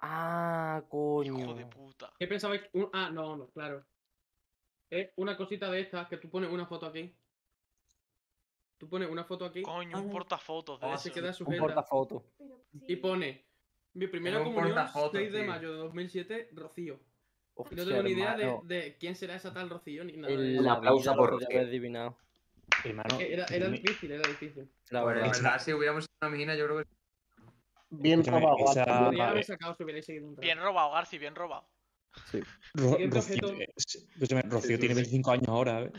Ah, coño. Hijo de puta. ¿Qué pensabais? Un- Ah, no, no, claro. Es una cosita de estas que tú pones una foto aquí. Tú pones una foto aquí. Ah, Coño, un portafotos de Se esos. queda Un sujeta. portafoto. Y pone mi primera Es un comunión, portafotos, 6 de tío. mayo de 2007, Rocío. Hostia, no tengo ni idea de, hermano. de quién será esa tal Rocío ni nada. de El eso. aplauso por haber adivinado. Hermano, Eh, Era, era difícil, era *laughs* difícil. La Pues verdad. verdad, si hubiéramos hecho una mijina, yo creo que. Bien Escúchame, robado. esa- Podría haber sacado si hubierais seguido un rato. Bien robado, Garci, bien robado. *laughs* Ro- Siguiente Rocío, objeto. eh, escúchame, Rocío tiene 25 años ahora, ¿eh?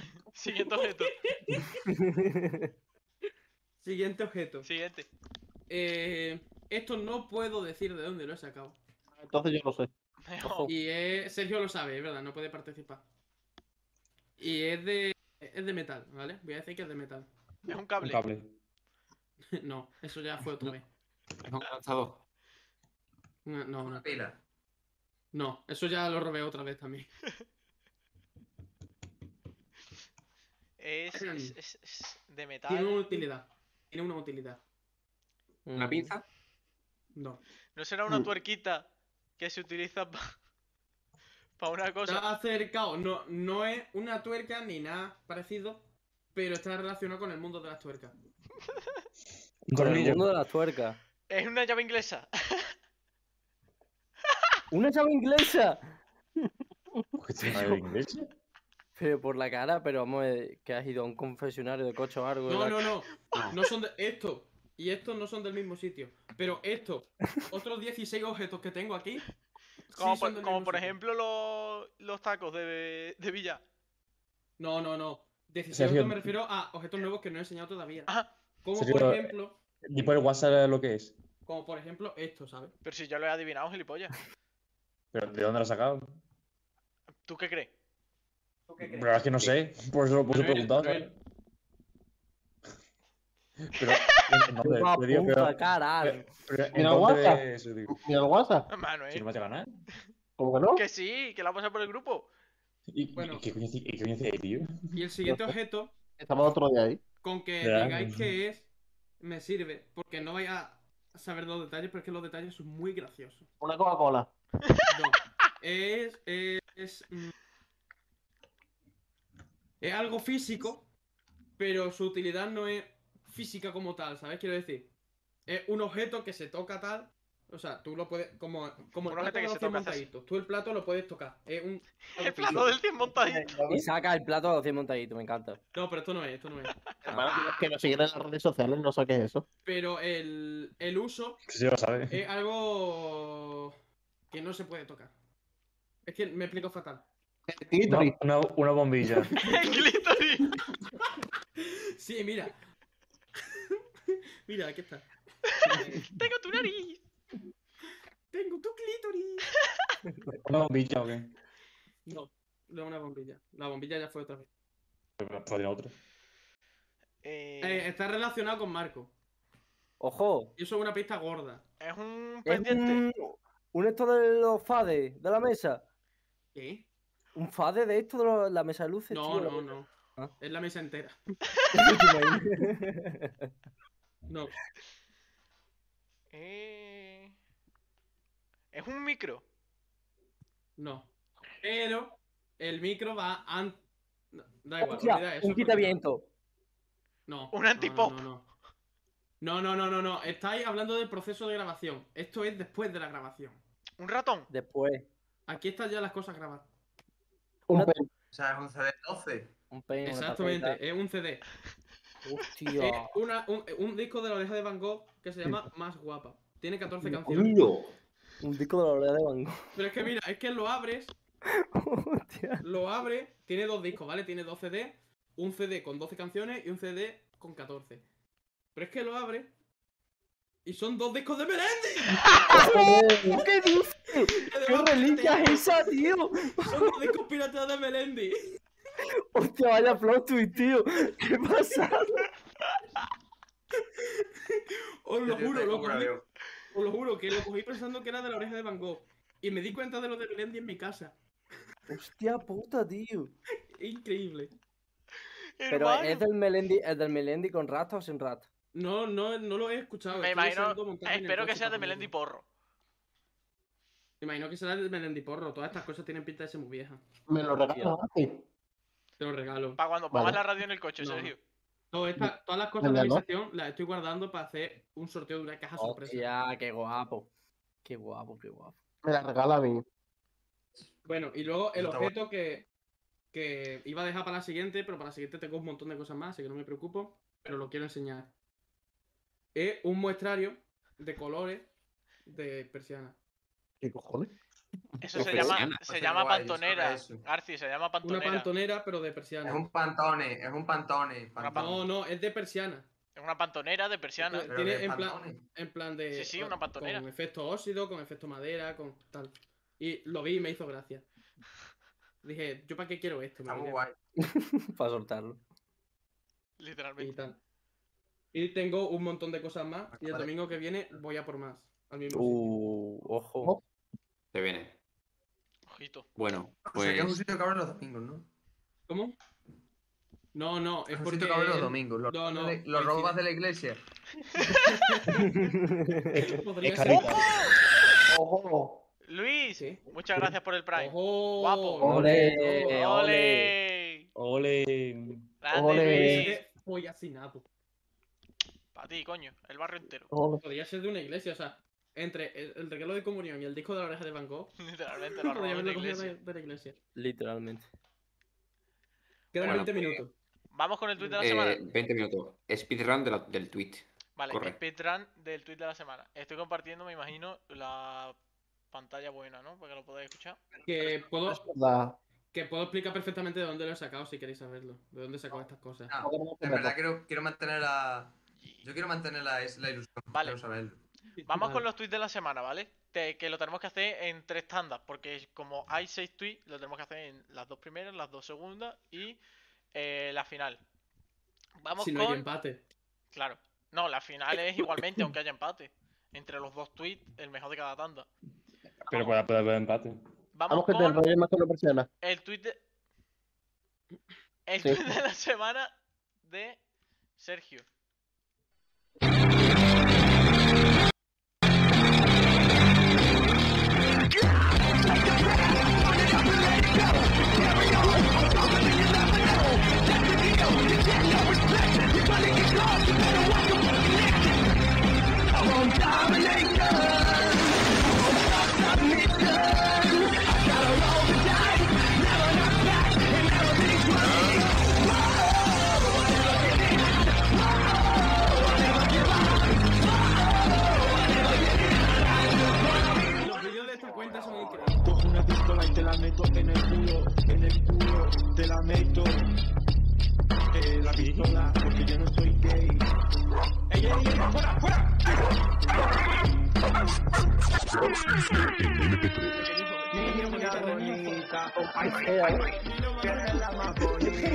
*laughs* Siguiente objeto. Siguiente objeto. Siguiente. Eh, esto no puedo decir de dónde lo he sacado. Entonces yo lo sé. Y es- Sergio lo sabe, es verdad, no puede participar. Y es de, es de metal, ¿vale? Voy a decir que es de metal. Es un Un cable. cable. *laughs* no, eso ya fue otra vez. Es un lanzador. No, no, no. Pila. No, eso ya lo robé otra vez también. Es, es- es- es de Tiene una metal. utilidad. Tiene una utilidad. Mm, ¿Una pinza? No. ¿No será Mm. una tuerquita que se utiliza para una Está cosa? acercado. No, no es una tuerca ni nada parecido, pero está relacionado con el mundo de las tuercas. Con el mundo de las tuercas. Es una llave inglesa. *laughs* ¡Una llave inglesa! llave inglesa? Pero por la cara, pero vamos, eh, que has ido a un confesionario de coche o algo. No, ¿verdad? Ah. no, *laughs* no. No son de esto. Y estos no son del mismo sitio. Pero *laughs* esto, otros 16 objetos que tengo aquí. sí Como son por, del como mismo por sitio. ejemplo los, los tacos de, de Villa. No, no, no. 16 Sergio- objetos me refiero a objetos nuevos que no he enseñado todavía. Como Sergio, por eh, ejemplo. Ni por el WhatsApp lo que es. Como por ejemplo esto, ¿sabes? Pero si ya lo he adivinado, gilipollas. Pero ¿de dónde lo has sacado? ¿Tú qué crees? La verdad es que no sé, por eso lo puse Manuel, preguntado. Manuel. ¿sabes? Pero, ¿en *laughs* dónde? Una Te digo, puta pero- cara. pero, ¿en Mira el dónde WhatsApp. es eso? Digo, Mira el WhatsApp. Si no me hace ganar. ¿Cómo que no? Ah, Que sí, que la pasa por el grupo. ¿Y, y qué coño hace- y qué coño hace ahí, tío? Y el siguiente objeto, Estamos otro día ahí. con que Ya, bueno. digáis que es, me sirve. Porque no vais a saber los detalles, pero es que los detalles son muy graciosos. Una Coca-Cola. No. Es. Es. Es, mm, es algo físico, pero su utilidad no es física como tal, ¿sabes? Quiero decir, es un objeto que se toca tal. O sea, tú lo puedes. Como, como el Un objeto plato que de se los cien toca, haces- montaditos. Tú el plato lo puedes tocar. *laughs* Es un. El plato del 100 montadito. Y saca el plato de los 100 montaditos, me encanta. No, pero esto no es, esto no es. Ah, Hermano, que nos siguen en las redes sociales, no sé qué es eso. Pero el, el uso Sí, lo sabe. es algo que no se puede tocar. Es que me explico fatal. Una, una, una bombilla. Sí, mira. *laughs* mira, aquí está. *laughs* Tengo tu nariz. Tengo tu clítoris. ¿Una bombilla o qué? No, no es una bombilla. La bombilla ya fue otra vez. Pero podría otra. Eh, está relacionado con Marco. ¡Ojo! Y eso es una pista gorda. Es un Es un, un esto de los fades de la mesa. ¿Qué? Un fade de esto de lo- la mesa de luces. No, tío, la no, mesa- *laughs* no. Es la mesa entera. no. Eh, Es un micro. No. Pero el micro va antes. Da igual, Hostia, olvida eso. un quitaviento. No. Un no, antipop. No, no, no. No, no, no, no, no. Estáis hablando del proceso de grabación. Esto es después de la grabación. Un ratón. Después. Aquí están ya las cosas grabadas. Un O sea, es un CD12. Un peine, una Exactamente, tarjeta. es un CD. Hostia. Es una- un, un disco de la oreja de Van Gogh que se llama Más Guapa. Tiene 14 canciones. ¡Coño! Un disco de la oreja de Van Gogh. Pero es que mira, es que lo abres. Lo abre, tiene dos discos, ¿vale? Tiene dos CD, un CD con 12 canciones y un CD con 14. Pero es que lo abre y son dos discos de ¡Oh! Melendi. *laughs* *laughs* ¿Qué dices? ¿Qué reliquia es esa, *laughs* tío? Son dos discos piratas de Melendi. Hostia, vaya plot twist, tío. ¿Qué pasa? Os lo juro, loco. Os lo juro, que lo cogí pensando que era de la oreja de Van Gogh. Y me di cuenta de lo de Belendi en mi casa. Hostia puta, tío. Increíble. Pero es del Melendi, es del Melendi con rata o sin rata. No, no, no lo he escuchado. Me estoy imagino. haciendo montaje en el Espero que coche sea de para Melendi ponerlo. Porro. Me imagino que será de Melendi Porro. Todas estas cosas tienen pinta de ser muy viejas. Me lo regalas, sí. Te lo regalo. Para cuando Vale. pongas la radio en el coche, No. Sergio. Todas estas- todas las cosas de Venga, mi ¿no? sección las estoy guardando para hacer un sorteo de una caja sorpresa. Hostia, Oh, qué guapo. Qué guapo, qué guapo. Me la regala a mí. Bueno, y luego el Está objeto que, que iba a dejar para la siguiente, pero para la siguiente tengo un montón de cosas más, así que no me preocupo, pero lo quiero enseñar. Es un muestrario de colores de persiana. ¿Qué *laughs* cojones? Eso Los se llama, persianas. pues, se Guay, llama yo pantonera. sabía eso. Arci, se llama Una pantonera. pantonera, pero de persiana. Es un pantone, es un pantone. No, no, es de persiana. Es una pantonera de persiana. Tiene- Tiene en plan, en plan de. Sí, sí, una pantonera. Con efecto óxido, con efecto madera, con tal. Y lo vi y me hizo gracia. Dije, ¿yo para qué quiero esto? Está muy marica? guay. *laughs* Para soltarlo. Literalmente. Y, tal. Y tengo un montón de cosas más. Y el Vale. domingo que viene voy a por más. Al mismo Uh, ojo. Se viene. Ojito. Bueno, O sea, que es un pues. sitio que abre los domingos, ¿no? ¿Cómo? No, no, es Es un porque. sitio que abre los domingos. Los, No, no. de- los robas de la iglesia. Podría es ser. carita. ¡Ojo! Luis, muchas gracias por el Prime. ¡Ojo! Guapo. Ole, ¡Ole! Ole. Grande, Luis. Voy asinato. Para ti, coño. El barrio entero. Oh. Podría ser de una iglesia, o sea, entre el, el regalo de comunión y el disco de la oreja de Van Gogh. *laughs* Literalmente lo podría robó de la haberlo cogido iglesia. de, de la iglesia. Literalmente. Quedan Bueno, 20 minutos. Vamos con el tweet de la semana. Eh, 20 minutos. Speedrun de la- del tweet. Vale, *laughs* correcto. speedrun del tweet de la semana. Estoy compartiendo, me imagino, la pantalla buena, ¿no? Para que lo podáis escuchar. Que puedo, La... que puedo explicar perfectamente de dónde lo he sacado si queréis saberlo. De dónde he sacado estas cosas. Ah, en verdad quiero, quiero mantener la. Yo quiero mantener la, es- la ilusión. Vale. Quiero saberlo. Vamos con los tweets de la semana, ¿vale? Te- que lo tenemos que hacer en tres tandas, porque como hay seis tweets, lo tenemos que hacer en las dos primeras, las dos segundas y eh, la final. Vamos si no hay con. empate. Claro. No, la final es *coughs* igualmente, aunque haya empate. Entre los dos tweets, el mejor de cada tanda. Pero puede puede haber empate. Vamos Vamos que te con enrolles más con la persiana. el tweet de. El Sí. tweet de la semana de Sergio. Los vídeos de esta cuenta son increíbles. Cojo una pistola y te la meto en el culo, en el culo, te la meto. Eh, la pistola, porque yo no soy gay. ¡Ey, ey, ey! ¡Fuera, fuera! Niña bonita, oh, ay, ay, ay, que eres la más bonita.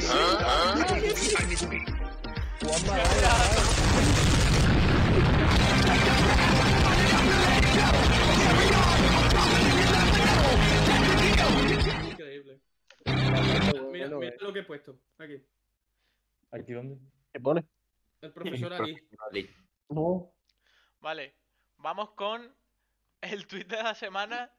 Increíble. Mira, mira lo que he puesto. Aquí. ¿Aquí dónde? ¿Qué pone? El profesor *laughs* Ali. No. Vale, vamos con el tweet de la semana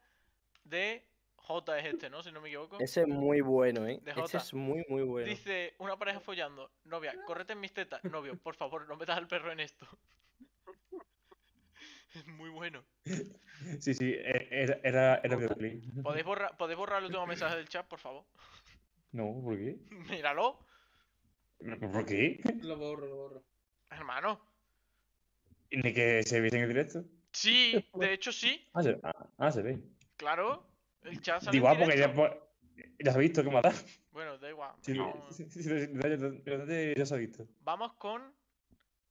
de J es este, ¿no? Si no me equivoco. Ese es muy bueno, ¿eh? De Ese Jota. es muy, muy bueno. Dice, una pareja follando, novia, correte en mis tetas, novio, por favor, no metas al perro en esto. *laughs* Es muy bueno. Sí, sí, e- era, era, era violín. ¿Podéis borrar, ¿Podéis borrar el último mensaje del chat, por favor? *laughs* No, ¿por qué? Míralo, ¿Por qué? Lo borro, lo borro. hermano. Ni que se viese en el directo. Sí, de hecho sí, Ah, se, ah, ah, se ve. claro. El chat sale Digo, ah, en porque ya, directo. po- ya se ha visto que me ha dado. Bueno, da igual. Si lo- vamos- si- si lo- si lo- ya- ya- ya se ha visto. Vamos con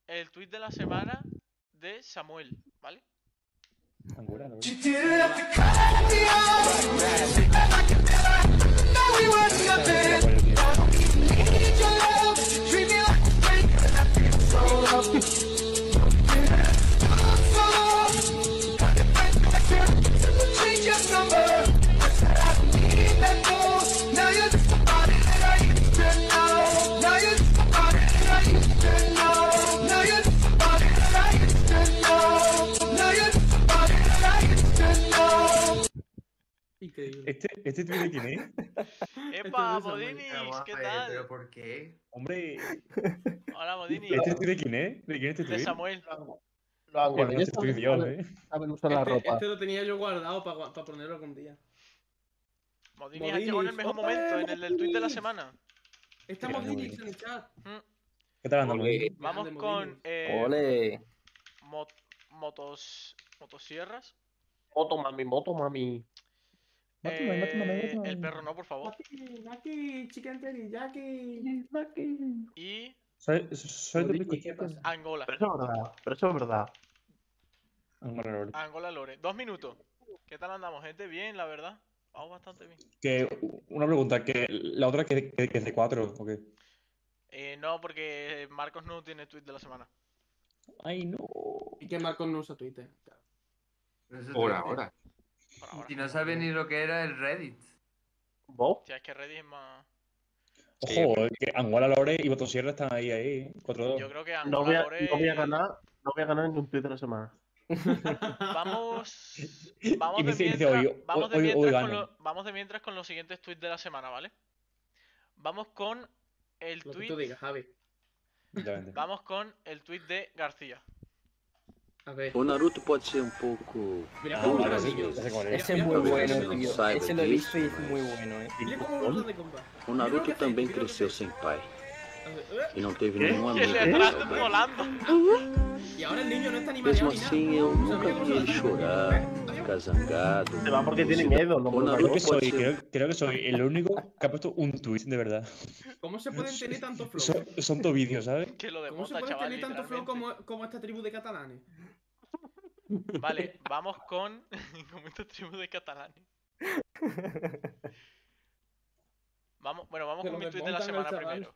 el tweet de la semana de Samuel, ¿vale? Anguera, la verdad. Thank Increíble. ¿Este, este tuit de quién es? ¡Epa, Esto es Bodinix! ¿Qué tal? ¿Pero por qué? Hombre, Hola, Bodinix. ¿este tuit de quién es? ¿De quién es este De tuit? Samuel. Lo hago, Bueno, yo este tuit de Dios, ¿eh? saben usar la Este, ropa. este lo tenía yo guardado para ponerlo algún día. Bodinix ha llegado en el mejor momento, en el del tweet de la semana. Está Mira, muy Modinix en el chat. ¿Qué tal andando? Mm, Vamos Grande, con eh, Ole. mot- motos, motosierras. Moto mami, moto mami. Mátima, Eh, mátima, mátima. El perro no, por favor. Jackie, chicken terry, Jackie. Y Soy, soy de pico chico. Angola. Pero eso es verdad, pero eso es verdad. Ah, Angola Lore. Dos minutos. ¿Qué tal andamos, gente? Bien, la verdad. Vamos bastante bien. Que, una pregunta, que la otra que, que, que es de cuatro, ¿o qué? Eh, no, porque Marcos no tiene tweet de la semana. Ay, no. Y que Marcos no usa Twitter. Ahora, ahora. Y no sabes ni lo que era el Reddit. ¿Vos? Tía, es que Reddit es más. Ojo, eh, que Angola Lore y Botosierra están ahí, ahí, ¿eh? 4-2. Yo creo que No Angola voy, a, Lore. no voy a ganar, no voy a ganar ningún tweet de la semana. *laughs* Vamos. Y Vamos me de, dice- dice mientras, hoy, vamos, de hoy- hoy mientras con gano. lo- vamos de mientras con los siguientes tweets de la semana, ¿vale? Vamos con el Lo que tweet. tú digas, Javi. Efectivamente. Vamos con el tweet de García. A ver. O Naruto pode ser um pouco. Ah, Mira duro, Ah, como era às niño. vezes. Esse é Talvez muito ele bueno, não tío. saiba Esse eu disso, vi, mas Muy bueno, eh. Mira cómo usa de compa. O Naruto também cresceu sem pai. Eh, E não teve Que? nenhum Que amigo ele pra atrás ajudar. Volando. *laughs* Y ahora el niño no está animado. Mesmo assim, eu nunca vi ele chorar, ficar zangado. porque tiene miedo, no O Creo Naruto pode que, soy, ser. creo, creo que soy el único que ha puesto un tweet, de *laughs* verdad. ¿Cómo se pueden tener tanto flow? Son, son dos vídeos, ¿sabes? ¿Cómo se pueden tener tanto flow como, como esta tribu de catalanes? *laughs* Vale, vamos con. *laughs* con esta tribu de catalanes. Vamos, bueno, vamos Pero con mi me tweet de la montan al semana chaval. primero.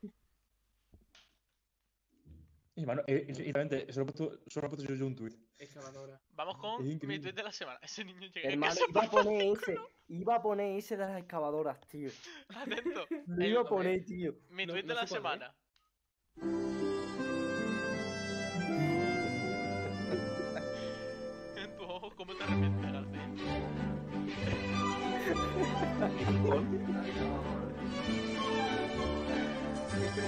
Hermano, eh, eh, literalmente, solo he puesto, solo he puesto yo, yo un tweet. Excavadora. Vamos con Es mi increíble. tweet de la semana. Ese niño llega a Hermano, casa. iba a poner ese. Iba a poner ese de las excavadoras, tío. Atento. *laughs* Lo iba a poner, tío. *laughs* Mi No- tweet no de la sé cuál semana. En tus ojos, ¿cómo te arrepientes, Este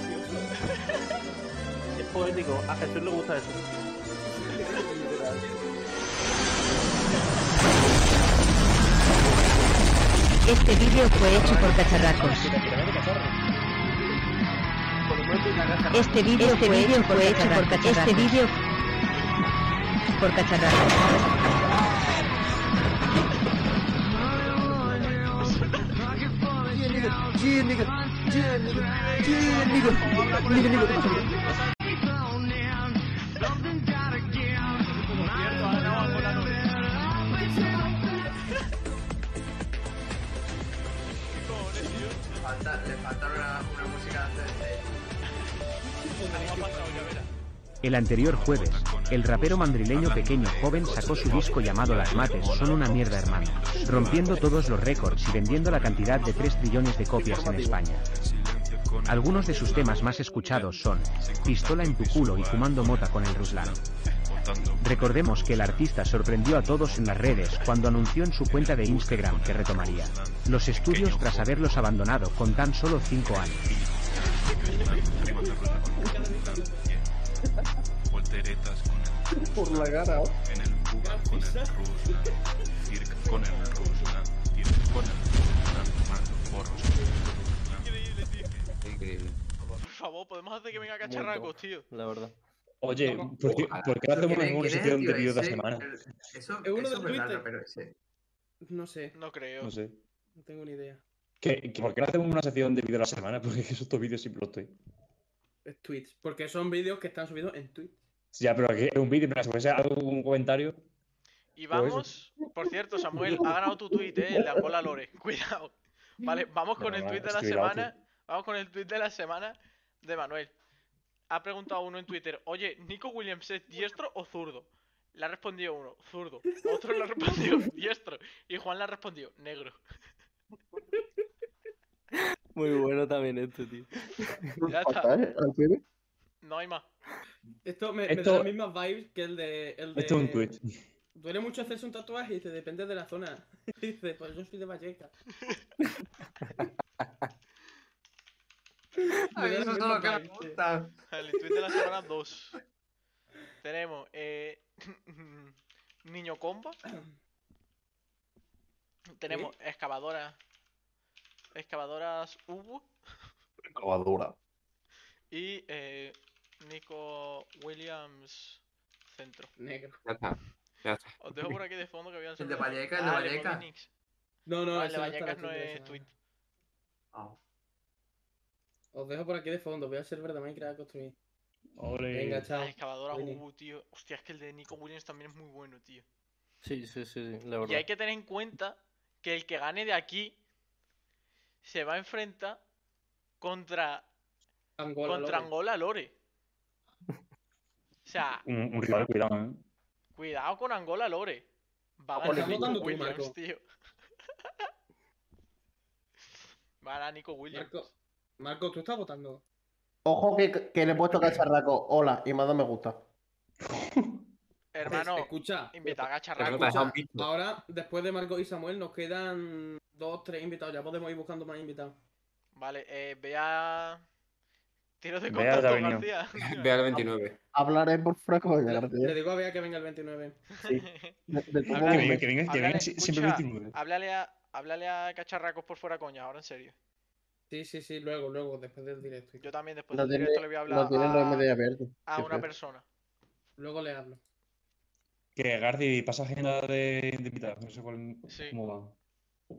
Es poético, a Jesús le gusta eso. Este vídeo fue hecho por cacharracos. Este vídeo fue hecho por cacharracos. Este vídeo por cacharracos. Este Falta- le falta una, una música antes de. El anterior jueves, el rapero mandrileño Pequeño Joven sacó su disco llamado Las Mates son una mierda hermano, rompiendo todos los récords y vendiendo la cantidad de 3 trillones de copias en España. Algunos de sus temas más escuchados son Pistola en tu culo y Fumando Mota con el Ruslan. Recordemos que el artista sorprendió a todos en las redes cuando anunció en su cuenta de Instagram que retomaría los estudios tras haberlos abandonado con tan solo 5 años. Volteretas con Por la cara, ¿oh? en el Cuba, con el Ruslan, Cirque con el Ruslan, Cirque con el Ruslan, fumando porros con el Ruslan. Increíble. Por favor, podemos hacer que venga Cacharracos, tío. La verdad. Oye, ¿por qué, Ah, ¿por qué no hacemos ¿Quién es- ningún quién es sitio el de tío vídeos de la ese? semana? Eso, Es uno eso de es verdad, Twitter. pero ese. No sé. No creo. No sé. No tengo ni idea. ¿Qué, que por qué no hacemos una sección de vídeos de la semana? *laughs* Porque esos dos vídeos siempre los estoy. Es tweets. Porque son vídeos que están subidos en Twitch. Ya, pero aquí es un vídeo, pero si fuese algo, un comentario. Y vamos, por cierto, Samuel, ha ganado tu tweet, eh, el de Angola Lore. *laughs* Cuidado. Vale, vamos con Bueno, el va, tweet de la estoy bravo, semana. Vamos con el tweet de la semana de Manuel. Ha preguntado uno en Twitter, oye, ¿Nico Williams es diestro o zurdo? Le ha respondido uno, zurdo. Otro le ha *laughs* respondido diestro. Y Juan le ha respondido, negro. Muy bueno también este, tío. Ya está. No hay más. Esto me, me Esto- da las mismas vibes que el de. El de Esto es un tweet. Duele mucho hacerse un tatuaje y dice, depende de la zona. *laughs* dice, pues yo soy *laughs* de Valleca. A mí *laughs* eso es todo lo que me gusta. El tweet de la semana 2. Tenemos eh, *laughs* Niño Combo. Tenemos excavadora. Excavadoras Ubu. Cavadora. Y eh, Nico Williams Centro. Negro. Ya está. Ya está. Os dejo por aquí de fondo que voy a El de Valleca, el de Ah, el Valleca. Phoenix. No, no, No, Ah, el de ese no está Vallecas no la tweet de la es semana. tweet. Os dejo por aquí de fondo, voy a ser verdad Minecraft a construir. Ole. Venga, chao. Las excavadoras Willy. Ubu, tío. Hostia, es que el de Nico Williams también es muy bueno, tío. Sí, sí, sí, sí, la Y verdad. hay que tener en cuenta que el que gane de aquí se va a enfrentar contra Angola, contra Lore. Angola Lore. O sea, Un, un rival, cuidado, ¿eh? cuidado con Angola Lore. Ah, Va a Ole, ganar Nico votando tú, Williams, Marco. tío. *laughs* Va a ganar Nico Williams. Marco, tú estás votando. Ojo que, que le he puesto cacharraco. Hola, y me ha dado me gusta. Hermano, escucha. Invita a Gacharraco. Escucha, ahora, después de Marco y Samuel, nos quedan dos, tres invitados. Ya podemos ir buscando más invitados. Vale, eh, vea. Tiro de Ve contacto, al *laughs* avenue. García. *laughs* Ve al 29. Hablaré por fraco de Le gracias. digo a Bea que venga el 29. *laughs* Sí. De- de Que todo venga, momento. que venga, que venga si- siempre escucha. 29. Háblale a, háblale a Cacharracos por fuera coña, ahora en serio. Sí, sí, sí, luego, luego, después del directo. Yo también después No del tiene, directo le voy a hablar no tiene los a- MDA verde. a Qué una feo. persona. Luego le hablo. Que Garci, pasa agenda de, de invitados, no sé cuál, Sí. cómo va.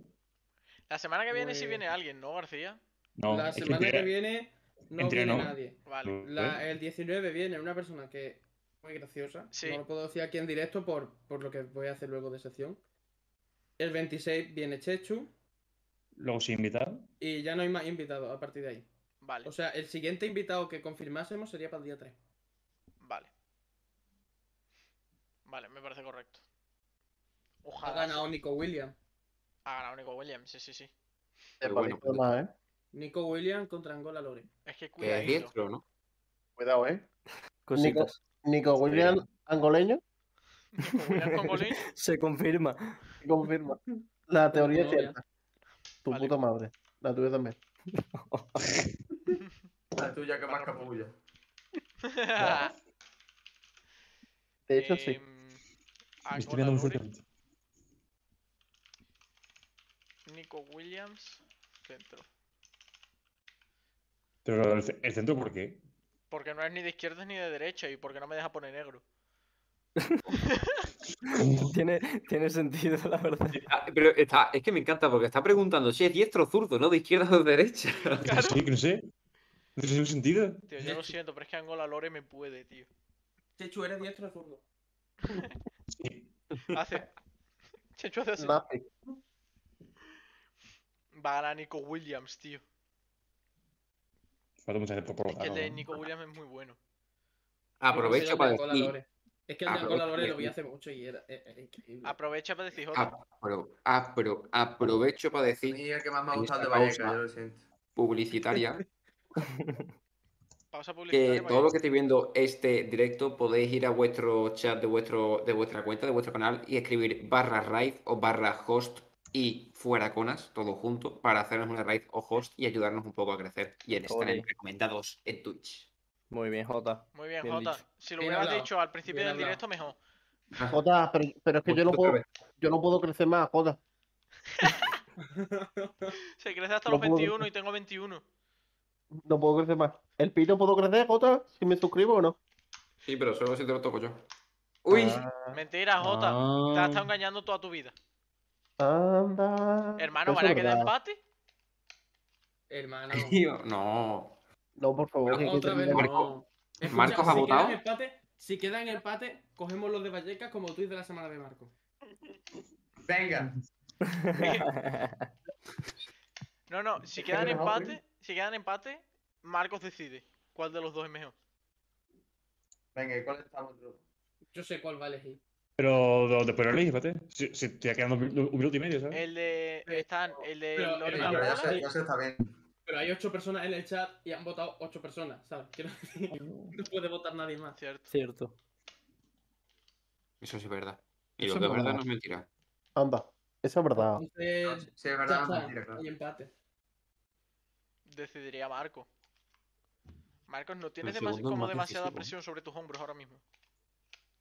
La semana que viene si Pues- viene alguien, ¿no, García? No, la es que semana que, entre- viene no entre viene no. nadie. Vale. La- el 19 viene una persona que es muy graciosa. No lo puedo decir aquí en directo por, por lo que voy a hacer luego de sección. El 26 viene Chechu Luego sin invitado. y ya no hay más invitados a partir de ahí. Vale. O sea, el siguiente invitado que confirmásemos sería para el día 3. Vale. Vale, me parece correcto. Ha Ojalá. ganado Nico Williams. Ha ganado Nico Williams, sí, sí, sí. Te parece más, ¿eh? Nico Williams contra Angola Lore. Es que es diestro, ¿no? Cuidado, ¿eh? Nico, Cositas. Nico William angoleño. *laughs* Se confirma. Se confirma. La teoría es Angoleño. cierta. Tu puta madre. La tuya también. La tuya que más capulla. De hecho, sí. Me estoy mirando muy fuertemente. *laughs* Nico Williams, centro. Pero el, ce- el centro, ¿por qué? Porque no es ni de izquierda ni de derecha y porque no me deja poner negro. tiene, tiene sentido, la verdad. Ah, Pero está, es que me encanta porque está preguntando si es diestro o zurdo, ¿no? De izquierda o de *laughs* derecha. No sé, que no sé. No tiene sentido. Tío, yo lo siento, pero es que Angola Lore me puede, tío. Chechu, eres diestro *laughs* o zurdo. Hace. Chechu hace así. Lápiz. Va a ganar Nico Williams, tío. Falta mucha gente por Es que el provocar, de ¿no? Nico Williams es muy bueno. Ah, Aprovecho para Angola decir- Lore. Es que el de Angola Aprovecho- Lore lo vi hace mucho y era es- es increíble. Aprovecha para decir Ah, pero- ah, pero aprovecho para decir. Y el que más me ha en gustado de esta Valleca, pausa yo lo siento. *laughs* Publicitaria. Pausa que publicitaria. todo lo que estéis viendo este directo podéis ir a vuestro chat de vuestro de vuestra cuenta, de vuestro canal y escribir barra raid o barra host y fuera conas, todo junto, para hacernos una raid o host y ayudarnos un poco a crecer y en estar en Ole. recomendados en Twitch. Muy bien, Jota. Muy bien, Bien Jota. dicho. Si lo Bien hubieras hablado, dicho al principio bien del hablado. directo, mejor. Jota, pero, pero es que yo no, puedo, yo no puedo crecer más, Jota. Se crece hasta Lo los puedo 21 decir. y tengo 21. No puedo crecer más. ¿El pito puedo crecer, Jota? Si me suscribo o no. Sí, pero solo si te lo toco yo. Uy, Ah, Mentira, Jota. Te Ah. has estado engañando toda tu vida. Anda. Hermano, Eso ¿van a es quedar verdad. empate? Hermano. *laughs* no. No, por favor. que Otra quiten vez el- Marco- Escucha, Marcos ha si votado. Quedan empate, si quedan empate, cogemos los de Vallecas como tú de la semana de Marco. Venga. No, no, si Es que quedan no, empate, si quedan empate, Marcos decide cuál de los dos es mejor. Venga, ¿y cuál está otro? Yo sé cuál va a elegir. Pero de, de Perolí, fíjate. Si, si te quedando un minu- un minuto y medio, ¿sabes? El de. Están. El de. pero- eh, Lore pero Angola. ya se- Ya se está bien. Pero hay ocho personas en el chat y han votado ocho personas, ¿sabes? Quiero Oh. decir, no puede votar nadie más. Cierto. Cierto. Eso sí es verdad. Y Eso lo que es es verdad verdad. no es mentira. Anda, eso es verdad. Entonces, sí, es verdad, Eh, ya está, mentira, claro. hay empate. Decidiría Marco. Marcos, no tienes El demasi- segundo es como más demasiada decisivo. presión sobre tus hombros ahora mismo.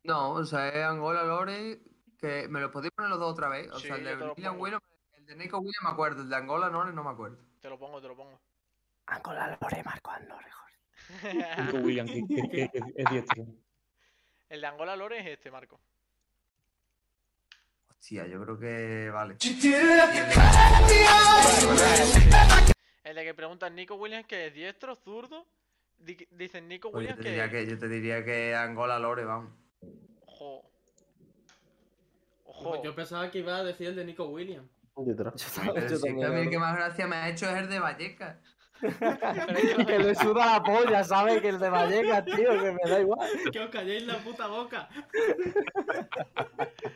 No, o sea, es Angola Lore, que me lo podéis poner los dos otra vez. O sea, el de yo te lo William pongo. Willow, el de Nico Williams me acuerdo, el de Angola Lore no me acuerdo. Te lo pongo, te lo pongo. Angola Lore, Marco Lore, Nico William, que, que- que- que es diestro. *laughs* El de Angola Lore es este, Marco. Hostia, yo creo que vale. El de que preguntan Nico Williams que es diestro, zurdo. Di- dicen Nico Pues yo, Williams te que. diría que, yo te diría que Angola Lore, vamos. Ojo. Ojo, pues Yo pensaba que iba a decir el de Nico Williams. Pero si es que a mí el que más gracia me ha hecho es el de Vallecas. *laughs* que le suda la polla, ¿sabes? Que el de Vallecas, tío, que me da igual. *laughs* Que os calléis la puta boca.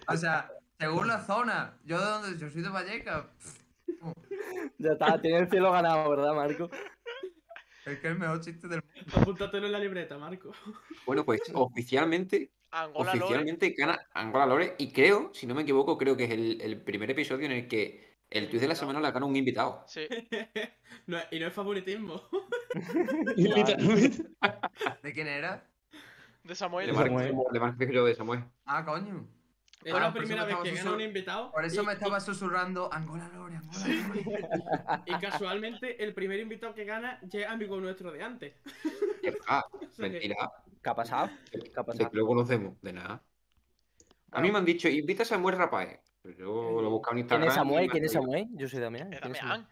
O sea, según la zona. Yo de donde yo soy de *laughs* Vallecas. Ya está, tiene el cielo ganado, ¿verdad, Marco? Es que es el mejor chiste del mundo. Pues Apúntatelo en la libreta, Marco. *laughs* Bueno, pues oficialmente, Angola Lore. oficialmente gana Angola Lore y creo, si no me equivoco, creo que es el, el primer episodio en el que el tuit de Ah. la semana la gana un invitado. Sí. No es- y no es favoritismo. Literalmente. ¿De quién era? De Samuel. Le marco- le marco yo de Samuel. Ah, coño. Es Ah, la por eso primera me vez estaba que gana susur- un invitado. Por eso y- me estaba susurrando Angola Lore, Angola Lore. *laughs* Y casualmente, el primer invitado que gana ya es amigo nuestro de antes. Ah, Sí. mentira. ¿Qué ha pasado? De que lo conocemos, de nada. A mí me han dicho, invita a Samuel Rapaez. Pero Yo lo he buscado en ¿Quién Instagram. es Samuel? y ¿Quién es me han Samuel? Yo soy Damián. ¿Quién es Samuel?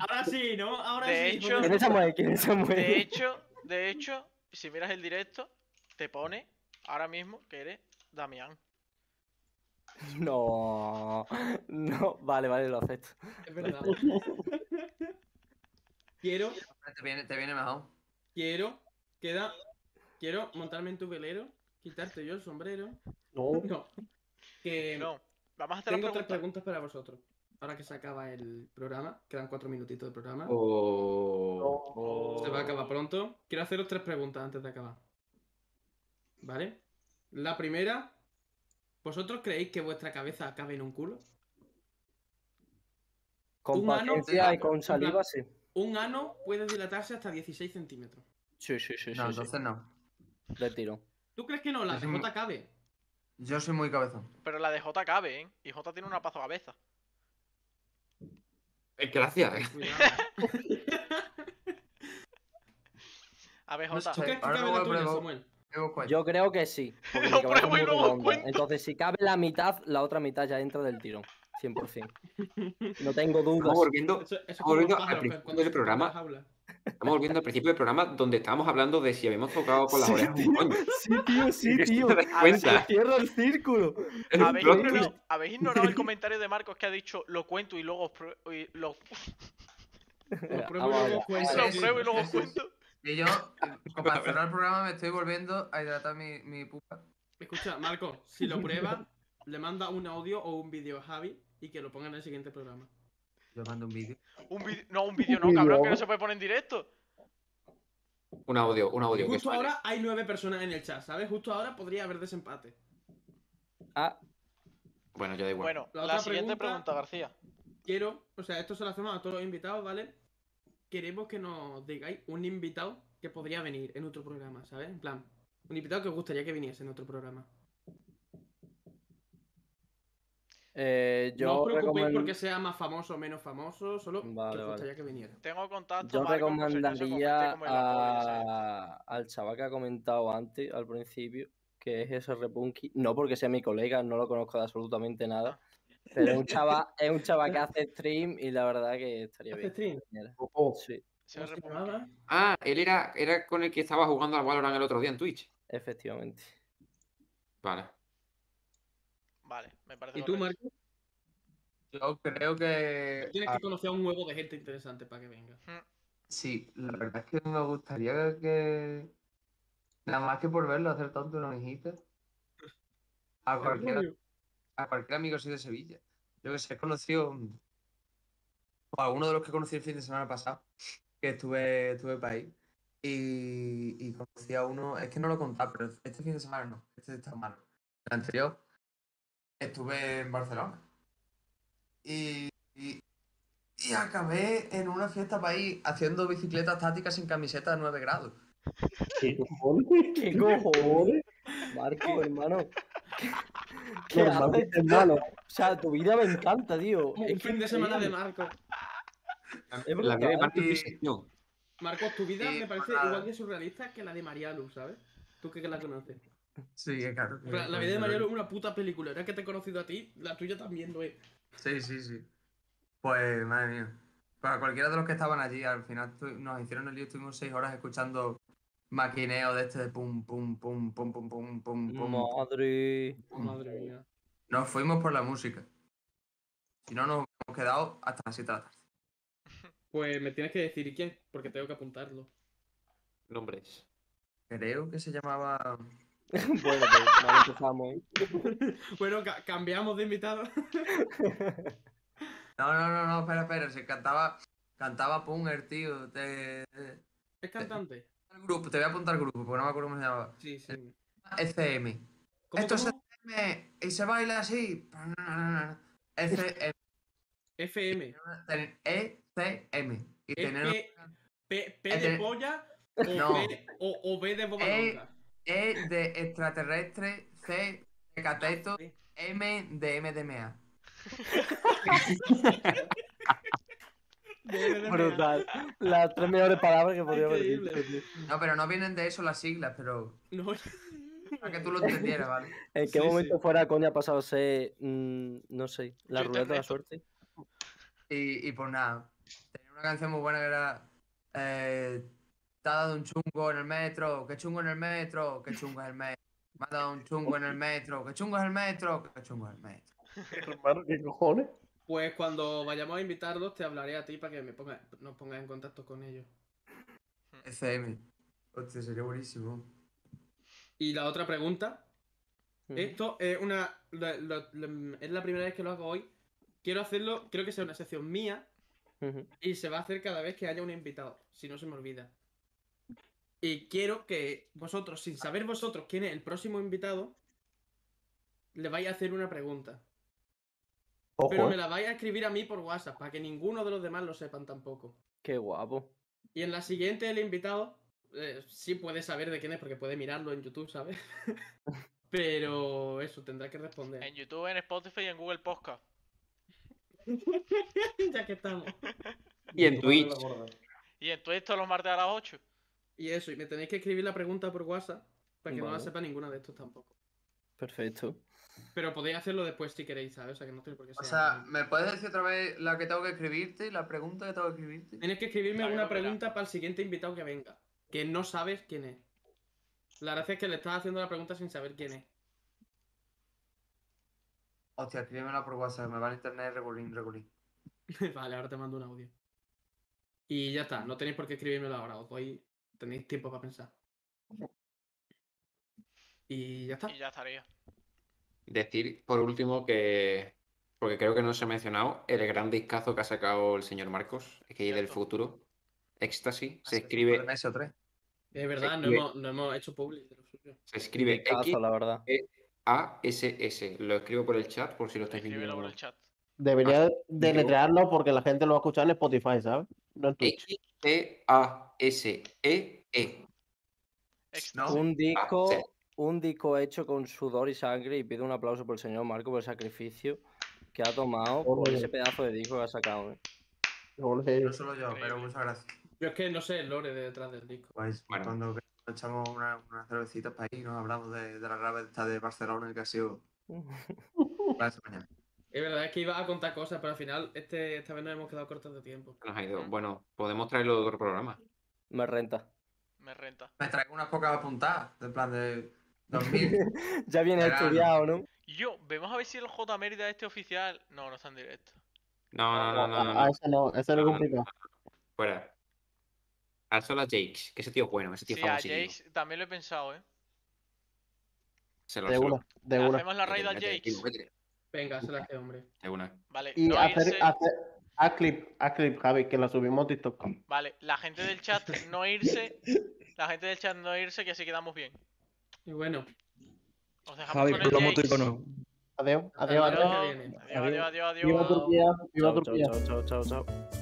Ahora sí, ¿no? Ahora De sí. hecho- ¿Quién es Samuel? ¿Quién es Samuel? De hecho, de hecho, si miras el directo, te pone ahora mismo que eres Damián. No. No, vale, vale, lo acepto. Es verdad. Quiero, Te viene, te viene mejor. quiero, queda. Quiero montarme en tu velero, quitarte yo el sombrero. No. No. Que No. Vamos a hacer tengo las tres preguntas. preguntas para vosotros. Ahora que se acaba el programa, quedan cuatro minutitos de programa. Oh. Se va a acabar pronto. Quiero haceros tres preguntas antes de acabar. ¿Vale? La primera, ¿vosotros creéis que vuestra cabeza cabe en un culo? Con Humano, paciencia y claro. con saliva, sí. Un ano puede dilatarse hasta 16 centímetros. Sí, sí, sí. No, sí, entonces no. sí. De tiro. ¿Tú crees que no? La Es un- CJ cabe. Yo soy muy cabezón. Pero la de J cabe, ¿eh? Y J tiene una pazo *laughs* cabeza. Eh, *laughs* Gracias. *laughs* A ver, No J. sé, ahora cabe lo la voy a tuya, probar. Samuel? Luego pues. cuento. Yo creo que sí. porque mi cabeza es muy redonda. Entonces, si cabe la mitad, la otra mitad ya entra del tirón. *laughs* 100%. No tengo dudas. Estamos volviendo, Eso, eso es estamos como los volviendo al pájaros, que principio cuando del se cuelgan las programa. jaulas. Estamos volviendo al principio del programa donde estábamos hablando de si habíamos tocado con las orejas un coño. Sí, tío, sí, ¿Te tío. das cuenta? Cierra el círculo. El ¿Habéis plot ignorado, twist. habéis ignorado el comentario de Marcos que ha dicho lo cuento y luego os prue- y lo, Lo pruebo Vamos y a luego ver. os cuento. lo pruebo y luego os sí, sí. cuento. Y yo, *laughs* como para cerrar el programa, me estoy volviendo a hidratar mi, mi pupa. Escucha, Marco, si lo pruebas, le manda un audio o un vídeo a Javi y que lo ponga en el siguiente programa. Yo mando un vídeo. Un vídeo- no, un vídeo no, vídeo. cabrón, que no se puede poner en directo. Un audio, un audio. que Justo suene. ahora hay nueve personas en el chat, ¿sabes? Justo ahora podría haber desempate. Ah, Bueno, yo da igual. Bueno, La la, otra siguiente pregunta- pregunta, García. Quiero, o sea, esto se lo hacemos a todos los invitados, ¿vale? Queremos que nos digáis un invitado que podría venir en otro programa, ¿sabes? En plan, un invitado que os gustaría que viniese en otro programa. eh, yo no os preocupéis recomen- porque sea más famoso o menos famoso, solo Vale, que os vale. gustaría que viniera. Tengo contacto. Marcos, no sé, Yo yo soy recomendaría como el apodo, ¿sabes? a- al chaval que ha comentado antes, al principio, que es ese Repunky. No porque sea mi colega, no lo conozco de absolutamente nada. Pero es *laughs* un chaval, es un chaval que hace stream y la verdad que estaría ¿Hace bien. Este stream? que viniera. Ojo. Sí, Se ¿Cómo se repone. llamaba? Ah, él era, era con el que estaba jugando al Valorant el otro día en Twitch. efectivamente. Vale. Vale, me parece ¿Y tú, correcto. Marco? Yo creo que. Tienes a- que conocer a un huevo de gente interesante para que venga. Sí, la verdad es que me gustaría que. Nada más que por verlo, hacer tanto una hijita. A cualquier, a cualquier amigo así de Sevilla. Yo que sé, he conocido. mm, O a uno de los que conocí el fin de semana pasado, que estuve, estuve para ahí. Y, y conocí a uno, es que no lo contaba, pero este fin de semana no, este está malo. El anterior. estuve en Barcelona. Y, y, y acabé en una fiesta para ir haciendo bicicleta estática sin camiseta a 9 grados. *laughs* ¿Qué cojones? ¿Qué cojones? Marco, hermano. ¿Qué No, Marco haces, es malo. *laughs* O sea, tu vida me encanta, tío. Un fin de semana de Marco. La vida de Marco es sección. Marcos, tu vida Sí, me parece para- igual de surrealista que la de Mariano, ¿sabes? Tú que que la conoces. Sí, es claro. Pero La vida de Mariano es una puta película. Era que te he conocido a ti, la tuya también lo es. Sí, sí, sí. Pues, madre mía. Para cualquiera de los que estaban allí, al final tu- nos hicieron el lío, estuvimos seis horas escuchando maquineo de este de pum, pum, pum, pum, pum, pum, pum, pum. Madre. Madre mía. Nos fuimos por la música. Si no, nos hemos quedado hasta las 7 de la tarde. Pues me tienes que decir quién, porque tengo que apuntarlo. Nombres. Creo que se llamaba. *laughs* bueno, pues mal empezamos, ¿eh? *laughs* Bueno, ca- cambiamos de invitado. *laughs* No, no, no, no, espera, espera. Se cantaba. Cantaba Punger, tío. Te, te- ¿Es cantante? el grupo, te voy a apuntar al grupo, porque no me acuerdo cómo se llamaba. Sí, sí. FM. Esto es FM. Y se baila así. FM. FM. Ten- ECM. E Y ¿Es tener P, P- P de Tener- polla *laughs* o, No. B, o, o B de boca E, loca? E de extraterrestre, C de Ah, cateto, M de *laughs* MDMA. Brutal. Las tres mejores palabras que podía haber dicho, Increíble. tío. No, pero no vienen de eso las siglas, pero. No. Para que tú lo entendieras, ¿vale? ¿En qué Sí, momento fuera coña ha pasado a ser, mm, no sé, la ruleta de la suerte? Y, y pues nada. Tenía una canción muy buena que era. Eh, te ha dado un chungo en el metro, qué chungo en el metro, qué chungo es el metro. Me ha dado un chungo en el metro, qué chungo es el metro, qué chungo es el metro. Hermano, ¿qué cojones? *laughs* Pues cuando vayamos a invitarlos te hablaré a ti para que me ponga, nos pongas en contacto con ellos. FM. Hostia, sería buenísimo. Y la otra pregunta. Esto es una. lo- lo- lo- es la primera vez que lo hago hoy. Quiero hacerlo, creo que sea una sección mía. Y se va a hacer cada vez que haya un invitado, si no se me olvida. Y quiero que vosotros, sin saber vosotros quién es el próximo invitado, le vais a hacer una pregunta. Ojo, Pero eh. me la vais a escribir a mí por WhatsApp, para que ninguno de los demás lo sepan tampoco. Qué guapo. Y en la siguiente, el invitado eh, sí puede saber de quién es, porque puede mirarlo en YouTube, ¿sabes? *laughs* Pero eso, tendrá que responder. En YouTube, en Spotify y en Google Podcast. *laughs* ya que estamos. Y en Twitch. Y en Twitch todos los martes a las 8. Y eso, y me tenéis que escribir la pregunta por WhatsApp, para que no la Vale. sepa ninguna de estos tampoco. Perfecto. Pero podéis hacerlo después si queréis, ¿sabes? O sea, que no tiene por qué O ser sea, ahora. ¿me puedes decir otra vez la que tengo que escribirte? La pregunta que tengo que escribirte. Tienes que escribirme Vale, una volverá. pregunta para el siguiente invitado que venga, que no sabes quién es. La gracia es que le estás haciendo la pregunta sin saber quién es. Hostia, escríbemela por WhatsApp, me va el internet regulín, regulín. *laughs* vale, ahora te mando un audio. Y ya está, no tenéis por qué escribírmelo ahora, os doy... tenéis tiempo para pensar. Y ya está. Y ya estaría. Decir, por último, que, porque creo que no se ha mencionado, el gran discazo que ha sacado el señor Marcos, que es del futuro, Éxtasis, se escribe, Es verdad, no escribe- hemos, no hemos hecho public de lo suyo. se escribe Discazo, X la verdad. E A S S. Lo escribo por el chat por si lo estáis viendo. por el chat. Ah, Debería deletrearlo porque la gente lo va a escuchar en Spotify, ¿sabes? No en Twitch. X E A S E E. Un disco, un disco hecho con sudor y sangre y pido un aplauso por el señor Marco por el sacrificio que ha tomado por Ole. ese pedazo de disco que ha sacado. ¿eh? No solo yo, pero muchas gracias. Yo es que no sé el lore de detrás del disco. Pues cuando echamos una- unas cervecitas para ahí, nos hablamos de, de la grave esta de Barcelona que ha sido. Uh. para esta mañana. Es verdad, es que iba a contar cosas, pero al final este, esta vez nos hemos quedado cortos de tiempo. Nos ha ido. Bueno, podemos traerlo de otro programa. Me renta. Me renta. Me traigo unas pocas apuntadas, en plan de 2000. *laughs* ya viene Verano. estudiado, ¿no? Yo, vemos a ver si el J Mérida este oficial. No, no está en directo. No, no, no, no, no, Ah, no. ese no, ese no No, no, complicado. Fuera. Al solo a Jakes, que ese tío es bueno, ese tío Sí, es a famosísimo. Jakes también lo he pensado, ¿eh? Se lo De se lo- una, de una. Hacemos la raid a Vete, Jakes. vete, Venga, se la que hombre. de una. Vale, Y no, y hacer, ese- hacer, haz clip, haz clip, Javi, que la subimos a TikTok. Vale, la gente del chat no irse. La gente del chat no irse, que así quedamos bien. Y bueno. Os dejamos Javi, con el este. plomo tu Jakes. icono. Adiós, adiós, Adiós, adiós, adiós, adiós. Viva Turquía, viva Turquía. chao, chao, chao.